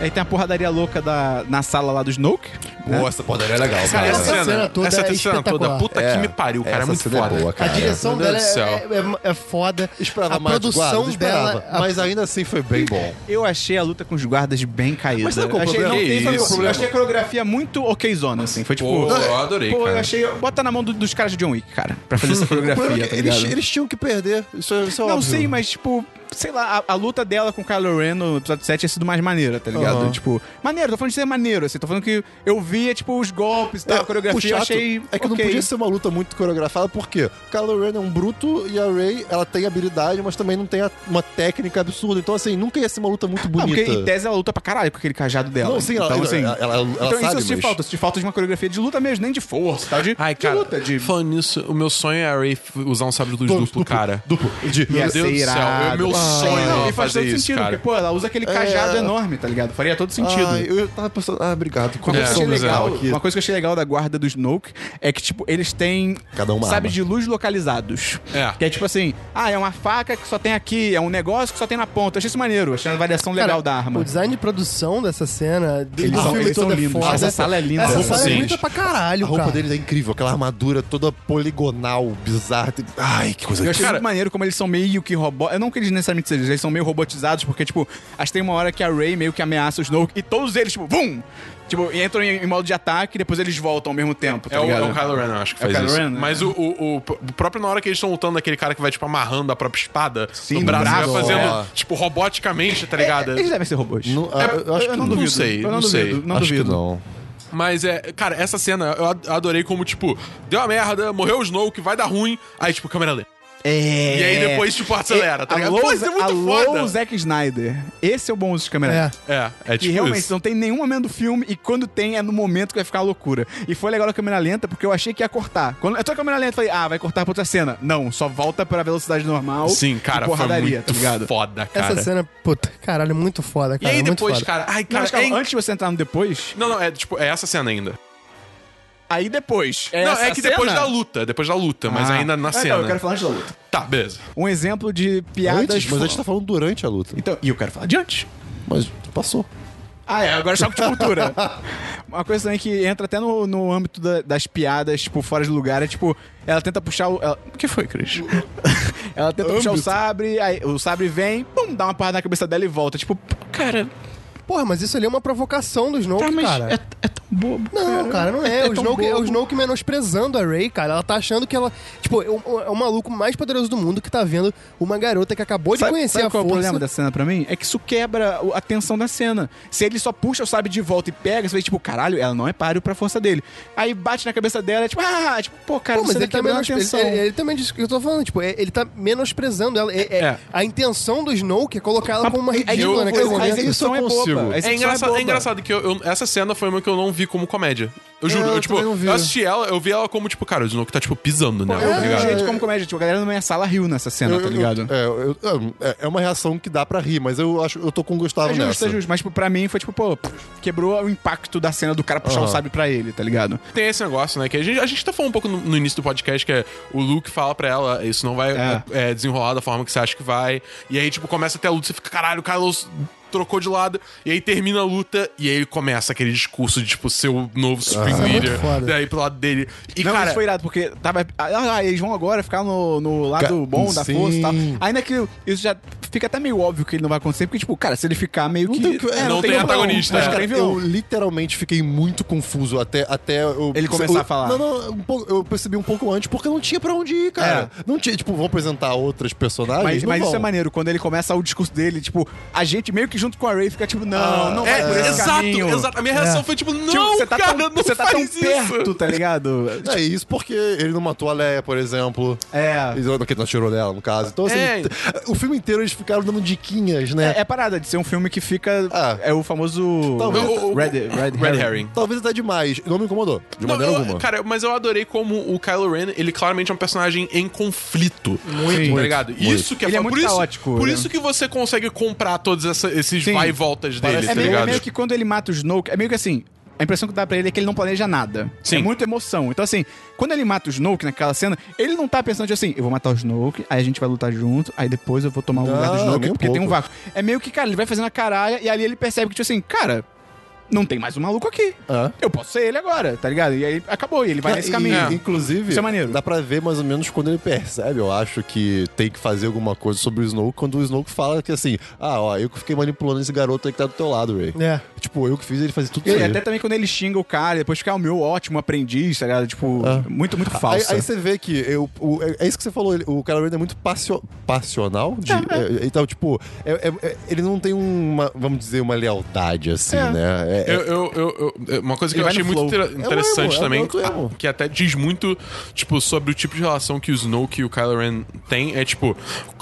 Speaker 2: Aí tem a porradaria louca da, na sala lá do Snoke. né?
Speaker 3: Pô, essa porra é legal,
Speaker 5: Cara, essa cena toda
Speaker 4: essa
Speaker 5: é
Speaker 4: cena toda,
Speaker 5: espetacular.
Speaker 4: puta que me pariu, cara, é
Speaker 3: essa
Speaker 4: muito
Speaker 3: cena é
Speaker 4: foda.
Speaker 3: boa,
Speaker 5: A
Speaker 3: cara.
Speaker 5: direção
Speaker 4: Meu
Speaker 5: dela
Speaker 4: Deus
Speaker 5: é, é, é foda.
Speaker 3: Esperava
Speaker 5: a
Speaker 3: mais de
Speaker 5: produção
Speaker 3: guarda, esperava,
Speaker 2: Ah,
Speaker 5: dela. é a-
Speaker 3: Mas ainda assim foi bem bom.
Speaker 2: Eu achei a luta com os guardas bem caída.
Speaker 3: Mas sabe qual o
Speaker 2: achei,
Speaker 3: problema?
Speaker 2: Não, tem, sabe qual
Speaker 4: Isso,
Speaker 2: o problema?
Speaker 4: cara.
Speaker 2: achei a coreografia muito okzona, assim. Foi tipo.
Speaker 4: Pô, eu adorei,
Speaker 2: Pô, eu
Speaker 3: É.
Speaker 4: cara.
Speaker 2: achei. Bota na mão do- dos caras de John Wick, cara, pra fazer essa coreografia. tá
Speaker 3: eles,
Speaker 2: ligado?
Speaker 3: eles tinham que perder. Isso é, isso é
Speaker 2: Não
Speaker 3: óbvio.
Speaker 2: sei, mas tipo, sei lá, a, a luta dela com o Kylo Ren no episódio 7 tinha sido mais maneira, tá ligado?
Speaker 3: Aham.
Speaker 2: Tipo, maneiro, tô falando de ser maneiro, assim, tô falando que eu via, tipo, os golpes e
Speaker 3: É,
Speaker 2: tal, a
Speaker 3: o
Speaker 2: coreografia, eu
Speaker 3: chato
Speaker 2: achei.
Speaker 3: É que não
Speaker 2: ok.
Speaker 3: podia ser uma luta muito coreografada, porque o Kylo Ren é um bruto e a Rey, ela tem habilidade, mas também não tem a- uma técnica absurda. Então, assim, nunca ia ser uma luta muito
Speaker 2: Não,
Speaker 3: bonita.
Speaker 2: porque em tese ela luta pra caralho com aquele cajado dela.
Speaker 3: Não, sim,
Speaker 2: então,
Speaker 3: ela-
Speaker 2: assim,
Speaker 3: ela- ela- ela
Speaker 2: então isso
Speaker 3: sabe,
Speaker 2: eu senti
Speaker 3: mas-
Speaker 2: falta, eu senti falta de uma coreografia de luta mesmo, nem de força, tal, de,
Speaker 4: Ai,
Speaker 2: de
Speaker 4: cara,
Speaker 2: luta, de...
Speaker 4: falando nisso, o meu sonho é a Ray f- usar um sabre de luz
Speaker 3: Duplo,
Speaker 4: duplo, cara.
Speaker 3: Duplo. De,
Speaker 2: Ia
Speaker 4: Meu Deus
Speaker 2: ser
Speaker 4: do céu,
Speaker 2: irado.
Speaker 4: é o meu
Speaker 2: Ah,
Speaker 4: sonho
Speaker 2: não, e faz
Speaker 4: fazer
Speaker 2: todo
Speaker 4: isso,
Speaker 2: sentido,
Speaker 4: cara.
Speaker 2: porque, pô, ela usa aquele cajado
Speaker 3: É.
Speaker 2: enorme, tá ligado? Faria todo sentido.
Speaker 3: Ah, eu tava pensando. Ah, obrigado.
Speaker 2: Uma coisa,
Speaker 4: É,
Speaker 2: que eu achei
Speaker 3: Conexão
Speaker 2: legal,
Speaker 3: visual aqui.
Speaker 2: uma coisa que eu achei legal da guarda do Snoke é que, tipo, eles têm
Speaker 3: Cada uma
Speaker 2: sabe
Speaker 3: arma.
Speaker 2: de luz localizados.
Speaker 4: É.
Speaker 2: Que é tipo assim, ah, é uma faca que só tem aqui, é um negócio que só tem na ponta. Eu achei isso maneiro, achei uma variação legal
Speaker 5: Cara,
Speaker 2: da arma.
Speaker 5: O design de produção dessa cena, do
Speaker 2: Eles
Speaker 5: do
Speaker 2: são-
Speaker 5: filme
Speaker 2: eles são
Speaker 5: todo é
Speaker 2: lindos.
Speaker 5: foda.
Speaker 2: Essa sala é linda.
Speaker 5: Essa
Speaker 4: A roupa
Speaker 5: sala é
Speaker 4: deles.
Speaker 5: linda pra caralho,
Speaker 3: A roupa
Speaker 5: cara.
Speaker 3: deles é incrível, aquela armadura toda poligonal, bizarra. Tem- Ai, que coisa
Speaker 2: Eu achei
Speaker 4: Cara-
Speaker 2: muito maneiro como eles são meio que robô. Eu não que eles necessariamente sejam, eles são meio robotizados, porque, tipo, acho que tem uma hora que a Ray meio que ameaça o Snoke e todos eles, tipo, vum! Tipo, entram em, em modo de ataque e depois eles voltam ao mesmo tempo. Tá
Speaker 4: É o, é
Speaker 2: ligado?
Speaker 4: o Kylo Ren, eu acho que
Speaker 2: É o
Speaker 4: faz
Speaker 2: Kylo
Speaker 4: isso.
Speaker 2: Ren, né?
Speaker 4: Mas o, o, o p- próprio na hora que eles estão lutando, aquele cara que vai, tipo, amarrando a própria espada
Speaker 2: Sim, É,
Speaker 4: no braço,
Speaker 2: braço,
Speaker 4: vai fazendo,
Speaker 3: é.
Speaker 4: tipo, roboticamente, tá ligado?
Speaker 2: Eles devem ser robôs.
Speaker 3: Não, ah,
Speaker 4: É,
Speaker 3: eu acho que
Speaker 2: eu não
Speaker 4: não
Speaker 2: duvido.
Speaker 4: sei,
Speaker 2: eu não,
Speaker 4: não sei.
Speaker 2: duvido. Não
Speaker 3: acho
Speaker 2: duvido.
Speaker 3: que não.
Speaker 4: Mas é, cara, essa cena eu ad- adorei como, tipo, deu uma merda, morreu o Snow, que vai dar ruim. Aí, tipo, câmera lenta.
Speaker 2: É.
Speaker 4: E aí depois, tipo, acelera, tá ligado?
Speaker 2: Alô,
Speaker 4: Pô, isso é muito
Speaker 2: alô,
Speaker 4: foda.
Speaker 2: Zack Snyder. Esse é o bom uso de câmera.
Speaker 5: É.
Speaker 4: É, é
Speaker 2: Que
Speaker 4: tipo
Speaker 2: realmente
Speaker 4: isso.
Speaker 2: não tem nenhum momento do filme e quando tem é no momento que vai ficar a loucura. E foi legal a câmera lenta porque eu achei que ia cortar. Quando eu tô a câmera lenta, eu falei, ah, vai cortar pra outra cena. Não, só volta pra velocidade normal.
Speaker 4: Sim,
Speaker 2: e
Speaker 4: cara, foi
Speaker 2: porradaria,
Speaker 4: muito
Speaker 2: tá ligado?
Speaker 4: foda, cara.
Speaker 5: Essa cena, puta, caralho, é muito foda,
Speaker 4: e
Speaker 5: cara.
Speaker 4: aí
Speaker 5: muito
Speaker 4: depois,
Speaker 5: foda.
Speaker 4: cara, ai,
Speaker 2: Não,
Speaker 4: cara,
Speaker 2: mas calma,
Speaker 4: é
Speaker 2: antes de você entrar no depois,
Speaker 4: Não, não, é tipo, é essa cena ainda.
Speaker 2: aí depois.
Speaker 4: não,
Speaker 2: essa
Speaker 4: é que depois
Speaker 2: cena-
Speaker 4: da luta, depois da luta, mas
Speaker 2: Ah.
Speaker 4: ainda na
Speaker 2: Ah,
Speaker 4: cena.
Speaker 2: Não, eu quero falar antes da luta.
Speaker 4: Tá, beleza.
Speaker 2: Um exemplo de piadas.
Speaker 3: Antes, mas a gente tá falando durante a luta.
Speaker 2: Então, e eu quero falar de antes.
Speaker 3: Mas passou.
Speaker 2: Ah, é, agora choque de cultura. uma coisa também que entra até no, no âmbito da- das piadas, tipo, fora de lugar, é tipo, ela tenta puxar o. ela- O que foi, Cris? ela tenta puxar o sabre, aí o sabre vem, pum, dá uma parada na cabeça dela e volta. Tipo, pô, cara,
Speaker 5: Porra, mas isso ali é uma provocação do Snoke,
Speaker 2: tá, mas
Speaker 5: cara.
Speaker 2: é, é tão bobo.
Speaker 5: Não, cara, não é. o,
Speaker 2: tão
Speaker 5: Snoke, é o
Speaker 2: bobo.
Speaker 5: Snoke menosprezando a Rey, cara. Ela tá achando que ela. Tipo, é o, é o maluco mais poderoso do mundo que tá vendo uma garota que acabou de
Speaker 2: Sabe-
Speaker 5: conhecer
Speaker 2: sabe
Speaker 5: a
Speaker 2: qual é o
Speaker 5: força.
Speaker 2: problema da cena pra mim? É que isso quebra o- a tensão da cena. Se ele só puxa o sabre de volta e pega, você vê, tipo, caralho, ela não é páreo pra força dele. Aí bate na cabeça dela, é tipo, ah, tipo, pô, cara,
Speaker 5: Pô, mas
Speaker 2: você
Speaker 5: ele
Speaker 2: tá
Speaker 5: tá
Speaker 2: quebrando a
Speaker 5: menos... ele,
Speaker 2: tensão.
Speaker 5: ele, ele também disse o que eu tô falando, tipo, é- ele tá menosprezando ela. É- é-
Speaker 4: É.
Speaker 5: A intenção do Snoke é colocar ela como uma
Speaker 2: Aí, tipo,
Speaker 5: ridícula né? naquele
Speaker 2: a
Speaker 5: momento.
Speaker 2: execução
Speaker 3: eu consigo.
Speaker 2: boba. A execução
Speaker 4: É engraçado,
Speaker 2: boba.
Speaker 4: é engraçado que eu- eu- essa cena foi uma que eu não vi como comédia. Eu juro,
Speaker 3: É,
Speaker 4: eu,
Speaker 3: eu
Speaker 4: tipo,
Speaker 3: também não vi.
Speaker 4: eu assisti ela, eu vi ela como, tipo, cara, o Snoke tá, tipo, pisando nela, tá
Speaker 2: É, Eu vi
Speaker 4: ligado?
Speaker 2: gente como comédia, tipo, a galera na minha sala riu nessa cena, tá
Speaker 3: Eu- eu-
Speaker 2: ligado?
Speaker 3: é, eu- é, é uma reação que dá pra rir, mas eu acho eu tô com o Gustavo
Speaker 2: É justo,
Speaker 3: nessa.
Speaker 2: é justo. Mas, tipo, pra mim foi tipo, pô, quebrou o impacto da cena do cara puxar o sabre pra ele, tá ligado?
Speaker 4: Tem esse negócio, né? Que a gente, a gente tá falando um pouco no, no início do podcast, que é o Luke fala pra ela, isso não vai
Speaker 2: É.
Speaker 4: é, é, desenrolar da forma que você acha que vai. E aí, tipo, começa até a luta, você fica, caralho, o Carlos trocou de lado. E aí termina a luta, e aí ele começa aquele discurso de, tipo, seu novo Supreme
Speaker 5: é muito
Speaker 4: Leader.
Speaker 5: foda.
Speaker 4: Daí pro lado dele. E,
Speaker 2: não,
Speaker 4: cara,
Speaker 2: isso foi irado, porque tava. Ah, ah, eles vão agora ficar no, no lado
Speaker 3: Ca-
Speaker 2: bom da
Speaker 3: sim.
Speaker 2: força e tal. Ainda que isso já fica até meio óbvio que ele não vai acontecer, porque, tipo, cara, se ele ficar meio que.
Speaker 3: tem o que-
Speaker 2: É,
Speaker 4: não tem
Speaker 2: vilão,
Speaker 4: antagonista,
Speaker 2: mas
Speaker 4: é.
Speaker 2: não tem vilão.
Speaker 3: Eu literalmente fiquei muito confuso até, até eu-
Speaker 2: Ele começar
Speaker 3: eu-
Speaker 2: a falar.
Speaker 3: Não, não, um pouco- eu percebi um pouco antes porque não tinha pra onde ir, cara. Não tinha, tipo, vão apresentar outras personagens.
Speaker 2: É. Mas,
Speaker 3: não
Speaker 2: mas
Speaker 3: vão.
Speaker 2: isso é maneiro, quando ele começa o discurso dele, tipo, a gente meio que junto com a Ray fica tipo, não, não vai por
Speaker 4: É,
Speaker 2: esse
Speaker 4: exato,
Speaker 2: caminho. É.
Speaker 4: exato. A minha reação foi tipo, não,
Speaker 2: Tipo, você tá
Speaker 4: cara,
Speaker 2: tão,
Speaker 4: não
Speaker 2: você tá
Speaker 4: faz
Speaker 2: tão
Speaker 4: isso.
Speaker 2: perto, tá ligado?
Speaker 3: É isso porque ele não matou a Leia, por exemplo.
Speaker 2: É.
Speaker 3: Ele não- que não atirou nela, no caso. Então, assim,
Speaker 4: É.
Speaker 3: t- o filme inteiro eles ficaram dando diquinhas, né?
Speaker 2: É, é parada de ser um filme que fica.
Speaker 3: Ah.
Speaker 2: É o famoso.
Speaker 3: Talvez-
Speaker 4: O- o-
Speaker 2: Red, Red,
Speaker 4: Red
Speaker 2: Herring.
Speaker 4: Herring.
Speaker 3: Talvez até demais. Não me incomodou, de
Speaker 4: Não,
Speaker 3: maneira
Speaker 4: eu-
Speaker 3: alguma.
Speaker 4: Cara, mas eu adorei como o Kylo Ren, ele claramente é um personagem em conflito. Muito, tá ligado? Isso que é
Speaker 2: Ele é
Speaker 4: foda.
Speaker 2: muito
Speaker 4: por isso,
Speaker 2: caótico,
Speaker 4: Por
Speaker 2: né?
Speaker 4: isso que você consegue comprar todos essa- esses
Speaker 2: Sim.
Speaker 4: vai e voltas dele,
Speaker 2: É
Speaker 4: tá
Speaker 2: meio, é
Speaker 4: ligado?
Speaker 2: meio que quando ele mata o Snoke, é meio que assim. A impressão que dá pra ele é que ele não planeja nada.
Speaker 4: Sim.
Speaker 2: É muita emoção. Então, assim, quando ele mata o Snoke naquela cena, ele não tá pensando de assim, eu vou matar o Snoke, aí a gente vai lutar junto, aí depois eu vou tomar o lugar do
Speaker 3: Não,
Speaker 2: Snoke,
Speaker 3: nem um
Speaker 2: porque tem um
Speaker 3: pouco.
Speaker 2: vácuo. É meio que, cara, ele vai fazendo a caralha e ali ele percebe que, tipo assim, cara, não tem mais um maluco aqui.
Speaker 3: É.
Speaker 2: Eu posso ser ele agora, tá ligado? E aí acabou, e ele vai nesse
Speaker 3: E,
Speaker 2: caminho.
Speaker 4: é.
Speaker 3: Inclusive,
Speaker 2: Isso é maneiro.
Speaker 3: dá pra ver mais ou menos quando ele percebe, eu acho, que tem que fazer alguma coisa sobre o Snoke, quando o Snoke fala que assim, ah, ó, eu que fiquei manipulando esse garoto aí que tá do teu lado, Ray.
Speaker 5: É.
Speaker 3: Tipo, eu que fiz ele fazer tudo
Speaker 2: E
Speaker 3: isso aí.
Speaker 2: até também quando ele xinga o cara, e depois fica "Ah, o meu ótimo aprendiz, tá ligado? Tipo, muito, muito
Speaker 3: Aí,
Speaker 2: falso.
Speaker 3: aí você vê que eu, o- é- é isso que você falou, ele- o Kylo Ren é muito passio, passional. De, é, então, tipo, é- é- é- ele não tem uma, vamos dizer, uma lealdade, assim, né? É- é-
Speaker 4: Eu- eu- eu- eu- uma coisa que
Speaker 2: Ele vai
Speaker 4: eu achei
Speaker 2: no
Speaker 4: muito
Speaker 2: flow.
Speaker 4: inter- interessante
Speaker 3: emo, é
Speaker 4: também,
Speaker 3: o outro emo.
Speaker 4: que até diz muito, tipo, sobre o tipo de relação que o Snoke e o Kylo Ren têm, é tipo,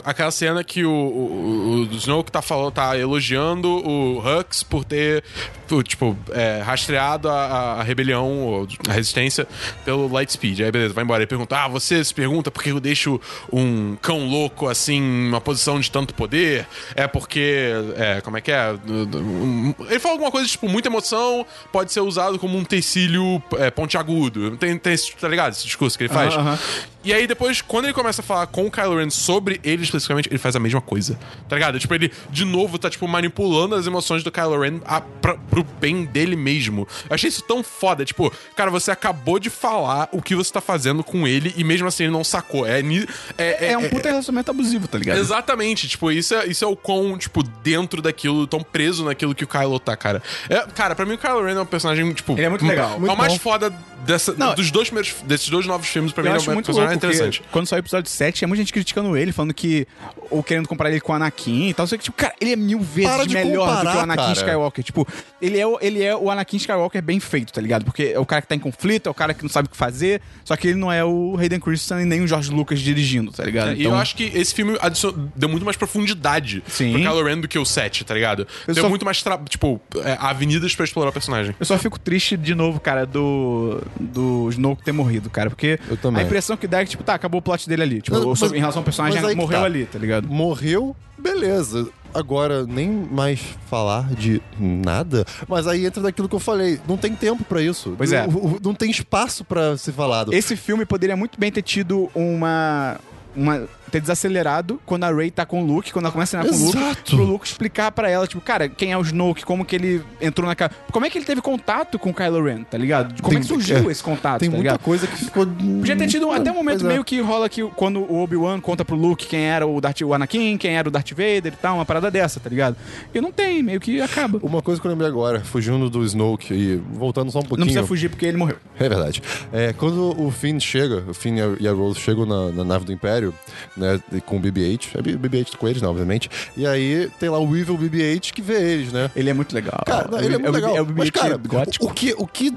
Speaker 4: aquela cena que o, o, o Snoke tá, falando, tá elogiando o Hux por ter, por, tipo, é, rastreado a, a- a rebelião, ou a resistência, pelo Lightspeed. Aí, beleza, vai embora. Ele pergunta, ah, você se pergunta por que eu deixo um cão louco, assim, numa posição de tanto poder? É porque, é, como é que é? Um- Ele fala alguma coisa, tipo, muita emoção, pode ser usado como um tecílio é, pontiagudo. Tem, tem esse, tá ligado? Esse discurso que ele faz.
Speaker 2: Aham, aham.
Speaker 4: E aí depois, quando ele começa a falar com o Kylo Ren sobre ele especificamente, ele faz a mesma coisa. Tá ligado? Tipo, ele de novo tá, tipo, manipulando as emoções do Kylo Ren a, pra, pro bem dele mesmo. Eu achei isso tão foda. Tipo, cara, você acabou de falar o que você tá fazendo com ele e mesmo assim ele não sacou. É, ni- é,
Speaker 2: é, um puta relacionamento abusivo, tá ligado?
Speaker 4: Exatamente, tipo, isso é, isso é o quão, tipo, dentro daquilo, tão preso naquilo que o Kylo tá, cara. É, cara, pra mim o Kylo Ren é um personagem, tipo.
Speaker 2: Ele é muito legal.
Speaker 4: É
Speaker 2: Muito
Speaker 4: o mais
Speaker 2: bom.
Speaker 4: foda dessa,
Speaker 2: Não,
Speaker 4: dos dois primeiros, desses dois novos filmes, pra
Speaker 2: Eu
Speaker 4: mim
Speaker 2: acho
Speaker 4: é um
Speaker 2: muito louco,
Speaker 4: personagem
Speaker 2: interessante.
Speaker 4: interessante.
Speaker 2: quando saiu o episódio 7, tinha muita gente criticando ele, falando que... Ou querendo comparar ele com o Anakin e tal. Só que, tipo, cara, ele é mil vezes
Speaker 3: Para de
Speaker 2: melhor do que o
Speaker 3: comparar,
Speaker 2: Anakin
Speaker 3: cara.
Speaker 2: Skywalker. Tipo, ele é, o- ele é o Anakin Skywalker bem feito, tá ligado? Porque é o cara que tá em conflito, é o cara que não sabe o que fazer. Só que ele não é o Hayden Christensen e nem o George Lucas dirigindo, tá ligado?
Speaker 4: É, E eu acho que esse filme adicion- deu muito mais profundidade
Speaker 2: Sim.
Speaker 4: pro Kylo Ren do que o 7, tá ligado?
Speaker 2: Eu
Speaker 4: deu
Speaker 2: só-
Speaker 4: muito mais, tra- tipo, é, avenidas pra explorar o personagem.
Speaker 2: Eu só fico triste de novo, cara, do, do Snoke ter morrido, cara. Porque
Speaker 3: Eu também.
Speaker 2: a impressão que dá é que, tipo, tá, acabou o plot dele ali. Tipo,
Speaker 3: Mas-
Speaker 2: sobre-
Speaker 3: mas-
Speaker 2: em relação ao personagem,
Speaker 3: mas aí que
Speaker 2: morreu
Speaker 3: tá.
Speaker 2: ali, tá ligado?
Speaker 3: morreu, beleza. Agora, nem mais falar de nada, mas aí entra daquilo que eu falei. Não tem tempo pra isso.
Speaker 2: Pois é.
Speaker 3: O- o- não tem espaço pra ser falado.
Speaker 2: Esse filme poderia muito bem ter tido uma. Uma ter desacelerado quando a Ray tá com o Luke, quando ela começa a andar com o Luke,
Speaker 3: Exato.
Speaker 2: pro Luke explicar pra ela, tipo, cara, quem é o Snoke, como que ele entrou na ca- Como é que ele teve contato com o Kylo Ren, tá ligado? Como é que
Speaker 3: Tem-
Speaker 2: surgiu
Speaker 3: é,
Speaker 2: esse contato,
Speaker 3: Tem
Speaker 2: tá
Speaker 3: muita
Speaker 2: ligado?
Speaker 3: coisa que ficou.
Speaker 2: Podia ter tido um- até um momento
Speaker 3: Pois é.
Speaker 2: meio que rola que o- quando o Obi-Wan conta pro Luke quem era o, Darth, o Anakin, quem era o Darth Vader e tal, uma parada dessa, tá ligado? E não tem, meio que acaba.
Speaker 3: Uma coisa que eu lembrei agora, fugindo do Snoke e voltando só um pouquinho.
Speaker 2: Não precisa fugir porque ele morreu.
Speaker 3: É verdade. É, quando o Finn chega, o Finn e a- e a Rose chegam na, na nave do Império, né, e com o BB-8, é B- BB-8 com eles, não, obviamente, e aí tem lá o Evil BB-8 que vê eles, né?
Speaker 2: Ele é muito legal.
Speaker 3: Cara, não, ele é muito
Speaker 2: o-
Speaker 3: legal.
Speaker 2: É o
Speaker 3: mas,
Speaker 2: bilhete
Speaker 3: cara,
Speaker 2: gótico.
Speaker 3: o que, o que,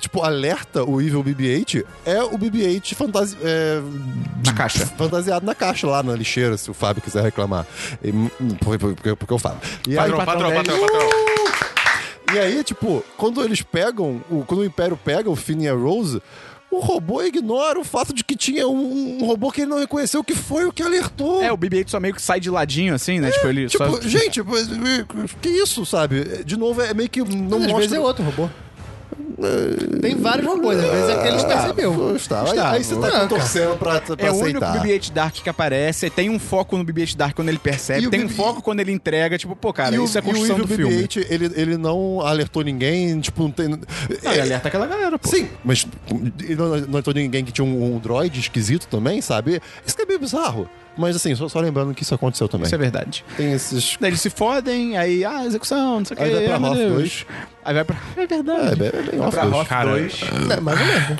Speaker 3: tipo, alerta o Evil BB-8 é o BB-8 fantasi é,
Speaker 2: Na caixa.
Speaker 3: fantasiado na caixa, lá na lixeira, se o Fábio quiser reclamar. E, hum, porque, porque, porque eu falo. E aí,
Speaker 4: Patrão,
Speaker 2: patrão
Speaker 4: patrão, patrão,
Speaker 3: é
Speaker 4: patrão.
Speaker 3: e aí, tipo, quando eles pegam, o- quando o Império pega o Finn e a Rose, o robô ignora o fato de que tinha um, um robô que ele não reconheceu, que foi o que alertou.
Speaker 2: É, o BB-8 só meio que sai de ladinho, assim, né? tipo, ele
Speaker 3: Tipo,
Speaker 2: só...
Speaker 3: gente, mas, que isso, sabe? De novo, é meio que não
Speaker 5: Mas às
Speaker 3: mostra...
Speaker 5: vezes é outro robô. Tem vários robôs, às vezes é aquele que percebeu.
Speaker 3: Gustavo, Ah, aí- Aí você tá
Speaker 5: Não,
Speaker 3: torcendo pra, pra
Speaker 2: É o único
Speaker 3: aceitar.
Speaker 2: BB-8 Dark que aparece. Tem um foco no BB-8 Dark quando ele percebe.
Speaker 3: E o
Speaker 2: Tem um
Speaker 3: BB-8
Speaker 2: foco quando ele entrega. Tipo, pô, cara,
Speaker 3: e o,
Speaker 2: isso é a
Speaker 3: e o
Speaker 2: construção
Speaker 3: Evil
Speaker 2: do filme.
Speaker 3: BB-8, ele, ele não alertou ninguém, tipo, não tem...
Speaker 2: Não,
Speaker 3: é-
Speaker 2: ele alerta aquela galera, pô.
Speaker 3: Sim, mas ele não, não alertou ninguém que tinha um, um droid esquisito também, sabe? Isso que é meio bizarro. Mas assim, só, só lembrando que isso aconteceu também.
Speaker 2: Isso é verdade.
Speaker 3: Tem esses...
Speaker 2: Daí eles se fodem, aí, ah, execução, não sei o que.
Speaker 3: Aí vai pra Hoth 2.
Speaker 2: Aí vai pra. É verdade.
Speaker 3: É, é, é, é,
Speaker 2: vai pra né?
Speaker 3: Hoth
Speaker 2: Hoth
Speaker 4: Cara,
Speaker 2: 2.
Speaker 5: Não, mas não é.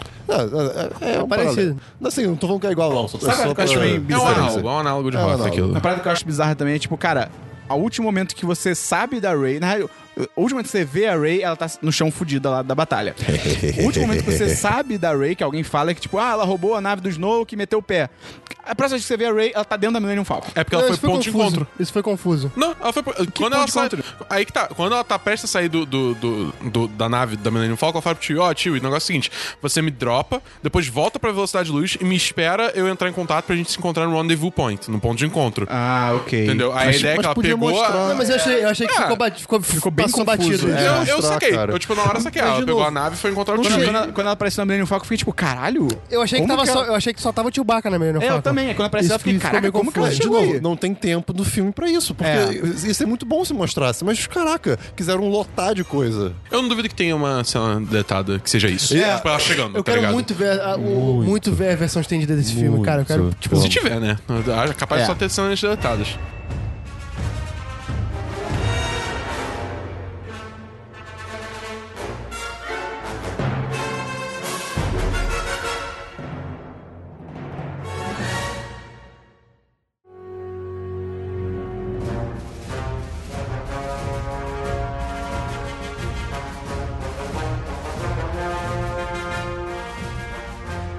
Speaker 3: É, é, é
Speaker 5: Parecido.
Speaker 3: um parecido. Assim, não tô falando que é igual, não. Só,
Speaker 2: Tá Sabe
Speaker 3: só
Speaker 2: o que eu acho
Speaker 3: pra-
Speaker 2: meio
Speaker 4: É um
Speaker 2: bizarro?
Speaker 4: análogo, é um análogo de
Speaker 3: É um
Speaker 4: Hoth
Speaker 3: análogo.
Speaker 4: aquilo.
Speaker 2: Uma parada que eu acho bizarra também é, tipo, cara, ao último momento que você sabe da Ray, na real, o último momento que você vê a Ray, ela tá no chão fudida lá da batalha. o último momento que você sabe da Ray, que alguém fala é que, tipo, ah, ela roubou a nave do Snow que meteu o pé. A próxima vez que você vê a Ray, ela tá dentro da Millennium Falcon.
Speaker 4: É porque ela
Speaker 5: Não,
Speaker 4: foi
Speaker 5: isso
Speaker 4: ponto de
Speaker 5: confuso.
Speaker 4: encontro.
Speaker 5: Isso foi confuso.
Speaker 4: Não, ela foi. quando ela
Speaker 2: ponto de
Speaker 4: sai. Aí que tá. Quando ela tá prestes a sair do, do- do- do- da nave da Millennium Falcon, ela fala pro tio: Ó, tio, o negócio é o seguinte: você me dropa, depois volta pra velocidade de luz e me espera eu entrar em contato pra gente se encontrar no rendezvous point, no ponto de encontro.
Speaker 2: Ah, ok.
Speaker 4: Entendeu? Aí a ideia é que
Speaker 3: mas
Speaker 4: ela
Speaker 3: podia
Speaker 4: pegou. a-
Speaker 3: mostrar-
Speaker 5: Não, mas eu achei, eu achei que
Speaker 4: Ah.
Speaker 5: ficou, batido, ficou,
Speaker 2: bem
Speaker 5: passou
Speaker 2: confuso,
Speaker 5: batido.
Speaker 2: é.
Speaker 4: Eu, eu
Speaker 3: mostrar,
Speaker 4: saquei.
Speaker 3: cara.
Speaker 4: Eu, tipo, na hora saquei.
Speaker 3: Mas,
Speaker 4: Ela
Speaker 3: de
Speaker 4: pegou
Speaker 3: novo,
Speaker 4: a nave e foi encontrar o
Speaker 2: Quando,
Speaker 4: tio.
Speaker 2: quando ela, quando ela apareceu na Millennium Falcon, eu fiquei tipo, caralho.
Speaker 5: Eu achei que,
Speaker 2: como
Speaker 5: tava só,
Speaker 2: ela-
Speaker 5: eu achei que só tava o Chewbacca na Millennium
Speaker 2: É, eu
Speaker 5: Falcon.
Speaker 2: também. É, quando apareceu,
Speaker 5: Isso
Speaker 2: eu fiquei,
Speaker 5: ficou
Speaker 2: caraca,
Speaker 5: meio
Speaker 2: como que ela
Speaker 3: Mas,
Speaker 5: confuso.
Speaker 3: de
Speaker 2: Continua
Speaker 3: novo,
Speaker 2: aí.
Speaker 3: não tem tempo do filme pra isso, porque
Speaker 2: É.
Speaker 3: isso é muito bom se mostrasse, mas caraca, quiseram lotar de coisa.
Speaker 4: Eu não duvido que tenha uma cena deletada que seja isso.
Speaker 3: É.
Speaker 4: Tipo, ela chegando,
Speaker 5: Eu
Speaker 4: tá
Speaker 5: quero
Speaker 4: ligado?
Speaker 5: muito ver a, o- muito. ver a versão estendida desse filme, cara. Eu quero,
Speaker 3: Muito.
Speaker 5: tipo,
Speaker 4: Se tiver, né? Ah, Capaz
Speaker 2: É.
Speaker 4: de só ter cenas deletadas.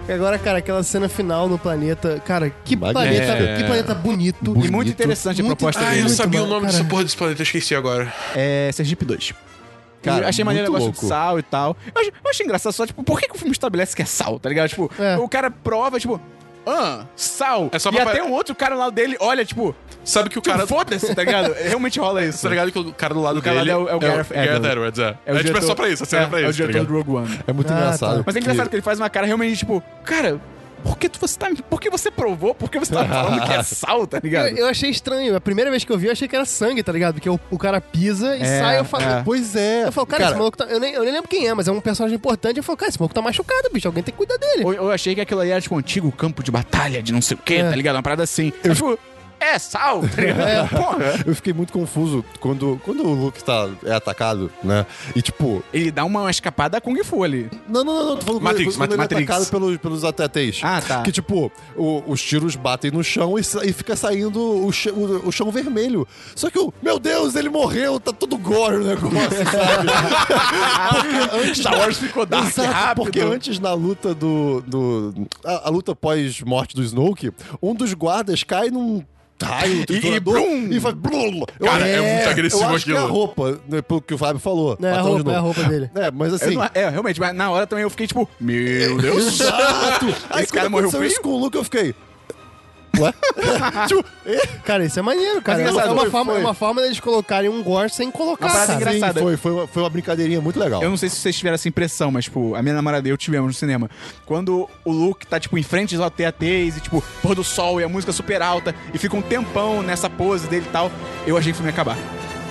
Speaker 5: E agora, cara, aquela cena final no planeta. Cara, que
Speaker 3: Magnífico.
Speaker 5: planeta,
Speaker 4: É.
Speaker 5: que planeta bonito.
Speaker 2: E muito interessante a
Speaker 5: Muito
Speaker 2: proposta
Speaker 4: Ah,
Speaker 5: Ai,
Speaker 4: eu
Speaker 2: dele.
Speaker 5: muito
Speaker 4: sabia o
Speaker 5: mal,
Speaker 4: nome
Speaker 5: cara.
Speaker 4: dessa porra desse planeta, eu esqueci agora.
Speaker 2: É Sergipe 2.
Speaker 3: Cara,
Speaker 2: eu achei maneiro o
Speaker 3: muito
Speaker 2: negócio de
Speaker 3: louco.
Speaker 2: sal e tal. Eu acho, eu acho engraçado só, tipo, por que, que o filme estabelece que é sal, tá ligado? Tipo,
Speaker 5: É.
Speaker 2: o cara prova, tipo, ah, sal.
Speaker 4: É só
Speaker 2: e
Speaker 4: pra-
Speaker 2: até um outro cara lá dele olha, tipo,
Speaker 4: Sabe que o
Speaker 2: cara,
Speaker 4: cara.
Speaker 2: foda-se, tá ligado? Realmente rola isso,
Speaker 4: um Tá ligado que o cara do lado
Speaker 2: O cara
Speaker 4: dele
Speaker 2: lá é o- é o Gareth Edwards.
Speaker 4: Edwards, é.
Speaker 2: o
Speaker 4: É, tipo, é
Speaker 2: diretor-
Speaker 4: só pra isso, a cena é pra isso.
Speaker 2: É o
Speaker 4: tá
Speaker 2: diretor
Speaker 4: ligado?
Speaker 2: do Rogue One.
Speaker 3: É muito
Speaker 5: Ah,
Speaker 3: engraçado.
Speaker 5: tá.
Speaker 2: Mas é engraçado que ele faz uma cara realmente, tipo, cara, por que tu- você tá. Por que você provou? Por que você tá falando que é sal, tá ligado?
Speaker 5: Eu, eu achei estranho. A primeira vez que eu vi, eu achei que era sangue, tá ligado? Porque o, o cara pisa e
Speaker 2: É,
Speaker 5: sai. Eu falo,
Speaker 2: é.
Speaker 3: Pois é.
Speaker 5: eu falo cara, esse maluco tá. Eu nem, eu nem lembro quem é, mas é um personagem importante. Eu falo, cara, esse maluco tá machucado, bicho. Alguém tem que cuidar dele.
Speaker 2: Ou, ou eu achei que aquilo ali era, tipo, um antigo campo de batalha de não sei o quê,
Speaker 5: É.
Speaker 2: tá ligado? Uma parada assim. Eu, tipo, é sal, tá ligado? Porra.
Speaker 3: Eu fiquei muito confuso quando, quando o Luke tá, é atacado, né? E tipo.
Speaker 2: Ele dá uma escapada Kung Fu ali.
Speaker 3: Não, não, não, não. Tô falando
Speaker 4: Matrix,
Speaker 3: quando ele
Speaker 4: Mat-
Speaker 3: é
Speaker 4: Matrix.
Speaker 3: atacado pelos, pelos ATTs.
Speaker 2: Ah, tá.
Speaker 3: Que tipo, o- os tiros batem no chão e, sa- e fica saindo o, che- o- o chão vermelho. Só que o. Meu Deus, ele morreu, tá todo gore o negócio, sabe?
Speaker 2: Star Wars ficou dark
Speaker 3: Exato,
Speaker 2: rápido.
Speaker 3: porque antes na luta do. do a, a luta pós-morte do Snoke, um dos guardas cai num raio
Speaker 2: E- e
Speaker 3: triturador
Speaker 2: brum!
Speaker 3: e faz. brum. Eu-
Speaker 4: Cara, é muito agressivo
Speaker 3: eu acho Que é a
Speaker 4: aquilo.
Speaker 3: roupa, né, pelo que o Fábio falou.
Speaker 5: É a
Speaker 3: Patrão de
Speaker 5: roupa, é a
Speaker 3: novo.
Speaker 5: roupa dele.
Speaker 3: É, mas
Speaker 2: Eu
Speaker 3: assim.
Speaker 2: não- é, realmente, mas na hora também eu fiquei tipo, meu Deus.
Speaker 3: Exato! Aí
Speaker 2: Esse cara
Speaker 3: quando
Speaker 2: morreu
Speaker 3: aconteceu
Speaker 2: feio?
Speaker 3: isso com o Luke, eu fiquei. Ué? tipo,
Speaker 5: Cara, isso é maneiro, cara. É uma-
Speaker 2: engraçado,
Speaker 5: é, uma
Speaker 3: foi-
Speaker 5: forma,
Speaker 3: foi.
Speaker 5: é uma forma deles colocarem um gore sem colocar,
Speaker 2: Uma parada
Speaker 5: sabe?
Speaker 2: engraçada.
Speaker 3: sim, assim, foi, foi, uma- foi uma brincadeirinha muito legal.
Speaker 2: Eu não sei se vocês tiveram essa impressão, mas, tipo, a minha namorada e eu tivemos no cinema. Quando o Luke tá, tipo, em frente aos TATs e, tipo, pôr do sol e a música super alta e fica um tempão nessa pose dele e tal, eu achei que o filme ia acabar.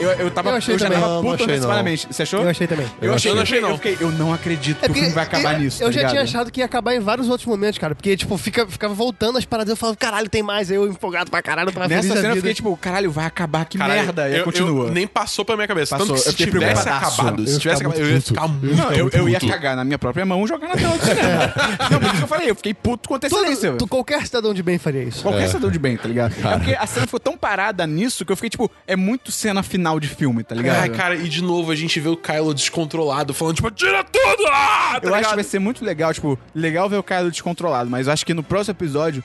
Speaker 2: Eu, eu tava.
Speaker 5: Eu achei
Speaker 2: já
Speaker 5: também.
Speaker 2: tava
Speaker 3: Não, não
Speaker 2: puto
Speaker 3: achei, não.
Speaker 2: antecipadamente. Você achou?
Speaker 5: Eu achei também.
Speaker 2: Eu achei,
Speaker 4: Eu
Speaker 2: eu
Speaker 4: não achei, não.
Speaker 2: Eu fiquei, eu não acredito que o filme vai acabar
Speaker 5: É eu,
Speaker 2: nisso.
Speaker 5: Eu
Speaker 2: tá
Speaker 5: já tinha
Speaker 2: ligado?
Speaker 5: achado que ia acabar em vários outros momentos, cara. Porque, tipo, fica, ficava voltando as paradas. Eu falava, caralho, tem mais. Aí Eu empolgado pra caralho, eu tava
Speaker 2: Nessa
Speaker 5: feliz da
Speaker 2: cena eu
Speaker 5: vida.
Speaker 2: fiquei tipo, caralho, vai acabar, que
Speaker 4: Caralho,
Speaker 2: merda. E
Speaker 4: eu-
Speaker 2: continua.
Speaker 4: eu- nem passou pela minha cabeça.
Speaker 2: Passou,
Speaker 4: Tanto que
Speaker 2: eu
Speaker 4: se
Speaker 2: fiquei
Speaker 4: tivesse
Speaker 2: preocupadaço.
Speaker 4: acabado,
Speaker 3: Eu
Speaker 4: se
Speaker 3: ia
Speaker 4: tivesse
Speaker 3: ficar
Speaker 4: acabado,
Speaker 3: muito
Speaker 4: eu ia
Speaker 3: puto.
Speaker 4: ficar muito.
Speaker 2: Não, eu,
Speaker 4: muito
Speaker 2: eu ia
Speaker 4: puto.
Speaker 2: cagar na minha própria mão e jogar na tela do cinema. Não, por isso que eu falei, eu fiquei puto com antecedência.
Speaker 5: Todo, tu, qualquer cidadão de bem faria isso.
Speaker 2: Qualquer cidadão de bem, tá ligado? É porque a cena ficou tão parada nisso que eu fiquei tipo, é muito cena final de filme, tá ligado?
Speaker 4: Ai, cara, e de novo a gente vê o Kylo descontrolado, falando, tipo, tira tudo! Ah!
Speaker 2: eu
Speaker 4: Tá
Speaker 2: acho que
Speaker 4: ligado?
Speaker 2: vai ser muito legal, tipo, legal ver o Kylo descontrolado, mas eu acho que no próximo episódio.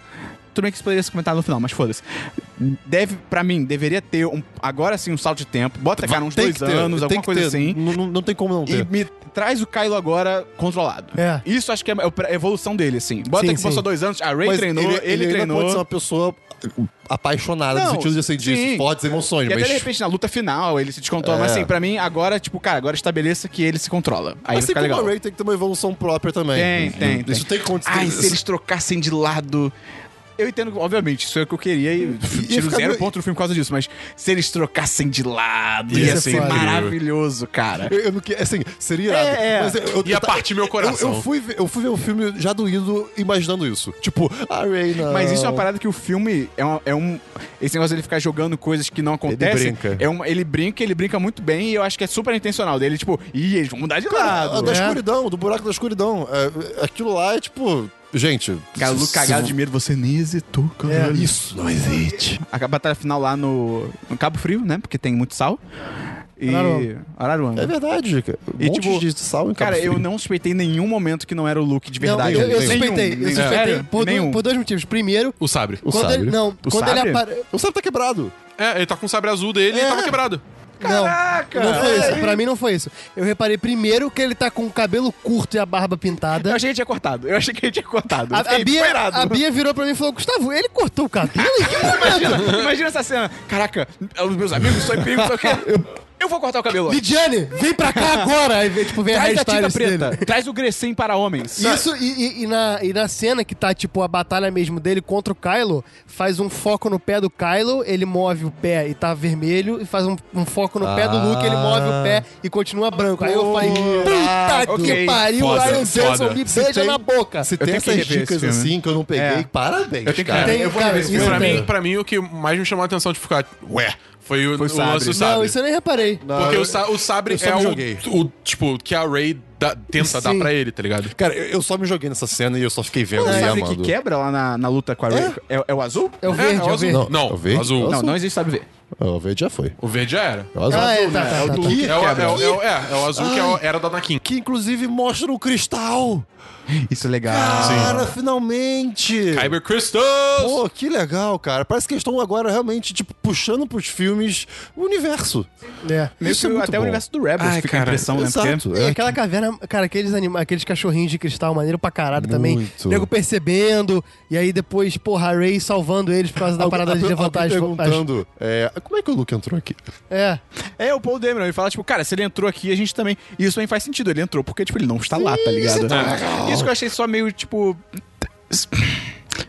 Speaker 2: Tudo bem que isso poderia ser comentado no final, mas foda-se. Deve, pra mim, deveria ter um. Agora sim, um salto de tempo. Bota, cara, uns
Speaker 3: Tem
Speaker 2: dois
Speaker 3: que ter,
Speaker 2: anos,
Speaker 3: tem
Speaker 2: alguma
Speaker 3: que
Speaker 2: coisa
Speaker 3: ter.
Speaker 2: assim.
Speaker 3: Não, não- não tem como não
Speaker 2: E
Speaker 3: ter.
Speaker 2: me traz o Kylo agora controlado.
Speaker 5: É.
Speaker 2: Isso acho que é a evolução dele, assim. Bota
Speaker 5: Sim,
Speaker 2: que passou
Speaker 5: sim.
Speaker 2: dois anos, a Ray
Speaker 3: Mas
Speaker 2: treinou, ele,
Speaker 3: ainda
Speaker 2: treinou.
Speaker 3: pode ser uma pessoa apaixonada
Speaker 2: Não,
Speaker 3: no sentido de, assim, de
Speaker 2: sim.
Speaker 3: fortes emoções,
Speaker 2: E até
Speaker 3: mas
Speaker 2: de repente na luta final ele se descontrola.
Speaker 3: É.
Speaker 2: Mas assim, pra mim, agora, tipo, cara, agora estabeleça que ele se controla. Aí
Speaker 3: assim
Speaker 2: fica
Speaker 3: como
Speaker 2: legal.
Speaker 3: a Ray tem que ter uma evolução própria
Speaker 2: Tem,
Speaker 3: também. né? Uhum.
Speaker 2: tem, tem.
Speaker 3: Isso tem que acontecer.
Speaker 2: Ai, se eles trocassem de lado. Eu entendo, que, obviamente, isso é o que eu queria e tiro
Speaker 3: ficar
Speaker 2: zero
Speaker 3: meio-
Speaker 2: ponto no filme por causa disso, mas se eles trocassem de lado,
Speaker 3: Ia
Speaker 2: ia
Speaker 3: ser
Speaker 2: ser
Speaker 3: foda.
Speaker 2: maravilhoso, cara.
Speaker 3: Eu, eu não que- assim, seria.
Speaker 2: É, é.
Speaker 3: Mas eu- eu-
Speaker 4: Ia
Speaker 3: eu-
Speaker 4: partir meu coração.
Speaker 3: Eu, eu fui ver, eu fui ver o filme já doído imaginando isso. Tipo, a Ray não.
Speaker 2: Mas isso é uma parada que o filme é, uma- é um. Esse negócio dele ficar jogando coisas que não acontecem.
Speaker 3: brinca.
Speaker 2: É uma, ele brinca, ele brinca muito bem e eu acho que é super intencional dele. Tipo, ih, eles vão mudar de
Speaker 3: Cara, a
Speaker 2: lado.
Speaker 3: Ah, da
Speaker 5: É.
Speaker 3: escuridão, do buraco da escuridão. É, aquilo lá é tipo. Gente.
Speaker 2: Cara, o
Speaker 3: se-
Speaker 2: Luke cagado
Speaker 3: se-
Speaker 2: de medo, você nem hesitou, cara.
Speaker 5: É.
Speaker 3: Isso não existe.
Speaker 2: A batalha final lá no, no Cabo Frio, né? Porque tem muito sal. E.
Speaker 5: Araruama.
Speaker 2: Araruama.
Speaker 3: É verdade, cara. Um
Speaker 2: E,
Speaker 3: monte
Speaker 2: tipo,
Speaker 3: de sal em Cabo
Speaker 2: Cara, eu
Speaker 3: Frio.
Speaker 2: não suspeitei em nenhum momento que não era o Luke de verdade.
Speaker 5: Não, eu, eu
Speaker 3: Nenhum,
Speaker 5: suspeitei.
Speaker 2: nenhum.
Speaker 5: eu suspeitei
Speaker 2: Sério?
Speaker 5: por, du-
Speaker 2: Nenhum.
Speaker 5: por dois motivos. Primeiro,
Speaker 4: O sabre.
Speaker 3: O
Speaker 5: quando
Speaker 3: sabre.
Speaker 5: ele. Não,
Speaker 2: O
Speaker 5: quando ele
Speaker 2: sabre?
Speaker 5: aparece.
Speaker 3: O sabre tá quebrado.
Speaker 4: É, ele tá com o sabre azul dele e
Speaker 3: É.
Speaker 4: tava quebrado.
Speaker 5: Não,
Speaker 2: Caraca! É.
Speaker 5: não foi isso. Pra mim não foi isso. Eu reparei primeiro que ele tá com o cabelo curto e a barba pintada.
Speaker 2: Eu achei que tinha cortado. Eu achei que ele tinha cortado.
Speaker 5: A,
Speaker 2: Eu fiquei
Speaker 5: a Bia,
Speaker 2: desesperado.
Speaker 5: a Bia virou pra mim e falou: Gustavo, ele cortou o cabelo? Em que momento?
Speaker 2: Imagina, imagina essa cena. Caraca, os meus amigos são em perigo, não sei o quê. Eu vou cortar o cabelo.
Speaker 5: Lidiane, vem pra cá agora! Aí, vem, tipo, vem a
Speaker 2: Traz a tinta
Speaker 5: hairstylist
Speaker 2: preta.
Speaker 5: dele.
Speaker 2: Traz o Grecin para homens.
Speaker 5: Isso, e, e- e na, e na cena que tá, tipo, a batalha mesmo dele contra o Kylo, faz um foco no pé do Kylo, ele move o pé e tá vermelho, e faz um, um foco no pé do
Speaker 3: Ah.
Speaker 5: Luke, ele move o pé e continua branco. Aí eu falei, puta que
Speaker 2: ok.
Speaker 5: pariu,
Speaker 4: Foda,
Speaker 5: Ryan Johnson
Speaker 4: foda.
Speaker 5: me beija
Speaker 3: tem-
Speaker 5: na boca.
Speaker 3: um Se
Speaker 2: tenho
Speaker 3: tem
Speaker 2: que
Speaker 3: essas
Speaker 2: rever
Speaker 3: dicas
Speaker 2: esse filme.
Speaker 3: assim que eu não peguei,
Speaker 2: É.
Speaker 3: parabéns.
Speaker 2: Eu tenho que
Speaker 3: cara.
Speaker 2: rever.
Speaker 5: Tem,
Speaker 2: eu vou
Speaker 5: cara,
Speaker 2: ver esse
Speaker 5: isso
Speaker 2: filme.
Speaker 4: Pra
Speaker 5: tem.
Speaker 4: mim, pra mim, o que mais me chamou a atenção de ficar, ué, foi o,
Speaker 2: Foi o
Speaker 4: o lance
Speaker 2: sabre.
Speaker 4: do sabre.
Speaker 5: Não, isso eu nem reparei.
Speaker 3: Não,
Speaker 4: Porque
Speaker 3: eu-
Speaker 4: o, sa- o sabre
Speaker 3: eu só me joguei.
Speaker 4: é o, o, tipo, que a Ray dá- tenta dar
Speaker 5: Sim.
Speaker 4: pra ele, tá ligado?
Speaker 3: Cara, eu eu só me joguei nessa cena e eu só fiquei vendo
Speaker 2: Não,
Speaker 3: e
Speaker 2: sabe
Speaker 3: amando.
Speaker 2: que é? quebra lá na, na luta com a Ray? É, é o azul?
Speaker 5: É o
Speaker 4: É,
Speaker 5: verde,
Speaker 4: é
Speaker 5: é,
Speaker 4: o
Speaker 5: o
Speaker 4: azul.
Speaker 5: verde.
Speaker 4: Não,
Speaker 3: É o verde?
Speaker 4: azul.
Speaker 3: É o
Speaker 2: Não,
Speaker 3: azul.
Speaker 2: não existe sabe ver.
Speaker 3: O verde já foi.
Speaker 4: O verde já era.
Speaker 3: O azul.
Speaker 5: Ah, é, tá, tá,
Speaker 2: É o
Speaker 5: tá,
Speaker 2: do
Speaker 5: tá.
Speaker 2: Luke
Speaker 4: É o,
Speaker 2: quebra.
Speaker 4: é, o- é o- é, é o azul que é o- era da Anakin.
Speaker 3: Que inclusive mostra o cristal.
Speaker 2: Isso é legal.
Speaker 3: Cara, finalmente!
Speaker 4: Kyber Crystals!
Speaker 3: Pô, que legal, cara. Parece que eles estão agora realmente, tipo, puxando pros filmes o universo.
Speaker 5: É.
Speaker 2: Meio
Speaker 3: Isso
Speaker 2: que
Speaker 3: é muito
Speaker 2: até o
Speaker 3: bom.
Speaker 2: universo do Rebels
Speaker 4: Ai,
Speaker 2: fica a
Speaker 4: cara,
Speaker 2: impressão, né? Porque-
Speaker 3: Exato.
Speaker 5: E
Speaker 3: é.
Speaker 5: aquela caverna, cara, aqueles, anima, aqueles cachorrinhos de cristal maneiro pra caralho também.
Speaker 3: Muito.
Speaker 5: Nego percebendo, e aí depois, porra, a Ray salvando eles por causa da
Speaker 3: Algu-
Speaker 5: parada de
Speaker 3: algu-
Speaker 5: levantar as,
Speaker 3: alguém
Speaker 5: as
Speaker 3: perguntando, é, como é que o Luke entrou aqui?
Speaker 5: É.
Speaker 2: É, o Paul Dameron, ele fala, tipo, cara, se ele entrou aqui, a gente também. E isso também faz sentido, ele entrou porque, tipo, ele não está lá, tá ligado? Isso que eu achei só meio, tipo.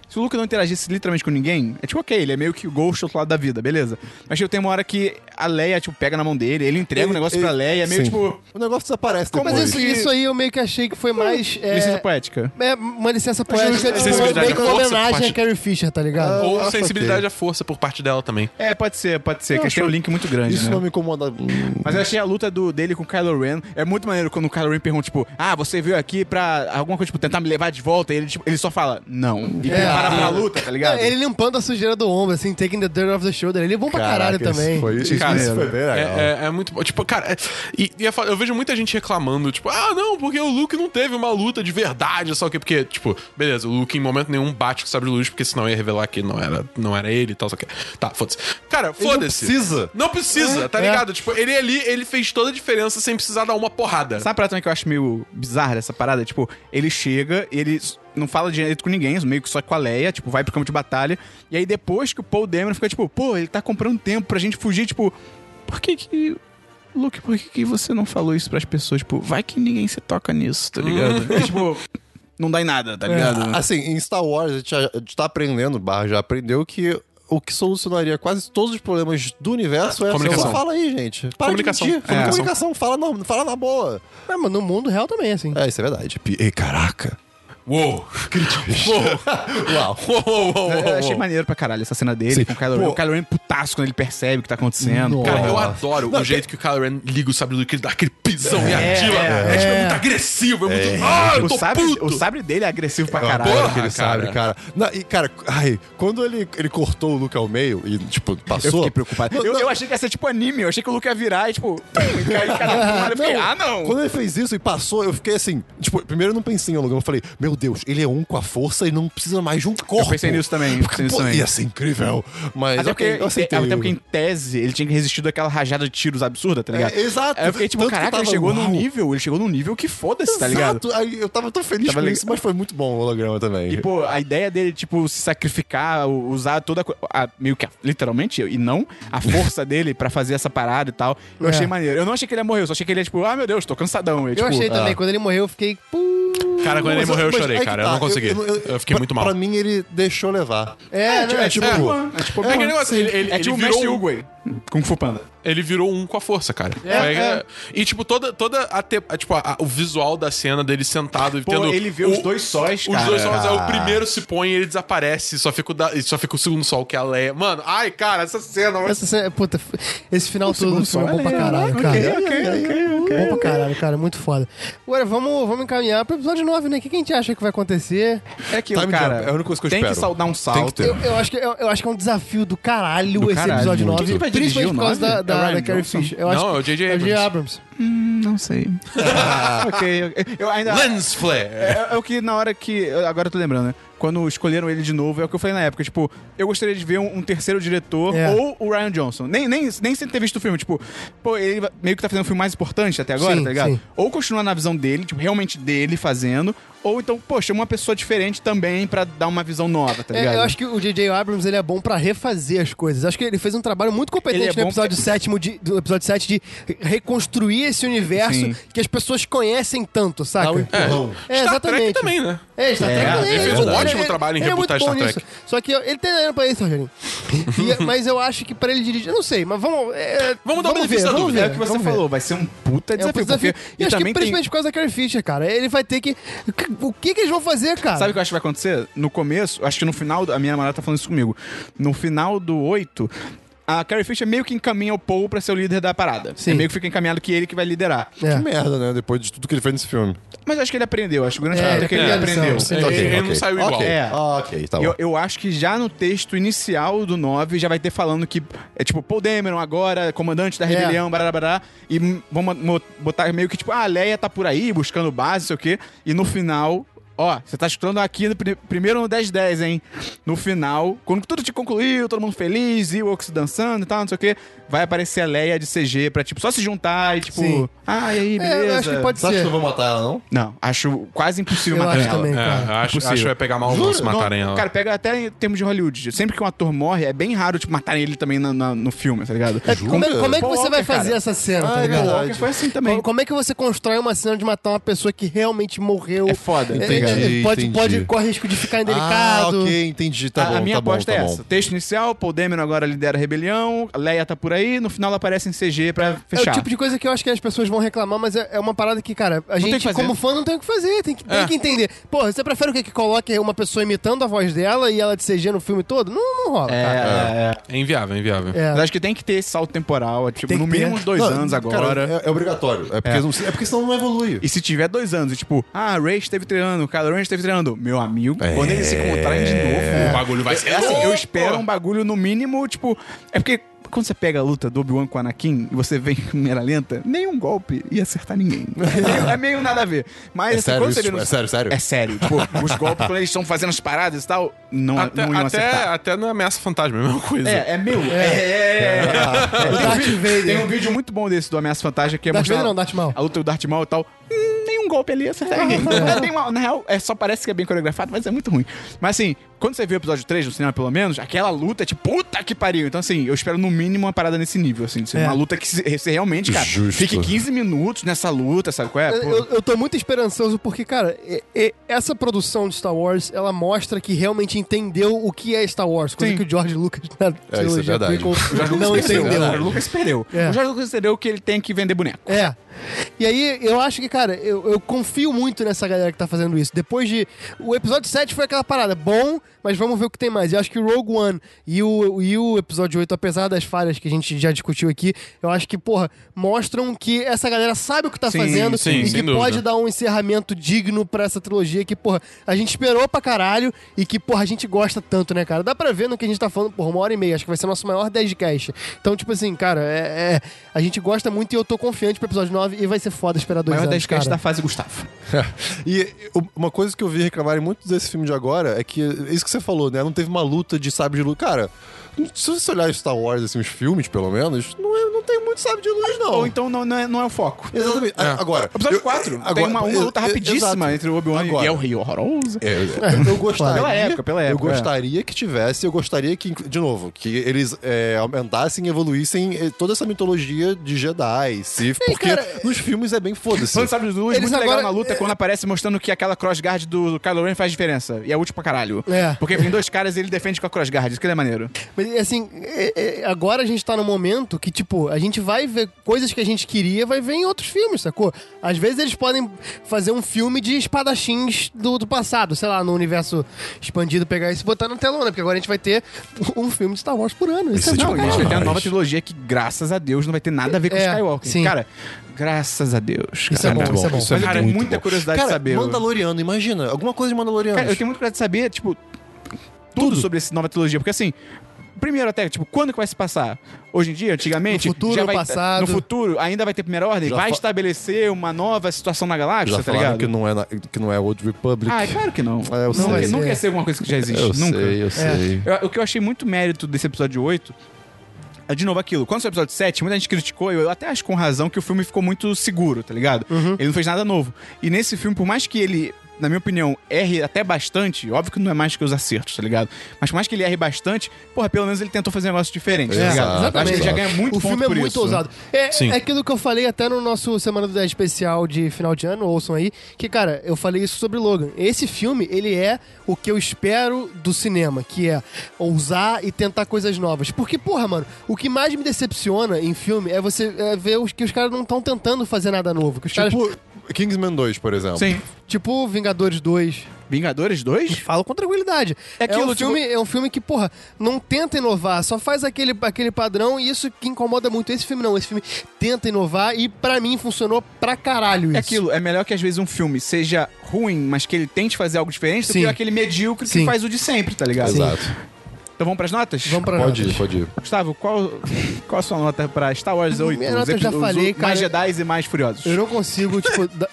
Speaker 2: Se o Luke não interagisse literalmente com ninguém, é tipo, ok, ele é meio que o Ghost do outro lado da vida, beleza. Mas eu tenho uma hora que a Leia, tipo, pega na mão dele, ele entrega o
Speaker 3: Ele-
Speaker 2: negócio
Speaker 3: ele-
Speaker 2: pra Leia, é meio
Speaker 3: Sim.
Speaker 2: tipo.
Speaker 3: O negócio desaparece
Speaker 2: Como assim,
Speaker 3: depois.
Speaker 5: Mas isso, isso aí eu meio que achei que foi mais. É,
Speaker 2: Licença poética.
Speaker 5: é uma licença
Speaker 3: é
Speaker 5: poética.
Speaker 4: Licença
Speaker 5: tipo,
Speaker 4: poética.
Speaker 5: meio que uma
Speaker 4: Força,
Speaker 5: homenagem
Speaker 4: parte-
Speaker 5: a Carrie Fisher, tá ligado?
Speaker 4: Ou
Speaker 3: Ah,
Speaker 4: sensibilidade
Speaker 3: ok.
Speaker 4: à força por parte dela também.
Speaker 2: É, pode ser, pode ser, que acho que tem um link muito grande.
Speaker 3: Isso
Speaker 2: né?
Speaker 3: não me incomoda.
Speaker 2: Mas eu achei a luta do, dele com o Kylo Ren. É muito maneiro quando o Kylo Ren pergunta, tipo, ah, você veio aqui pra alguma coisa, tipo, tentar me levar de volta. E ele, tipo, ele só fala, não. E
Speaker 3: É,
Speaker 2: prepara É, pra luta, tá ligado?
Speaker 5: Ele limpando a sujeira do ombro, assim, taking the dirt off the shoulder. Ele é bom pra caralho
Speaker 3: Caraca,
Speaker 5: também.
Speaker 3: Isso foi, isso,
Speaker 4: Cara,
Speaker 3: isso foi bem legal.
Speaker 4: É, é- é muito bom. Tipo, cara, é- e, e eu falo- eu vejo muita gente reclamando, tipo, ah, não, porque o Luke não teve uma luta de verdade, só que, porque, tipo, beleza, o Luke em momento nenhum bate com o sabre de luz, porque senão ia revelar que não era, não era ele e tal, só que. Tá, foda-se. Cara,
Speaker 3: Ele não
Speaker 4: foda-se.
Speaker 3: precisa.
Speaker 4: Não precisa, tá
Speaker 5: é.
Speaker 4: ligado? Tipo, ele ali, ele fez toda a diferença sem precisar dar uma porrada.
Speaker 2: Sabe a parada também que eu acho meio bizarra dessa parada? Tipo, ele chega, ele s- não fala direito com ninguém, meio que só com a Leia, tipo, vai pro campo de batalha. E aí depois que o Paul Dameron fica tipo, pô, ele tá comprando tempo pra gente fugir, tipo, por que que. Luke, por que, que você não falou isso pras pessoas? Tipo, vai que ninguém se toca nisso, tá ligado? É, tipo, não dá em nada, tá ligado?
Speaker 3: Assim, em Star Wars, a gente, já- a gente tá aprendendo, barra já aprendeu que o que solucionaria quase todos os problemas do universo é
Speaker 4: Comunicação.
Speaker 3: Só fala aí, gente. Para
Speaker 4: Comunicação.
Speaker 3: De mentir.
Speaker 4: É.
Speaker 3: Comunicação. Fala na, fala na boa.
Speaker 5: É, mas no mundo real também, assim.
Speaker 3: É, isso é verdade. Pi- Ei, caraca.
Speaker 4: Uou! Críticas. Uou!
Speaker 3: Uau.
Speaker 4: Uou, uou, uou,
Speaker 2: Eu achei
Speaker 4: uou.
Speaker 2: maneiro pra caralho essa cena dele
Speaker 3: Sim.
Speaker 2: com o Kylo
Speaker 3: Pô.
Speaker 2: Ren. O Kylo Ren é um putaço quando ele percebe o que tá acontecendo.
Speaker 5: Nossa.
Speaker 4: Cara, eu
Speaker 3: Nossa.
Speaker 4: adoro o jeito que o Kylo Ren liga o sabre do que ele dá aquele pisão e ativa. É,
Speaker 2: é,
Speaker 4: tipo, é muito agressivo, é muito. Ah, eu
Speaker 2: o,
Speaker 4: tô
Speaker 2: sabre,
Speaker 4: puto!
Speaker 2: o sabre dele é agressivo pra
Speaker 3: Caralho,
Speaker 2: caralho.
Speaker 4: Porra,
Speaker 3: aquele sabre, cara. Não, e, cara, ai, quando ele, ele cortou o Luke ao meio e, tipo,
Speaker 2: Eu
Speaker 3: passou.
Speaker 2: fiquei preocupado.
Speaker 3: Não,
Speaker 2: eu,
Speaker 3: não.
Speaker 2: eu achei que ia ser tipo anime, eu achei que o Luke ia virar e tipo. pum, e cair cada um, eu fiquei, ah, não!
Speaker 3: Quando ele fez isso e passou, eu fiquei assim. Tipo, primeiro eu não pensei em holograma. Eu falei, meu Deus, ele é um com a força e não precisa mais de um corpo.
Speaker 2: pensei nisso também, eu pensei nisso
Speaker 3: Pô,
Speaker 2: também.
Speaker 3: Ia ser incrível. Mas
Speaker 2: Até,
Speaker 3: ok, eu
Speaker 2: é porque,
Speaker 3: aceitei.
Speaker 2: até porque, é em tese, ele tinha que resistir daquela rajada de tiros absurda, tá ligado?
Speaker 3: É, exato.
Speaker 2: Aí eu fiquei tipo,
Speaker 3: Tanto que
Speaker 2: caraca, ele
Speaker 3: tava,
Speaker 2: chegou
Speaker 3: uau.
Speaker 2: num nível, ele chegou num nível que foda-se, tá ligado?
Speaker 3: Exato. Aí eu tava tão feliz
Speaker 2: Tava
Speaker 3: com
Speaker 2: legal.
Speaker 3: isso, mas foi muito bom o holograma também.
Speaker 2: E, pô, a ideia dele, tipo, se sacrificar, u- usar toda a, co- a- meio que, a- literalmente, e não a força dele pra fazer essa parada e tal, eu
Speaker 5: É.
Speaker 2: achei maneiro. Eu não achei que ele ia morrer, eu só achei que ele ia, tipo, ah, meu Deus, tô cansadão. tipo, Eu,
Speaker 5: Eu achei também,
Speaker 3: ah.
Speaker 5: quando ele morreu, eu fiquei. "Pum".
Speaker 4: Cara, quando ele
Speaker 3: Mas-
Speaker 4: morreu, eu
Speaker 3: mas
Speaker 4: chorei,
Speaker 3: aí que
Speaker 4: cara.
Speaker 3: tá,
Speaker 4: Eu não consegui. Eu, fiquei
Speaker 3: pra-
Speaker 4: muito mal.
Speaker 3: Pra mim, ele deixou levar.
Speaker 5: É, né?
Speaker 2: É tipo,
Speaker 4: é.
Speaker 2: Gohan, é tipo,
Speaker 4: É aquele
Speaker 2: Gohan.
Speaker 4: negócio, ele- ele-
Speaker 2: é tipo
Speaker 4: ele
Speaker 2: o
Speaker 4: virou
Speaker 2: mestre
Speaker 4: um-
Speaker 2: Uguay. Kung Fu Panda.
Speaker 4: Ele virou um com a força, cara.
Speaker 5: É,
Speaker 4: Foi-
Speaker 5: é.
Speaker 4: E, tipo, toda, toda a te- a- tipo, a- a- o visual da cena dele sentado e
Speaker 2: Pô,
Speaker 4: tendo.
Speaker 2: ele vê
Speaker 4: o-
Speaker 2: os dois sóis,
Speaker 4: Os
Speaker 2: cara.
Speaker 4: dois sóis, aí o primeiro se põe e ele desaparece, só fica o, da- e só fica o segundo sol, que é a Leia. Mano, ai, cara, essa cena.
Speaker 5: Essa cena, é, puta, f- esse final todo
Speaker 2: segundo
Speaker 5: do filme é
Speaker 2: só,
Speaker 5: bom pra
Speaker 2: olha aí,
Speaker 5: caralho,
Speaker 2: ok,
Speaker 5: cara.
Speaker 2: ok, ok, ok.
Speaker 5: Bom pra caralho, cara, muito foda. Agora, vamos, vamos encaminhar pro episódio 9, né? O que, que a gente acha que vai acontecer?
Speaker 2: É aquilo,
Speaker 3: Time
Speaker 2: cara.
Speaker 3: jump, é a única coisa que eu
Speaker 2: tem
Speaker 3: espero.
Speaker 2: que sal- dar um salto.
Speaker 3: ter.
Speaker 5: Eu, eu acho que, eu, eu acho que é um desafio do caralho
Speaker 2: Do
Speaker 5: esse
Speaker 2: caralho,
Speaker 5: episódio
Speaker 2: muito.
Speaker 5: 9.
Speaker 2: Quem vai dirigir
Speaker 5: principalmente por
Speaker 2: o
Speaker 5: causa da,
Speaker 2: 9? É o
Speaker 5: da,
Speaker 2: Ryan
Speaker 5: da Carrie
Speaker 2: Johnson?
Speaker 5: Fisher. Eu
Speaker 4: Não,
Speaker 5: acho
Speaker 4: é o
Speaker 5: que-
Speaker 4: J.J.
Speaker 5: é o J.J. Abrams.
Speaker 2: Hum, não sei. ok, ok. Eu ainda.
Speaker 4: Lens flare.
Speaker 2: É, é o que na hora que. Agora eu tô lembrando, né? Quando escolheram ele de novo, é o que eu falei na época. Tipo, eu gostaria de ver um, um terceiro diretor
Speaker 5: É.
Speaker 2: ou o Ryan Johnson. Nem, nem, nem sem ter visto o filme. Tipo, pô, ele va- meio que tá fazendo o filme mais importante até agora,
Speaker 5: Sim,
Speaker 2: tá ligado?
Speaker 5: sim.
Speaker 2: Ou continuar na visão dele, tipo, realmente dele fazendo. Ou então, pô, chama uma pessoa diferente também pra dar uma visão nova, tá
Speaker 5: É,
Speaker 2: ligado?
Speaker 5: eu acho que o J.J. Abrams ele é bom pra refazer as coisas. Acho que ele fez um trabalho muito competente
Speaker 2: Ele é
Speaker 5: no
Speaker 2: bom
Speaker 5: episódio, sétimo de, do episódio 7 de reconstruir esse universo
Speaker 2: Sim.
Speaker 5: que as pessoas conhecem tanto, saca?
Speaker 3: Dá um empurrão.
Speaker 5: É,
Speaker 4: Star
Speaker 5: exatamente.
Speaker 4: Trek também, né?
Speaker 5: É, Star Trek
Speaker 2: É,
Speaker 5: também.
Speaker 4: ele fez um ótimo trabalho em
Speaker 5: ele é
Speaker 4: rebutar
Speaker 5: muito bom
Speaker 4: Star
Speaker 5: nisso.
Speaker 4: Trek.
Speaker 5: Só que ele tem dinheiro pra isso, Rogerinho. E- mas eu acho que pra ele dirigir, eu não sei, mas vamos. é,
Speaker 4: Vamos dar o benefício
Speaker 5: ver,
Speaker 4: da
Speaker 5: vamos
Speaker 4: dúvida.
Speaker 5: ver,
Speaker 2: É o que você
Speaker 5: vamos ver.
Speaker 2: falou, vai ser um puta
Speaker 5: É um
Speaker 2: desafio.
Speaker 5: puta desafio.
Speaker 2: porque-
Speaker 5: E, acho que
Speaker 2: também tem-
Speaker 5: principalmente por causa da Carrie Fisher, cara. Ele vai ter que. O que, que eles vão fazer, cara?
Speaker 2: Sabe o que eu acho que vai acontecer? No começo, acho que no final, do- a minha namorada tá falando isso comigo. No final do 8, a Carrie Fisher meio que encaminha o Paul pra ser o líder da parada.
Speaker 5: Sim.
Speaker 2: É meio que fica encaminhado que ele que vai liderar.
Speaker 5: É.
Speaker 3: Que merda, né? Depois de tudo que ele fez nesse filme.
Speaker 2: Mas acho que ele aprendeu, acho que o grande
Speaker 5: É,
Speaker 2: fato é, que
Speaker 5: ele
Speaker 2: ele
Speaker 5: aprendeu,
Speaker 2: aprendeu.
Speaker 5: sim.
Speaker 4: Ele,
Speaker 3: Ok,
Speaker 4: ele não
Speaker 3: ok.
Speaker 4: saiu igual.
Speaker 3: Ok,
Speaker 2: É.
Speaker 3: ok, tá bom.
Speaker 2: Eu, eu acho que já no texto inicial do 9 já vai ter falando que é tipo Paul Dameron agora, comandante da
Speaker 5: É.
Speaker 2: rebelião, barará, barará, e hum, vamos mo- botar meio que tipo, ah, a Leia tá por aí buscando base, sei o quê, e no final. Ó, você tá escutando aqui no pri- primeiro no 10-10, hein? No final, quando tudo te concluiu, todo mundo feliz, e o Ox dançando e tal, não sei o quê, vai aparecer a Leia de CG pra, tipo, só se juntar e, tipo,
Speaker 5: Sim.
Speaker 2: ah, e aí, beleza?
Speaker 5: É, eu acho que pode
Speaker 3: Você acha que
Speaker 5: ser.
Speaker 3: eu vou matar ela, não?
Speaker 2: Não, acho quase impossível
Speaker 5: Eu
Speaker 2: matar
Speaker 5: acho
Speaker 2: ela.
Speaker 5: também,
Speaker 4: É,
Speaker 5: cara.
Speaker 4: acho, acho que vai pegar mal
Speaker 3: Jura?
Speaker 4: se matarem ela.
Speaker 2: Cara, pega até em termos de Hollywood. Sempre que um ator morre, é bem raro, tipo, matarem ele também na- na- no filme, tá ligado?
Speaker 5: É, como, é, como é que
Speaker 2: Paul
Speaker 5: você vai
Speaker 2: Walker, cara.
Speaker 5: fazer essa cena, tá
Speaker 3: é
Speaker 5: ligado?
Speaker 2: Paul Walker
Speaker 3: verdade.
Speaker 2: foi assim também.
Speaker 5: Como, como é que você constrói uma cena de matar uma pessoa que realmente morreu? é,
Speaker 2: É foda, tá ligado?
Speaker 3: Entendi,
Speaker 5: pode,
Speaker 3: entendi.
Speaker 5: pode corre risco de ficar
Speaker 3: Ah,
Speaker 5: indelicado.
Speaker 3: ok, entendi. Tá
Speaker 2: a,
Speaker 3: bom,
Speaker 2: a minha
Speaker 3: tá bom,
Speaker 2: aposta
Speaker 3: tá
Speaker 2: é
Speaker 3: bom.
Speaker 2: essa. Texto inicial, Paul Dameron agora lidera a rebelião, a Leia tá por aí, no final ela aparece em CG pra
Speaker 5: É o
Speaker 2: fechar.
Speaker 5: tipo de coisa que eu acho que as pessoas vão reclamar, mas é é uma parada que, cara,
Speaker 2: tem
Speaker 5: a
Speaker 2: o que
Speaker 5: gente,
Speaker 2: fazer.
Speaker 5: como fã, não tem o que fazer, tem que, tem
Speaker 4: É.
Speaker 5: que entender. Porra, você prefere o quê? Que coloque uma pessoa imitando a voz dela e ela de CG no filme todo? Não, não rola,
Speaker 2: É,
Speaker 5: cara.
Speaker 2: é, é.
Speaker 4: É inviável, é inviável.
Speaker 5: É.
Speaker 2: Mas acho que tem que ter esse salto temporal, tipo,
Speaker 5: Tem que
Speaker 2: no
Speaker 5: ter. né?
Speaker 2: mínimo uns dois
Speaker 3: Não,
Speaker 2: anos
Speaker 3: cara,
Speaker 2: agora.
Speaker 3: é, é obrigatório. É porque, Não, é porque senão não evolui.
Speaker 2: E se tiver dois anos, e tipo, ah, a Ray esteve treinando, o Kylo Ren esteve treinando. Meu amigo, quando eles se encontrarem de novo,
Speaker 4: O bagulho vai ser.
Speaker 2: É assim, eu
Speaker 4: louco.
Speaker 2: espero um bagulho no mínimo, tipo. É porque quando você pega a luta do Obi-Wan com o Anakin e você vem em câmera lenta, nenhum golpe ia acertar ninguém. É meio, é meio nada a ver. Mas
Speaker 3: É
Speaker 2: assim,
Speaker 3: sério
Speaker 2: quando
Speaker 3: isso?
Speaker 2: ele não-
Speaker 3: É sério, sério?
Speaker 2: É sério. Tipo, os golpes, quando eles estão fazendo as paradas e tal, não, é-
Speaker 4: Até,
Speaker 2: não iam
Speaker 4: até,
Speaker 2: acertar.
Speaker 4: até na ameaça fantasma, é a mesma coisa.
Speaker 2: É, é meu. É, é, é.
Speaker 5: O Darth
Speaker 2: Tem um vídeo-
Speaker 5: Vader.
Speaker 2: Tem um vídeo muito bom desse do Ameaça Fantástica que é
Speaker 5: Darth
Speaker 2: mostrar
Speaker 5: Vader não, Darth Maul.
Speaker 2: a luta do Darth Maul e tal. Hum, Nenhum um golpe ali, acertar alguém. É bem mal- na real, é, só parece que é bem coreografado, mas é muito ruim. Mas assim, quando você vê o episódio 3 no cinema, pelo menos, aquela luta é tipo, puta que pariu. Então assim, eu espero no mínimo uma parada nesse nível, assim, de ser
Speaker 5: É.
Speaker 2: uma luta que se, se realmente, cara,
Speaker 3: Justo.
Speaker 2: fique 15 minutos nessa luta, sabe qual é?
Speaker 5: Eu,
Speaker 2: Pô,
Speaker 5: eu- eu tô muito esperançoso porque, cara, e- e- essa produção de Star Wars, ela mostra que realmente entendeu o que é Star Wars, coisa
Speaker 2: Sim.
Speaker 5: que o George Lucas na
Speaker 3: é
Speaker 5: trilogia
Speaker 3: verdade.
Speaker 5: prequel
Speaker 2: o Jorge Lucas
Speaker 5: não
Speaker 2: perdeu.
Speaker 5: entendeu.
Speaker 2: O Jorge Lucas perdeu.
Speaker 5: É.
Speaker 2: O Jorge Lucas entendeu que ele tem que vender boneco.
Speaker 5: É. E aí, eu acho que, cara, eu, eu confio muito nessa galera que tá fazendo isso. Depois de. O episódio 7 foi aquela parada, bom, mas vamos ver o que tem mais. Eu acho que o Rogue One e o, e o episódio 8, apesar das falhas que a gente já discutiu aqui, eu acho que, porra, mostram que essa galera sabe o que tá
Speaker 2: Sim,
Speaker 5: fazendo
Speaker 4: sim,
Speaker 5: e
Speaker 4: sem
Speaker 5: que
Speaker 4: dúvida.
Speaker 5: pode dar um encerramento digno pra essa trilogia que, porra, a gente esperou pra caralho e que, porra, a gente gosta tanto, né, cara? Dá pra ver no que a gente tá falando, porra, uma hora e meia. Acho que vai ser nosso maior 10 de cast. Então, tipo assim, cara, é, é- a gente gosta muito e eu tô confiante pro episódio 9 e vai ser foda esperar dois
Speaker 2: Maior 10
Speaker 5: anos, cara.
Speaker 2: da fase Gustavo.
Speaker 3: E u- uma coisa que eu vi reclamarem muito desse filme de agora é que, isso que você falou, né? Não teve uma luta de sabre de luz. Cara, se você olhar Star Wars, assim, os filmes, pelo menos, não, é- não tem muito sabre de luz, não.
Speaker 2: Ou então É. não, não, é, não é o foco.
Speaker 3: Exatamente. A- Agora.
Speaker 2: Episódio
Speaker 3: eu-
Speaker 2: 4. tem
Speaker 3: agora-
Speaker 2: uma, uma luta
Speaker 3: eu- eu-
Speaker 2: rapidíssima
Speaker 3: exato.
Speaker 2: entre o Obi-Wan
Speaker 3: Agora.
Speaker 2: e o Rio horrorosa.
Speaker 3: É, eu- eu gostaria.
Speaker 2: Pela época, pela época, é.
Speaker 3: Eu gostaria que tivesse, eu gostaria que, inclu- de novo, que eles é, aumentassem e evoluíssem eh, toda essa mitologia de Jedi, Sith, porque
Speaker 5: cara,
Speaker 3: nos filmes é bem foda-se.
Speaker 2: Quando sabe de luz,
Speaker 5: Eles
Speaker 2: muito legal
Speaker 5: agora-
Speaker 2: na luta é quando aparece mostrando que aquela crossguard do Kylo Ren faz diferença. E é útil pra caralho.
Speaker 5: É.
Speaker 2: Porque vem dois caras e ele defende com a crossguard. Isso que ele é maneiro.
Speaker 5: Mas assim, é- é- agora a gente tá num momento que, tipo, a gente vai ver coisas que a gente queria, vai ver em outros filmes, sacou? Às vezes eles podem fazer um filme de espadachins do, do passado, sei lá, no universo expandido, pegar isso e botar na telona, porque agora a gente vai ter um filme de Star Wars por ano. Isso, é
Speaker 2: Não,
Speaker 5: demais.
Speaker 2: e a gente vai ter uma
Speaker 3: demais.
Speaker 2: nova trilogia que, graças a Deus, não vai ter nada a ver com
Speaker 5: É,
Speaker 2: Skywalker.
Speaker 5: sim.
Speaker 2: Cara, graças a Deus.
Speaker 5: Isso
Speaker 2: cara.
Speaker 5: é bom, isso é bom.
Speaker 3: Isso é
Speaker 2: Mas eu tenho
Speaker 3: muito
Speaker 2: muita
Speaker 3: bom.
Speaker 2: curiosidade
Speaker 3: Cara,
Speaker 2: de saber.
Speaker 3: Mandaloriano, imagina. Alguma coisa de Mandaloriano.
Speaker 2: Cara, É, eu tenho muito curiosidade de saber, tipo, tudo, sobre essa nova trilogia. Porque assim. Primeiro até, tipo, quando que vai se passar? Hoje em dia, antigamente,
Speaker 5: No futuro,
Speaker 2: já
Speaker 5: no
Speaker 2: vai,
Speaker 5: passado.
Speaker 2: no futuro, ainda vai ter primeira ordem,
Speaker 3: Já
Speaker 2: vai
Speaker 3: fa-
Speaker 2: estabelecer uma nova situação na galáxia,
Speaker 3: Já
Speaker 2: tá
Speaker 3: falaram
Speaker 2: ligado?
Speaker 3: que não, é na- que não é Old Republic.
Speaker 2: Ah, é claro que não.
Speaker 3: É, eu sei.
Speaker 2: nunca,
Speaker 5: Mas
Speaker 2: nunca
Speaker 5: é.
Speaker 2: ia ser alguma coisa que já existe.
Speaker 3: eu
Speaker 2: nunca. É.
Speaker 3: sei, eu sei.
Speaker 2: Eu- o que eu achei muito mérito desse episódio 8 é, de novo, aquilo. Quando foi o episódio 7, muita gente criticou, e eu até acho com razão, que o filme ficou muito seguro, tá ligado?
Speaker 5: Uhum.
Speaker 2: Ele não fez nada novo. E nesse filme, por mais que ele, na minha opinião, erre até bastante, óbvio que não é mais que os acertos, tá ligado? Mas por mais que ele erre bastante, porra, pelo menos ele tentou fazer um negócio diferente, tá
Speaker 3: Exato,
Speaker 2: ligado? Eu Acho que ele já
Speaker 3: exato.
Speaker 2: ganha muito
Speaker 5: É, o
Speaker 2: ponto
Speaker 5: filme é
Speaker 2: por
Speaker 5: muito
Speaker 2: isso. né?
Speaker 5: ousado. É,
Speaker 4: Sim.
Speaker 5: é aquilo que eu falei até no nosso Semana do 10 especial de final de ano, ouçam aí, que, cara, eu falei isso sobre Logan. Esse filme, ele é o que eu espero do cinema, que é ousar e tentar coisas novas. Porque, porra, mano, o que mais me decepciona em filme é você é, ver os, que os caras não estão tentando fazer nada novo. Que os caras,
Speaker 3: Tipo, Kingsman 2, por exemplo.
Speaker 2: Sim.
Speaker 5: tipo Vingadores 2,
Speaker 2: Vingadores 2?
Speaker 5: Falo com tranquilidade.
Speaker 2: É
Speaker 5: É,
Speaker 2: aquilo,
Speaker 5: um filme, é um filme que, porra, não tenta inovar, só faz aquele, aquele padrão e isso que incomoda muito. Esse filme não, esse filme tenta inovar e pra mim funcionou pra caralho isso.
Speaker 2: É aquilo, é melhor que às vezes um filme seja ruim, mas que ele tente fazer algo diferente
Speaker 5: Sim.
Speaker 2: do que aquele medíocre que
Speaker 5: Sim.
Speaker 2: faz o de sempre, tá ligado?
Speaker 3: Exato.
Speaker 2: Então vamos pras notas?
Speaker 5: Vamos pra
Speaker 3: Pode
Speaker 5: nota.
Speaker 3: ir, pode ir.
Speaker 2: Gustavo, qual, qual a sua nota pra Star Wars 8?
Speaker 5: Minha nota eu
Speaker 2: Os
Speaker 5: já
Speaker 2: epi- os
Speaker 5: falei, cara.
Speaker 2: Mais Jedi e mais Furiosos.
Speaker 5: Eu não consigo, tipo. dar-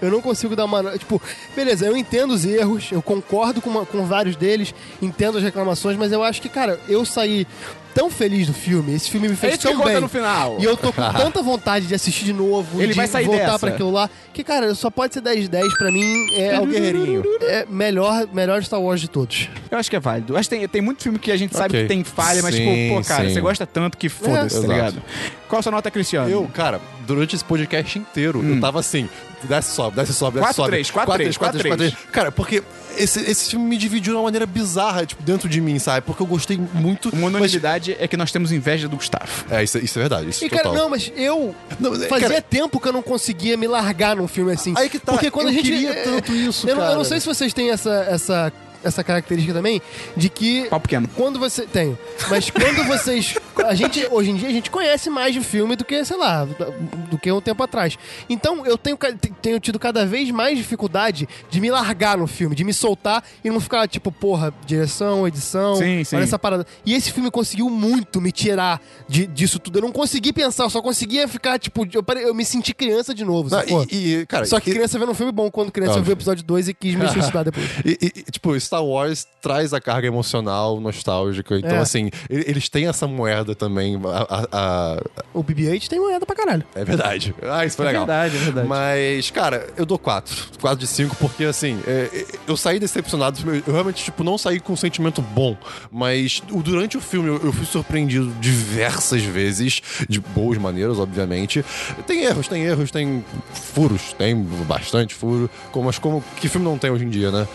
Speaker 5: Eu não consigo dar uma. no- Tipo, beleza, eu entendo os erros, eu concordo com, uma- com vários deles, entendo as reclamações, mas eu acho que, cara, eu saí tão feliz do filme, esse filme me fez
Speaker 2: É isso que
Speaker 5: tão
Speaker 2: conta
Speaker 5: bem.
Speaker 2: no final.
Speaker 5: E eu tô com tanta vontade de assistir de novo,
Speaker 2: Ele
Speaker 5: de
Speaker 2: vai sair
Speaker 5: voltar
Speaker 2: dessa.
Speaker 5: pra aquilo lá, que, cara, só pode ser 10 de 10 pra mim é,
Speaker 3: É o guerreirinho.
Speaker 5: é melhor, melhor Star Wars de todos.
Speaker 2: Eu acho que é válido. Eu Acho que tem, tem muito filme que a gente sabe
Speaker 3: Ok.
Speaker 2: que tem falha, mas
Speaker 3: Sim,
Speaker 2: tipo, pô, cara,
Speaker 3: sim.
Speaker 2: você gosta tanto que foda-se,
Speaker 3: É.
Speaker 2: tá
Speaker 3: Exato.
Speaker 2: ligado? Qual a sua nota, Cristiano?
Speaker 3: Eu, cara, durante esse podcast inteiro, eu tava assim, desce, sobe, desce, sobe, desce,
Speaker 2: Quatro,
Speaker 3: sobe.
Speaker 2: três, quatro, três, quatro, três.
Speaker 3: Cara, porque esse, esse filme me dividiu de uma maneira bizarra, tipo, dentro de mim, sabe? Porque eu gostei muito.
Speaker 2: Uma
Speaker 3: mas-
Speaker 2: unanimidade é que nós temos inveja do Gustavo.
Speaker 3: É, isso, isso é verdade, isso
Speaker 5: E,
Speaker 3: total.
Speaker 5: cara, não, mas eu
Speaker 3: Não, mas é,
Speaker 5: fazia
Speaker 3: cara-
Speaker 5: tempo que eu não conseguia me largar num filme assim.
Speaker 3: Aí que tá,
Speaker 5: Porque quando
Speaker 3: eu
Speaker 5: a gente.
Speaker 3: queria
Speaker 5: é,
Speaker 3: tanto isso,
Speaker 5: eu, não- eu
Speaker 3: cara.
Speaker 5: não sei se vocês têm essa, essa, essa característica também, de que.
Speaker 2: Pau pequeno.
Speaker 5: Quando você. Tenho. Mas quando vocês. A gente, hoje em dia, a gente conhece mais de filme do que, sei lá, do- do que um tempo atrás. Então, eu tenho, ca- te- tenho tido cada vez mais dificuldade de me largar no filme, de me soltar e não ficar tipo, porra, direção, edição,
Speaker 2: Sim, sim.
Speaker 5: olha essa parada. E esse filme conseguiu muito me tirar de- disso tudo. Eu não consegui pensar, eu só conseguia ficar, tipo, eu, pare- eu me senti criança de novo.
Speaker 3: Não,
Speaker 5: sacou?
Speaker 3: e, e, cara,
Speaker 5: só que
Speaker 3: e-
Speaker 5: criança vendo um filme bom quando criança eu
Speaker 3: Óbvio.
Speaker 5: vi o episódio 2 e quis me suicidar depois.
Speaker 3: E, e- e, tipo, Star Wars traz a carga emocional, nostálgica. Então,
Speaker 5: É.
Speaker 3: assim, e- eles têm essa moeda também. a- a- a-
Speaker 5: O BB-8 tem moeda pra caralho.
Speaker 3: É verdade. Ah, isso foi
Speaker 6: É
Speaker 3: legal.
Speaker 6: verdade, é verdade.
Speaker 3: Mas, cara, eu dou 4. 4 de 5, porque assim, é, é, eu saí decepcionado. Eu realmente, tipo, não saí com um sentimento bom. Mas o- durante o filme eu, eu fui surpreendido diversas vezes, de boas maneiras, obviamente. Tem erros, tem erros, tem furos, tem bastante furo. Como, mas como que filme não tem hoje em dia, né?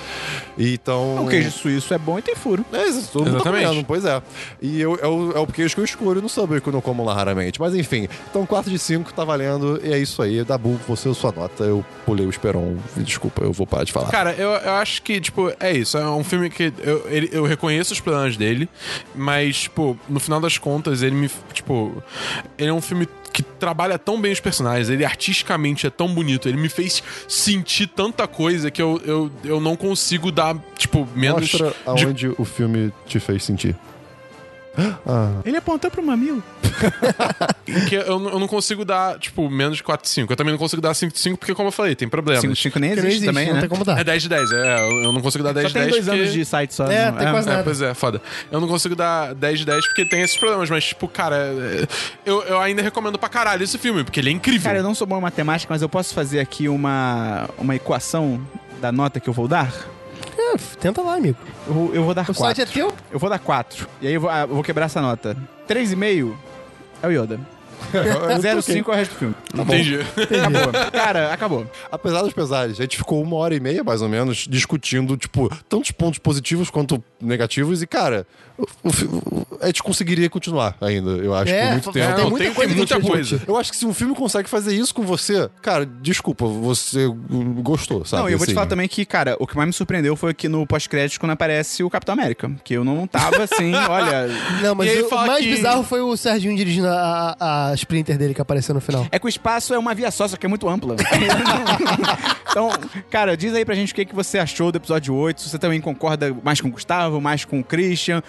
Speaker 3: Então.
Speaker 2: O queijo suíço é bom e tem furo.
Speaker 3: É, isso, todo mundo tá
Speaker 4: Exatamente.
Speaker 3: comendo, pois é. E eu, é, o, é o queijo que eu escolho no Subway quando eu como lá raramente. Mas enfim, então 4 de 5 tá valendo e é isso aí. Dabu, você a sua nota. Eu pulei o Esperon. Me Desculpa, eu vou parar de falar.
Speaker 4: Cara, eu, eu acho que, tipo, é isso. É um filme que eu, ele- eu reconheço os problemas dele, mas, tipo, no final das contas, ele me. Tipo, ele é um filme que trabalha tão bem os personagens, ele artisticamente é tão bonito, ele me fez sentir tanta coisa que eu, eu, eu não consigo dar, tipo, menos.
Speaker 3: Mostra
Speaker 4: de-
Speaker 3: aonde o filme te fez sentir.
Speaker 2: Ele apontou pro mamilo.
Speaker 4: que eu, não- eu não consigo dar, tipo, menos de 4 de 5. Eu também não consigo dar 5 de 5 porque, como eu falei, tem problemas.
Speaker 2: 5 5 nem
Speaker 5: Porque não
Speaker 2: existe
Speaker 5: existe,
Speaker 2: também,
Speaker 5: não
Speaker 2: né?
Speaker 5: tem como dar.
Speaker 4: É 10 de 10, é, eu eu não consigo dar 10
Speaker 2: Só
Speaker 4: de
Speaker 2: tem
Speaker 4: 10
Speaker 2: dois
Speaker 4: porque...
Speaker 2: anos de site só. né?
Speaker 5: É,
Speaker 2: não-
Speaker 5: tem quase
Speaker 4: É,
Speaker 5: nada.
Speaker 4: pois é, foda. Eu não consigo dar 10 de 10 porque tem esses problemas, mas, tipo, cara, é, eu, eu ainda recomendo pra caralho esse filme, porque ele é incrível.
Speaker 2: Cara, eu não sou bom em matemática, mas eu posso fazer aqui uma, uma equação da nota que eu vou dar?
Speaker 5: É, f- tenta lá, amigo.
Speaker 2: Eu, vou- eu vou dar
Speaker 5: O site
Speaker 2: 4.
Speaker 5: é teu?
Speaker 2: Eu vou dar 4. E aí eu vou, ah, eu vou quebrar essa nota. 3,5 é o Yoda. 0,5 é o resto do filme.
Speaker 4: Entendi.
Speaker 2: Acabou. Cara, acabou.
Speaker 3: Apesar dos pesares, a gente ficou uma hora e meia, mais ou menos, discutindo, tipo, tantos pontos positivos quanto negativos. E, cara, o- o fi- o- a gente conseguiria continuar ainda, eu acho, por muito
Speaker 5: É, tem
Speaker 3: tempo.
Speaker 4: Não,
Speaker 5: muita
Speaker 4: tem-
Speaker 5: coisa
Speaker 4: tem muita
Speaker 5: que a gente
Speaker 4: coisa.
Speaker 5: discute.
Speaker 3: Eu acho que se um filme consegue fazer isso com você, cara, desculpa, você hum, gostou,
Speaker 4: Tá,
Speaker 3: sabe?
Speaker 2: Não, e eu vou te
Speaker 3: Assim,
Speaker 2: falar também que, cara, o que mais me surpreendeu foi que no pós-crédito quando aparece o Capitão América. Que eu não tava assim, olha.
Speaker 5: Não,
Speaker 4: E
Speaker 5: mas
Speaker 4: aí
Speaker 5: o
Speaker 4: fala
Speaker 5: mais
Speaker 4: que-
Speaker 5: bizarro foi o Serginho dirigindo a, a, a Sprinter dele que apareceu no final.
Speaker 2: É que o espaço é uma via só, só que é muito ampla. então, cara, diz aí pra gente o que, que você achou do episódio 8. Se você também concorda mais com o Gustavo, mais com o Christian.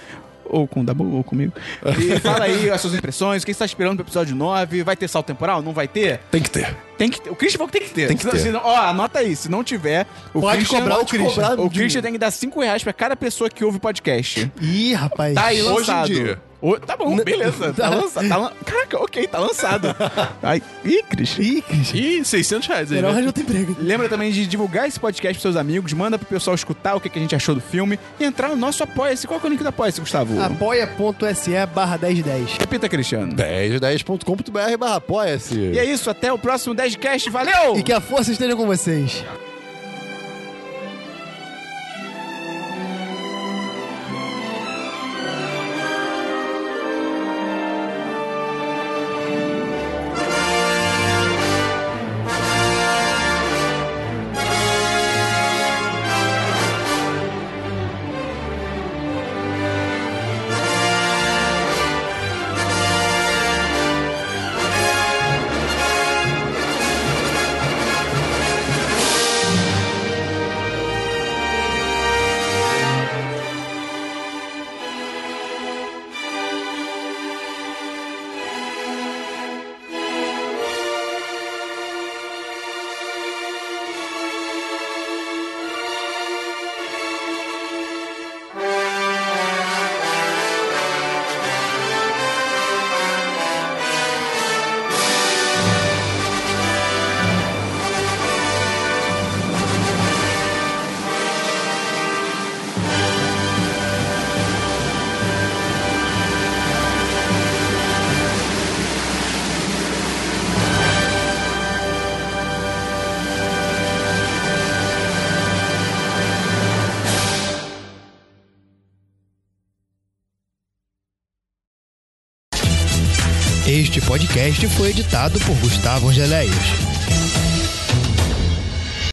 Speaker 2: Ou com o Dabu, ou comigo. E fala aí as suas impressões, o que você tá esperando pro episódio 9? Vai ter salto temporal? Não vai ter?
Speaker 3: Tem que ter.
Speaker 2: Tem que ter. O Christian falou que tem que ter.
Speaker 3: Tem que ter.
Speaker 2: Senão- Ó, anota aí. Se não tiver, o
Speaker 5: Pode
Speaker 2: Christian-
Speaker 5: cobrar o Christian.
Speaker 2: O Christian tem que dar 5 reais pra cada pessoa que ouve o podcast.
Speaker 5: Ih, rapaz.
Speaker 2: Tá aí
Speaker 3: Hoje em
Speaker 2: lançado.
Speaker 3: dia.
Speaker 2: O- tá bom, beleza. Tá lançado. Tá lan- Caraca, ok, tá lançado. Ai, ih, Cris.
Speaker 5: Ih, Cris.
Speaker 4: Ih, 600 reais aí,
Speaker 5: Melhor
Speaker 4: né?
Speaker 5: arranjou outro emprego.
Speaker 2: Lembra também de divulgar esse podcast pros seus amigos, manda pro pessoal escutar o que, que a gente achou do filme e entrar no nosso Apoia-se. Qual que é o link do Apoia-se, Gustavo?
Speaker 5: Apoia.se barra 1010.
Speaker 2: Repita, Cristiano.
Speaker 3: 1010.com.br barra apoia-se.
Speaker 2: E é isso, até o próximo 10cast. Valeu!
Speaker 5: E que a força esteja com vocês. Este podcast foi editado por Gustavo Angeléias.